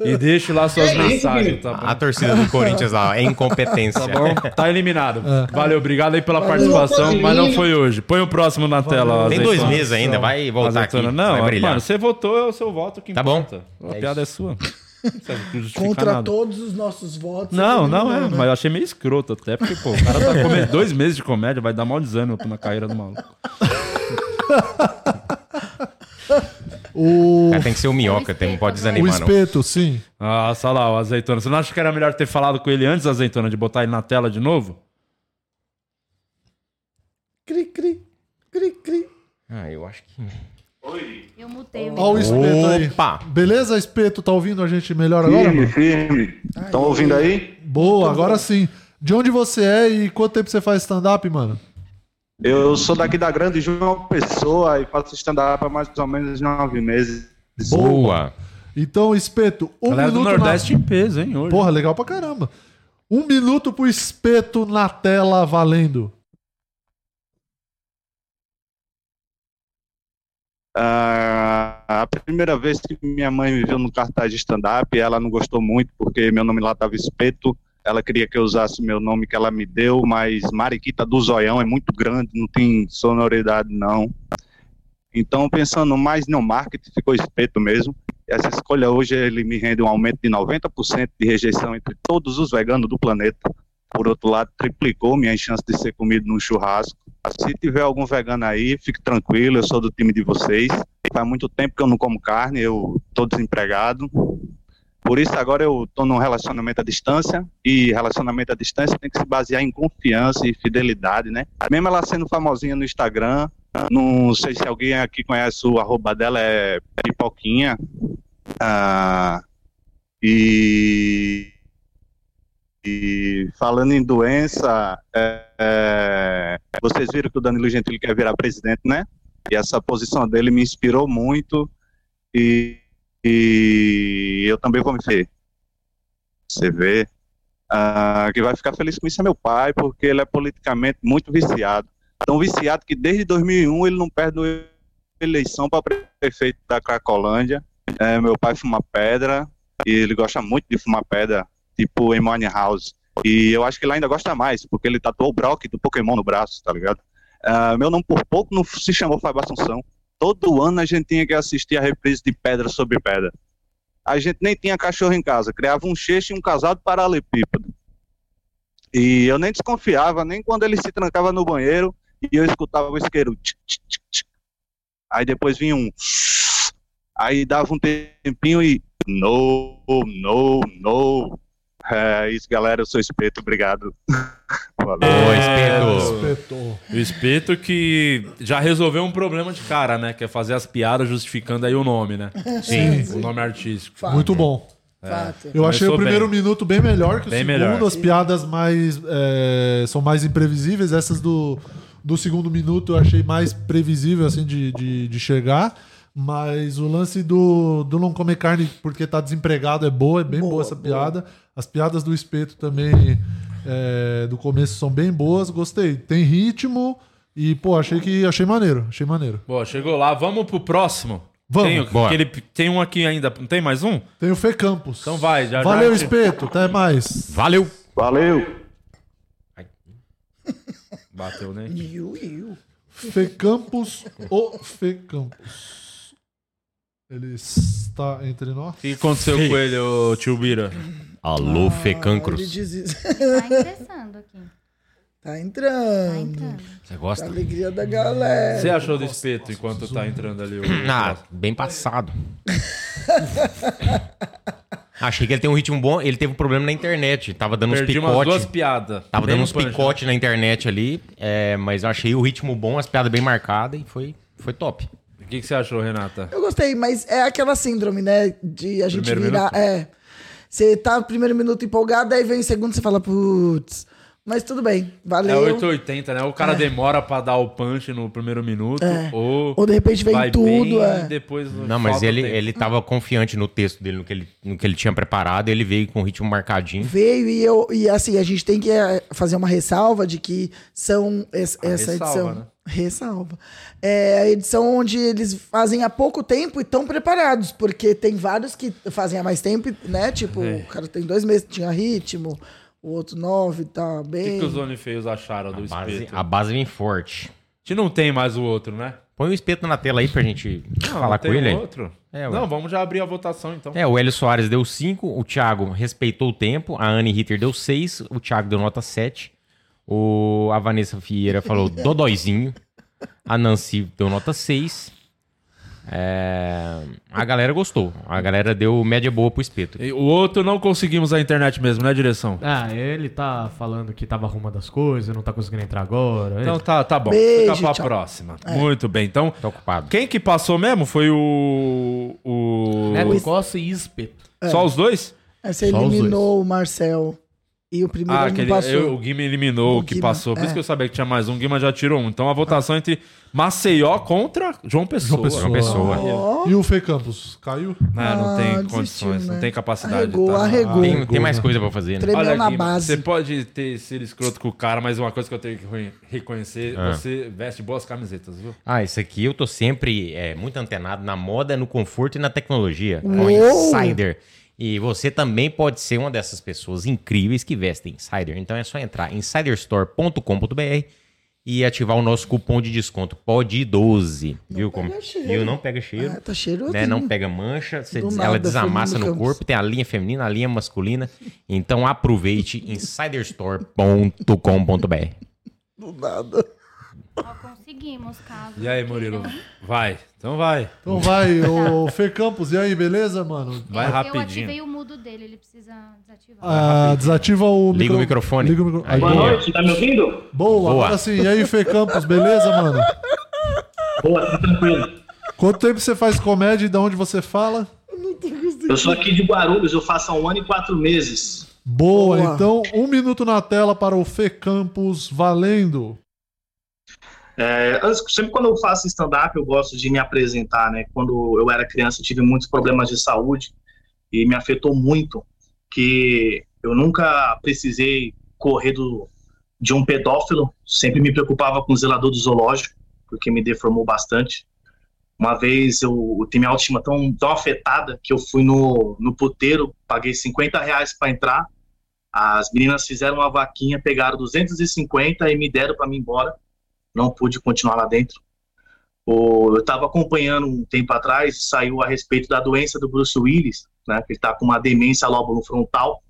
Speaker 6: e deixe lá suas mensagens, tá bom?
Speaker 3: A torcida do Corinthians lá, ó, é incompetência.
Speaker 6: Tá bom? Tá eliminado. Valeu, obrigado aí pela
Speaker 3: Valeu,
Speaker 6: participação,
Speaker 3: Paulinho.
Speaker 6: mas não foi hoje. Põe o próximo na tela.
Speaker 3: Tem
Speaker 6: Azeitona.
Speaker 3: dois meses ainda, vai voltar
Speaker 6: Azeitona,
Speaker 3: aqui,
Speaker 6: Não,
Speaker 3: vai brilhar.
Speaker 6: mano, você votou, é o seu voto que
Speaker 3: Tá bom.
Speaker 6: bom. A
Speaker 3: É
Speaker 6: piada é sua. Você não justifica
Speaker 8: Contra
Speaker 6: nada.
Speaker 8: todos os nossos votos.
Speaker 6: Não,
Speaker 8: você
Speaker 6: não é.
Speaker 8: eliminou,
Speaker 6: Mas
Speaker 8: né?
Speaker 6: eu achei meio escroto até, porque, pô, o cara tá comendo dois meses de comédia, vai dar mal desânimo na carreira do maluco.
Speaker 7: O...
Speaker 3: Cara, tem que ser o minhoca, tem, não pode
Speaker 7: O
Speaker 3: desanimar, não.
Speaker 7: espeto, sim.
Speaker 6: Nossa, olha lá, o azeitona. Você não acha que era melhor ter falado com ele antes, azeitona, de botar ele na tela de novo?
Speaker 8: Cri, cri, cri, cri.
Speaker 3: Ah, eu acho que.
Speaker 20: Eu mutei
Speaker 7: Olha o espeto aí.
Speaker 3: Opa!
Speaker 7: Beleza, espeto? Tá ouvindo a gente melhor agora?
Speaker 18: Firme,
Speaker 7: mano?
Speaker 18: firme. Estão ouvindo aí?
Speaker 7: Boa,
Speaker 8: Muito
Speaker 7: agora
Speaker 8: bom.
Speaker 7: sim. De onde você é e quanto tempo você faz stand-up, mano?
Speaker 18: Eu sou daqui da Grande João Pessoa e faço stand-up há mais ou menos nove meses.
Speaker 3: Boa.
Speaker 7: Então, Espeto, um
Speaker 18: Galera do
Speaker 7: minuto.
Speaker 18: Nordeste
Speaker 7: na...
Speaker 18: em peso, hein, hoje.
Speaker 7: Porra, legal pra caramba. Um minuto pro Espeto na tela valendo.
Speaker 18: Ah, a primeira vez que minha mãe me viu no cartaz de stand-up, ela não gostou muito porque meu nome lá estava Espeto. Ela queria que eu usasse meu nome que ela me deu, mas Mariquita do Zoião é muito grande, não tem sonoridade não. Então, pensando mais no marketing, ficou Espeto mesmo. Essa escolha hoje ele me rende um aumento de 90% de rejeição entre todos os veganos do planeta. Por outro lado, triplicou minha chance de ser comido num churrasco. Se tiver algum vegano aí, fique tranquilo, eu sou do time de vocês. Faz muito tempo que eu não como carne, eu tô desempregado. Por isso agora eu tô num relacionamento à distância e relacionamento à distância tem que se basear em confiança e fidelidade, né? Mesmo ela sendo famosinha no Instagram, não sei se alguém aqui conhece o arroba dela é pipoquinha. Ah, e e falando em doença, é, é, vocês viram que o Danilo Gentili quer virar presidente, né? E essa posição dele me inspirou muito e, e eu também vou me ver. Você vê. Ah, que vai ficar feliz com isso é meu pai, porque ele é politicamente muito viciado. Tão viciado que desde 2001 ele não perde uma eleição para prefeito da Cracolândia. É, meu pai fuma pedra e ele gosta muito de fumar pedra, tipo em Money House. E eu acho que ele ainda gosta mais, porque ele tatuou o Brock do Pokémon no braço, tá ligado? Ah, meu nome por pouco não se chamou Fábio Assunção. Todo ano a gente tinha que assistir a reprise de Pedra sobre Pedra. A gente nem tinha cachorro em casa, criava um cheixo e um casal de paralelepípedo. E eu nem desconfiava, nem quando ele se trancava no banheiro e eu escutava o isqueiro. tch, tch, tch, tch. Aí depois vinha um. Aí dava um tempinho e. No, no, no. É isso, galera. Eu sou espeto, obrigado.
Speaker 7: É,
Speaker 11: Boa,
Speaker 6: Espeto.
Speaker 11: O espeto que já resolveu um problema de cara, né? Que é fazer as piadas justificando aí o nome, né?
Speaker 7: Sim.
Speaker 11: O nome artístico.
Speaker 7: Fato. Muito bom.
Speaker 11: É.
Speaker 7: Eu achei
Speaker 11: Começou
Speaker 7: o primeiro
Speaker 11: bem.
Speaker 7: minuto bem melhor que o
Speaker 11: Bem
Speaker 7: segundo.
Speaker 11: melhor.
Speaker 7: As piadas mais é, são mais imprevisíveis. Essas do, do segundo minuto eu achei mais previsível assim de, de, de chegar. Mas o lance do, do não comer carne porque tá desempregado é boa, é bem boa, essa piada. As piadas do espeto também é, do começo são bem boas, gostei. Tem ritmo e, pô, achei que achei maneiro, achei maneiro.
Speaker 11: Boa, chegou lá. Vamos pro próximo?
Speaker 7: Vamos.
Speaker 11: Tem,
Speaker 7: Bora.
Speaker 11: aquele- tem um aqui ainda. Não tem mais um?
Speaker 7: Tem o Fê Campos.
Speaker 11: Então vai, já já
Speaker 7: Valeu,
Speaker 11: te-
Speaker 7: espeto, até mais.
Speaker 11: Valeu.
Speaker 18: Valeu.
Speaker 11: Bateu, né?
Speaker 7: Fê Campos, o Fê Campos. Ele está entre nós.
Speaker 11: O que aconteceu com ele, ô tio Bira?
Speaker 3: Alô,
Speaker 8: Ele
Speaker 3: Fecancros.
Speaker 8: diz isso.
Speaker 21: Tá ingressando aqui.
Speaker 8: Tá entrando.
Speaker 3: Você gosta?
Speaker 8: Da alegria da galera.
Speaker 11: Você achou do espeto enquanto tá entrando ali? O...
Speaker 3: Ah, bem passado. Achei que ele tem um ritmo bom. Ele teve um problema na internet. Tava dando
Speaker 11: Perdi
Speaker 3: uns
Speaker 11: umas
Speaker 3: picotes.
Speaker 11: duas piadas.
Speaker 3: Tava
Speaker 11: Bem né?
Speaker 3: dando
Speaker 11: no
Speaker 3: uns
Speaker 11: punch,
Speaker 3: picotes na internet ali. é, mas eu achei o ritmo bom, as piadas bem marcadas e foi, foi top.
Speaker 11: O que, que você achou, Renata?
Speaker 8: Eu gostei, mas é aquela síndrome, né? De a gente
Speaker 11: Primeiro
Speaker 8: virar.
Speaker 11: minuto?
Speaker 8: É. Você tá no primeiro minuto empolgado, aí vem o segundo você fala, putz. Mas tudo bem, valeu.
Speaker 11: É 880, né? O cara demora pra dar o punch no primeiro minuto.
Speaker 8: É.
Speaker 11: Ou,
Speaker 8: Ou de repente vem
Speaker 11: vai
Speaker 8: tudo,
Speaker 11: bem
Speaker 8: é.
Speaker 11: e depois
Speaker 3: Não, mas
Speaker 11: falta
Speaker 3: ele,
Speaker 11: tempo.
Speaker 3: ele tava confiante no texto dele, no que ele, no que ele tinha preparado. Ele veio com o ritmo marcadinho.
Speaker 8: Veio e eu. E assim, a gente tem que eh, fazer uma ressalva de que são. es-
Speaker 3: A
Speaker 8: essa
Speaker 3: ressalva,
Speaker 8: edição.
Speaker 3: né?
Speaker 8: Ressalva. É a edição onde eles fazem há pouco tempo e estão preparados, porque tem vários que fazem há mais tempo, né? Tipo,
Speaker 11: É.
Speaker 8: o cara tem dois meses, tinha ritmo, o outro nove, tá
Speaker 11: O que,
Speaker 8: bem.
Speaker 11: que os Onifeios acharam do espeto?
Speaker 3: A base vem forte.
Speaker 11: A gente não tem mais o outro, né?
Speaker 3: Põe o espeto na tela aí pra gente
Speaker 11: Não,
Speaker 3: falar
Speaker 11: tem
Speaker 3: com ele. aí.
Speaker 11: outro?
Speaker 3: É, ué.
Speaker 11: não, vamos já abrir a votação então.
Speaker 3: É, o Hélio Soares deu 5, o Thiago respeitou o tempo, a Anne Ritter deu 6, o Thiago deu nota 7, o, a Vanessa Vieira falou dodóizinho, a Nancy deu nota 6. a galera gostou, a galera deu média boa pro espeto.
Speaker 11: E O outro não conseguimos a internet mesmo, né, direção?
Speaker 12: Ah, ele tá falando que tava arrumando as coisas, não tá conseguindo entrar agora.
Speaker 11: Então
Speaker 12: Ele-
Speaker 11: tá, tá bom. Fica pra próxima.
Speaker 8: É.
Speaker 11: Muito bem. Então, quem que passou mesmo foi o. O.
Speaker 12: Neto Costa e Ispeto.
Speaker 8: É.
Speaker 11: Só os dois?
Speaker 8: Aí você eliminou o Marcel. E o primeiro
Speaker 6: Ah,
Speaker 8: não
Speaker 6: aquele,
Speaker 8: passou.
Speaker 6: eu- o Guima eliminou o, que
Speaker 8: Guima,
Speaker 6: passou. Por
Speaker 8: é.
Speaker 6: isso que eu sabia que tinha mais um. O Guima já tirou um. Então a votação entre Maceió contra João Pessoa.
Speaker 7: Pessoa. E o Fê Campos? Caiu?
Speaker 6: Não, não tem
Speaker 7: Ah, desistiu,
Speaker 6: condições, não
Speaker 7: né?
Speaker 6: tem capacidade. tá?
Speaker 7: Arregou, arregou.
Speaker 6: Tem,
Speaker 7: Arregou,
Speaker 6: mais
Speaker 7: né?
Speaker 6: coisa pra fazer, né?
Speaker 7: Tremeu na
Speaker 6: Guima,
Speaker 7: base.
Speaker 6: Você pode ter sido escroto com o cara, mas uma coisa que eu tenho que re- reconhecer,
Speaker 3: Ah.
Speaker 6: você veste boas camisetas, viu?
Speaker 3: Ah, isso aqui eu tô sempre é, muito antenado na moda, no conforto e na tecnologia. É
Speaker 6: Uou!
Speaker 3: um insider. E você também pode ser uma dessas pessoas incríveis que vestem insider. Então é só entrar em insiderstore.com.br e ativar o nosso cupom de desconto POD12, viu como? Viu? Não pega cheiro.
Speaker 8: Ah, tá cheirosinho.
Speaker 3: né? Não pega mancha, você
Speaker 8: Do
Speaker 3: des-
Speaker 8: nada,
Speaker 3: ela desamassa
Speaker 8: Fernando
Speaker 3: no
Speaker 8: Campos.
Speaker 3: corpo, tem a linha feminina, a linha masculina. Então aproveite insiderstore.com.br.
Speaker 8: Do nada.
Speaker 11: Conseguimos, caso.
Speaker 6: E aí, Murilo? Vai. Então vai.
Speaker 7: Então vai, o Fê Campos. E aí, beleza, mano?
Speaker 6: Vai
Speaker 11: Eu
Speaker 6: rapidinho.
Speaker 11: ativei o mudo dele, ele precisa desativar.
Speaker 7: Ah, desativa o
Speaker 3: Liga o microfone.
Speaker 7: Liga o micro-
Speaker 3: Aí,
Speaker 7: Boa
Speaker 3: boa.
Speaker 7: noite,
Speaker 22: tá me ouvindo?
Speaker 7: Boa,
Speaker 3: Boa.
Speaker 7: agora sim. E aí, Fê Campos, beleza, mano?
Speaker 22: Boa, tá tranquilo.
Speaker 7: Quanto tempo você faz comédia e de onde você fala?
Speaker 22: Eu sou aqui de Guarulhos, eu faço há um ano e quatro meses.
Speaker 7: Boa,
Speaker 22: Boa.
Speaker 7: então um minuto na tela para o Fê Campos, valendo.
Speaker 22: É, antes- sempre quando eu faço stand-up, eu gosto de me apresentar, né? Quando eu era criança, eu tive muitos problemas de saúde e me afetou muito, que eu nunca precisei correr do, de um pedófilo, sempre me preocupava com o zelador do zoológico, porque me deformou bastante. Uma vez eu, eu tenho minha autoestima tão, tão afetada que eu fui no, no puteiro, paguei 50 reais para entrar, as meninas fizeram uma vaquinha, pegaram 250 e me deram para mim ir embora não pude continuar lá dentro. O- eu estava acompanhando um tempo atrás, saiu a respeito da doença do Bruce Willis, né, que ele está com uma demência lóbulo frontal.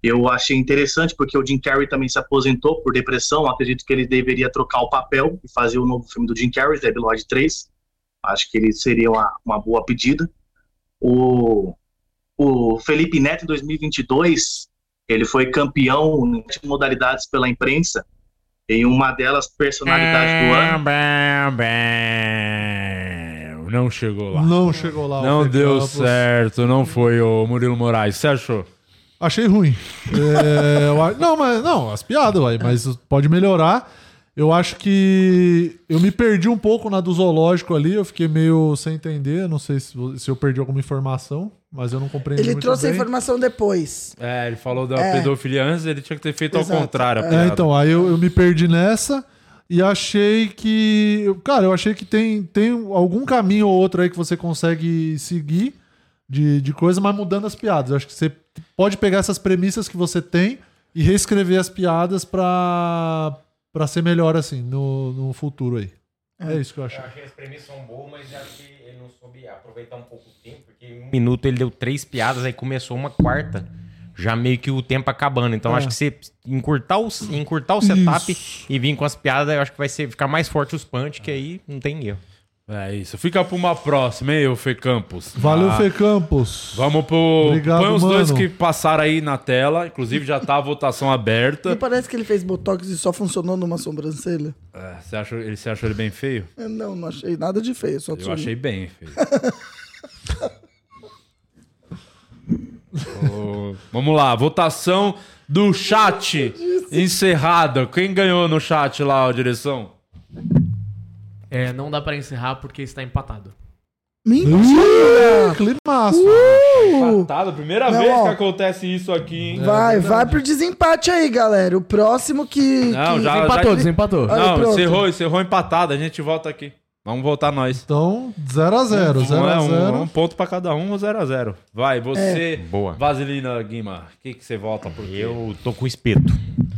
Speaker 22: Eu achei interessante porque o Jim Carrey também se aposentou por depressão. Acredito que ele deveria trocar o papel e fazer o novo filme do Jim Carrey, Debi Lloyd 3. Acho que ele seria uma, uma boa pedida. O, o Felipe Neto, em 2022, ele foi campeão em modalidades pela imprensa. Em uma delas, personalidade
Speaker 6: É,
Speaker 22: do ano.
Speaker 6: Não chegou lá.
Speaker 7: Não chegou lá. o
Speaker 6: Não
Speaker 7: Fê
Speaker 6: deu
Speaker 7: Campos.
Speaker 6: certo, não foi o Murilo Moraes. Você achou?
Speaker 7: Achei ruim. É, eu a- não, mas não, as piadas, uai, mas pode melhorar. Eu acho que eu me perdi um pouco na do zoológico ali, eu fiquei meio sem entender, não sei se, se eu perdi alguma informação, mas eu não compreendi
Speaker 8: Ele
Speaker 7: muito
Speaker 8: trouxe a
Speaker 7: bem.
Speaker 8: informação depois.
Speaker 6: É, ele falou da
Speaker 8: É.
Speaker 6: pedofilia antes, ele tinha que ter feito
Speaker 8: Exato.
Speaker 6: ao contrário. a
Speaker 7: É,
Speaker 6: piada.
Speaker 7: então, aí eu, eu me perdi nessa e achei que. eu- Cara, eu achei que tem, tem algum caminho ou outro aí que você consegue seguir de, de coisa, mas mudando as piadas. Eu acho que você pode pegar essas premissas que você tem e reescrever as piadas pra, pra ser melhor, assim, no, no futuro aí. É isso que eu achei.
Speaker 3: que as premissas são boas, mas acho que ele não soube aproveitar um pouco o tempo, porque em um minuto ele deu três piadas, aí começou uma quarta. Já meio que o tempo acabando. Então
Speaker 6: É.
Speaker 3: acho que você encurtar o, encurtar o setup e vir com as piadas, eu acho que vai ser, ficar mais forte os punch, que aí não tem erro.
Speaker 6: É isso. Fica pra uma próxima, hein, ô Fê Campos.
Speaker 7: Valeu,
Speaker 6: Ah,
Speaker 7: Fê Campos.
Speaker 6: Vamos pro.
Speaker 7: Obrigado,
Speaker 6: Põe os dois
Speaker 7: mano.
Speaker 6: que passaram aí na tela. Inclusive, já tá a votação aberta.
Speaker 8: Não parece que ele fez botox e só funcionou numa sobrancelha?
Speaker 6: É, Você achou, ele, você achou ele bem feio?
Speaker 8: Eu Não, não achei nada de feio. Só
Speaker 6: Eu achei bem feio. Ô, Vamos lá, votação do chat encerrada. Quem ganhou no chat lá, a direção?
Speaker 23: É, não dá pra encerrar porque está empatado.
Speaker 7: Mentira! Climaço!
Speaker 6: Tá Empatado, primeira
Speaker 8: Uh! Não,
Speaker 6: vez
Speaker 8: ó.
Speaker 6: que É acontece isso aqui, hein?
Speaker 8: Vai, vai pro desempate aí, galera. O próximo que.
Speaker 6: Não,
Speaker 8: que...
Speaker 6: já já...
Speaker 8: Olha,
Speaker 6: Não,
Speaker 8: pronto. Um
Speaker 6: encerrou, encerrou empatado. A gente volta aqui. Vamos voltar nós.
Speaker 7: Então, 0x0,
Speaker 6: Um-
Speaker 7: 0x0.
Speaker 6: Um, um ponto pra cada um, 0x0. Vai, você.
Speaker 3: É. Boa.
Speaker 6: Vaselina Guima, o que, que você volta por quê?
Speaker 3: Eu tô com espeto.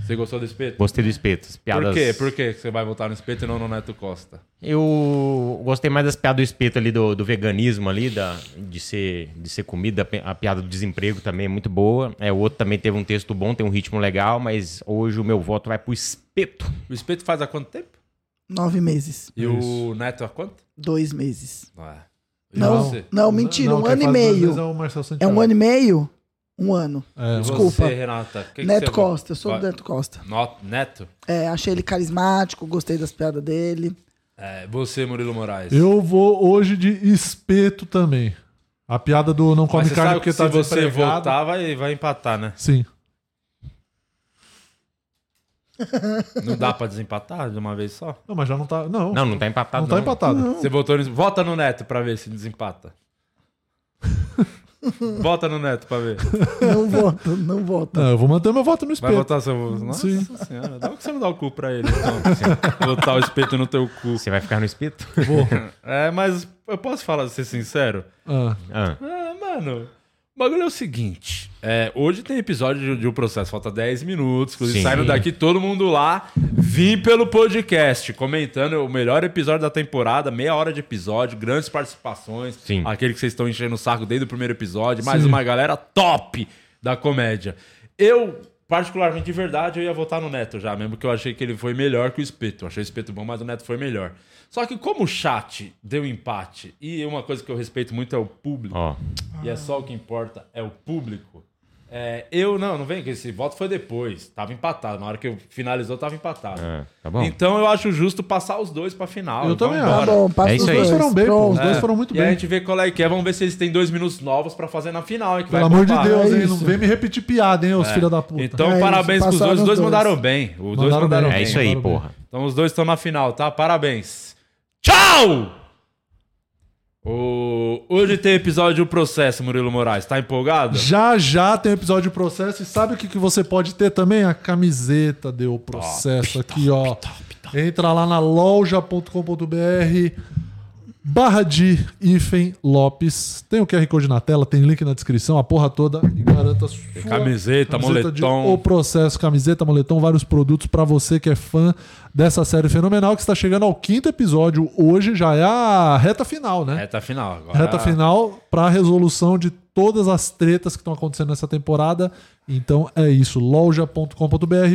Speaker 6: Você gostou do espeto?
Speaker 3: Gostei do espeto. As piadas...
Speaker 6: Por quê? Por quê que você vai voltar no espeto e não no Neto Costa?
Speaker 3: Eu gostei mais das piadas do espeto ali, do, do veganismo ali, da, de, ser, de ser comida. A piada do desemprego também é muito boa. É, o outro também teve um texto bom, tem um ritmo legal, mas hoje o meu voto vai pro espeto.
Speaker 6: O espeto faz há quanto tempo?
Speaker 8: Nove meses.
Speaker 6: E o Neto há quanto?
Speaker 8: Dois meses.
Speaker 6: Ah. E
Speaker 8: Não,
Speaker 6: você?
Speaker 8: não, mentira,
Speaker 6: Não,
Speaker 8: um
Speaker 6: quem
Speaker 8: ano e
Speaker 6: faz dois
Speaker 8: meio.
Speaker 6: meses é o Marcelo
Speaker 8: É
Speaker 6: Santiago.
Speaker 8: um ano e meio? Um ano.
Speaker 6: E
Speaker 8: Desculpa.
Speaker 6: Você, Renata, o que que
Speaker 8: Neto
Speaker 6: você-
Speaker 8: Costa, eu sou
Speaker 6: Vai.
Speaker 8: do Neto Costa.
Speaker 6: No- Neto?
Speaker 8: É, achei ele carismático, gostei das piadas dele.
Speaker 6: É, você, Murilo Moraes.
Speaker 7: Eu vou hoje de espeto também. A piada do não
Speaker 6: Mas
Speaker 7: come
Speaker 6: você
Speaker 7: carne
Speaker 6: sabe
Speaker 7: porque
Speaker 6: que
Speaker 7: tá
Speaker 6: se você
Speaker 7: desempregado.
Speaker 6: votar, vai, vai empatar, né?
Speaker 7: Sim.
Speaker 6: Não dá pra desempatar de uma vez só?
Speaker 7: Não, mas já não tá. Não.
Speaker 6: Não, não tá empatado.
Speaker 7: Não tá empatado. Não.
Speaker 6: Você votou no... Vota no Neto pra ver se desempata. Vota no Neto pra ver.
Speaker 8: Não vota, não vota.
Speaker 7: Não, eu vou manter meu voto no
Speaker 6: Vai
Speaker 7: espelho.
Speaker 6: votar seu. Nossa
Speaker 7: Sim.
Speaker 6: senhora, dá que você não dá o cu pra ele. Então. Botar o espeto no teu cu. Você
Speaker 3: vai ficar no espeto?
Speaker 7: Vou.
Speaker 6: É, mas eu posso falar, ser sincero?
Speaker 7: Ah.
Speaker 3: Ah.
Speaker 6: Ah, mano. O bagulho é o seguinte: é, hoje tem episódio de, de um processo, falta 10 minutos. Inclusive,
Speaker 3: Sim.
Speaker 6: saindo daqui, todo mundo lá. Vim pelo podcast, comentando o melhor episódio da temporada, meia hora de episódio, grandes participações.
Speaker 3: Sim.
Speaker 6: Aquele que vocês estão enchendo o saco desde o primeiro episódio. Mais
Speaker 3: Sim.
Speaker 6: uma galera top da comédia. Eu, particularmente, de verdade, eu ia votar no Neto já, mesmo que eu achei que ele foi melhor que o Espeto. Eu achei o Espeto bom, mas o Neto foi melhor. Só que como o chat deu empate, e uma coisa que eu respeito muito é o público,
Speaker 3: Ó.
Speaker 6: e é só o que importa, é o público. É, eu não, não vem que esse voto foi depois. Tava empatado. Na hora que eu finalizou, tava empatado.
Speaker 3: É, tá bom.
Speaker 6: Então eu acho justo passar os dois pra final.
Speaker 7: Eu também acho.
Speaker 6: embora.
Speaker 7: Tá bom, passa É isso os aí. dois foram bem, pô. Os dois foram muito
Speaker 6: e
Speaker 7: bem.
Speaker 6: a gente vê qual é que é. Vamos ver se eles têm dois minutos novos pra fazer na final. hein, que
Speaker 7: Pelo
Speaker 6: vai
Speaker 7: amor de
Speaker 6: poupar.
Speaker 7: Deus, hein? Não vem me repetir piada, hein, os
Speaker 6: É.
Speaker 7: filha da puta. É
Speaker 6: Então, parabéns pros dois. Os dois, mandaram bem. Os dois mandaram bem.
Speaker 7: pô.
Speaker 6: Então, os dois estão na final, tá? Parabéns. Tchau! O... Hoje tem episódio do processo, Murilo Moraes. Tá empolgado?
Speaker 7: Já já tem um episódio de processo e sabe o que, que você pode ter também? A camiseta deu processo aqui, ó. Entra lá na loja.com.br barra de hífen Lopes. Tem o QR Code na tela, tem link na descrição, a porra toda e garanta sua
Speaker 6: Camiseta,
Speaker 7: de
Speaker 6: moletom.
Speaker 7: O Processo, camiseta, moletom, vários produtos pra você que é fã dessa série fenomenal que está chegando ao quinto episódio hoje, já é a reta final, né?
Speaker 6: Reta final agora.
Speaker 7: Reta final para resolução de todas as tretas que estão acontecendo nessa temporada. Então é isso, loja.com.br,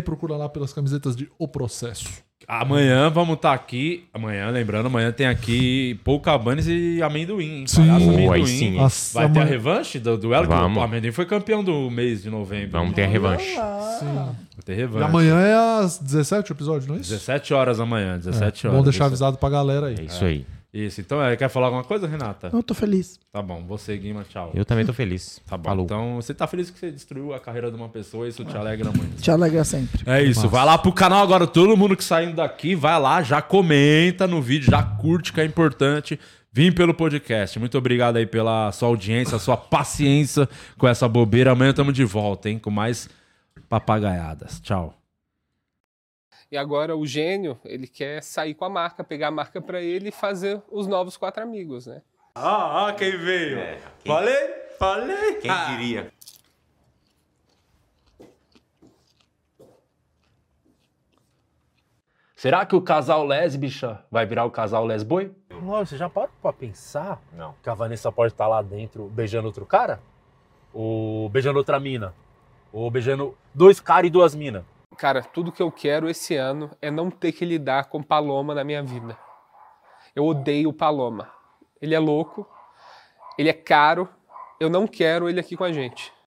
Speaker 7: procura lá pelas camisetas de O Processo.
Speaker 6: Amanhã vamos estar aqui. Amanhã, lembrando, amanhã tem aqui Poucabanes e amendoim. hein?
Speaker 7: Sim.
Speaker 6: Palhaço
Speaker 7: Oh,
Speaker 6: amendoim.
Speaker 3: aí sim, hein?
Speaker 7: Nossa,
Speaker 6: Vai ter a
Speaker 7: amanhã-
Speaker 6: revanche do duelo? que
Speaker 3: Vamos.
Speaker 6: O amendoim foi campeão do mês de novembro.
Speaker 3: Vamos ter a revanche.
Speaker 7: Sim.
Speaker 6: Vai ter
Speaker 7: E
Speaker 6: revanche.
Speaker 7: amanhã é às 17 o episódio, não é isso?
Speaker 6: 17 horas amanhã, 17
Speaker 7: É,
Speaker 6: horas.
Speaker 7: Bom deixar avisado pra galera aí.
Speaker 3: É isso aí.
Speaker 6: Isso, então, é, quer falar alguma coisa, Renata?
Speaker 8: Não, tô feliz.
Speaker 6: Tá bom, você, Guima, tchau.
Speaker 3: Eu também tô feliz.
Speaker 6: Tá bom.
Speaker 3: Falou.
Speaker 6: Então, você tá feliz que você destruiu a carreira de uma pessoa, isso te alegra muito.
Speaker 8: Te alegra sempre.
Speaker 6: É isso, vai lá pro canal agora, todo mundo que saindo daqui, vai lá, já comenta no vídeo, já curte que é importante. Vim pelo podcast. Muito obrigado aí pela sua audiência, sua paciência com essa bobeira. Amanhã tamo de volta, hein, com mais papagaiadas. Tchau.
Speaker 1: E agora o gênio, ele quer sair com a marca, pegar a marca pra ele e fazer os novos quatro amigos, né?
Speaker 6: Ah, ah quem veio? Falei? Falei?
Speaker 3: É,
Speaker 6: Ah.
Speaker 3: Quem diria?
Speaker 24: Será que o casal lésbicha vai virar o casal lesboi?
Speaker 25: Não, você já parou pra pensar
Speaker 3: Não.
Speaker 25: que a Vanessa pode estar lá dentro beijando outro cara? Ou beijando outra mina? Ou beijando dois caras e duas minas?
Speaker 1: Cara, tudo que eu quero esse ano é não ter que lidar com Paloma na minha vida. Eu odeio Paloma. Ele é louco, ele é caro, eu não quero ele aqui com a gente.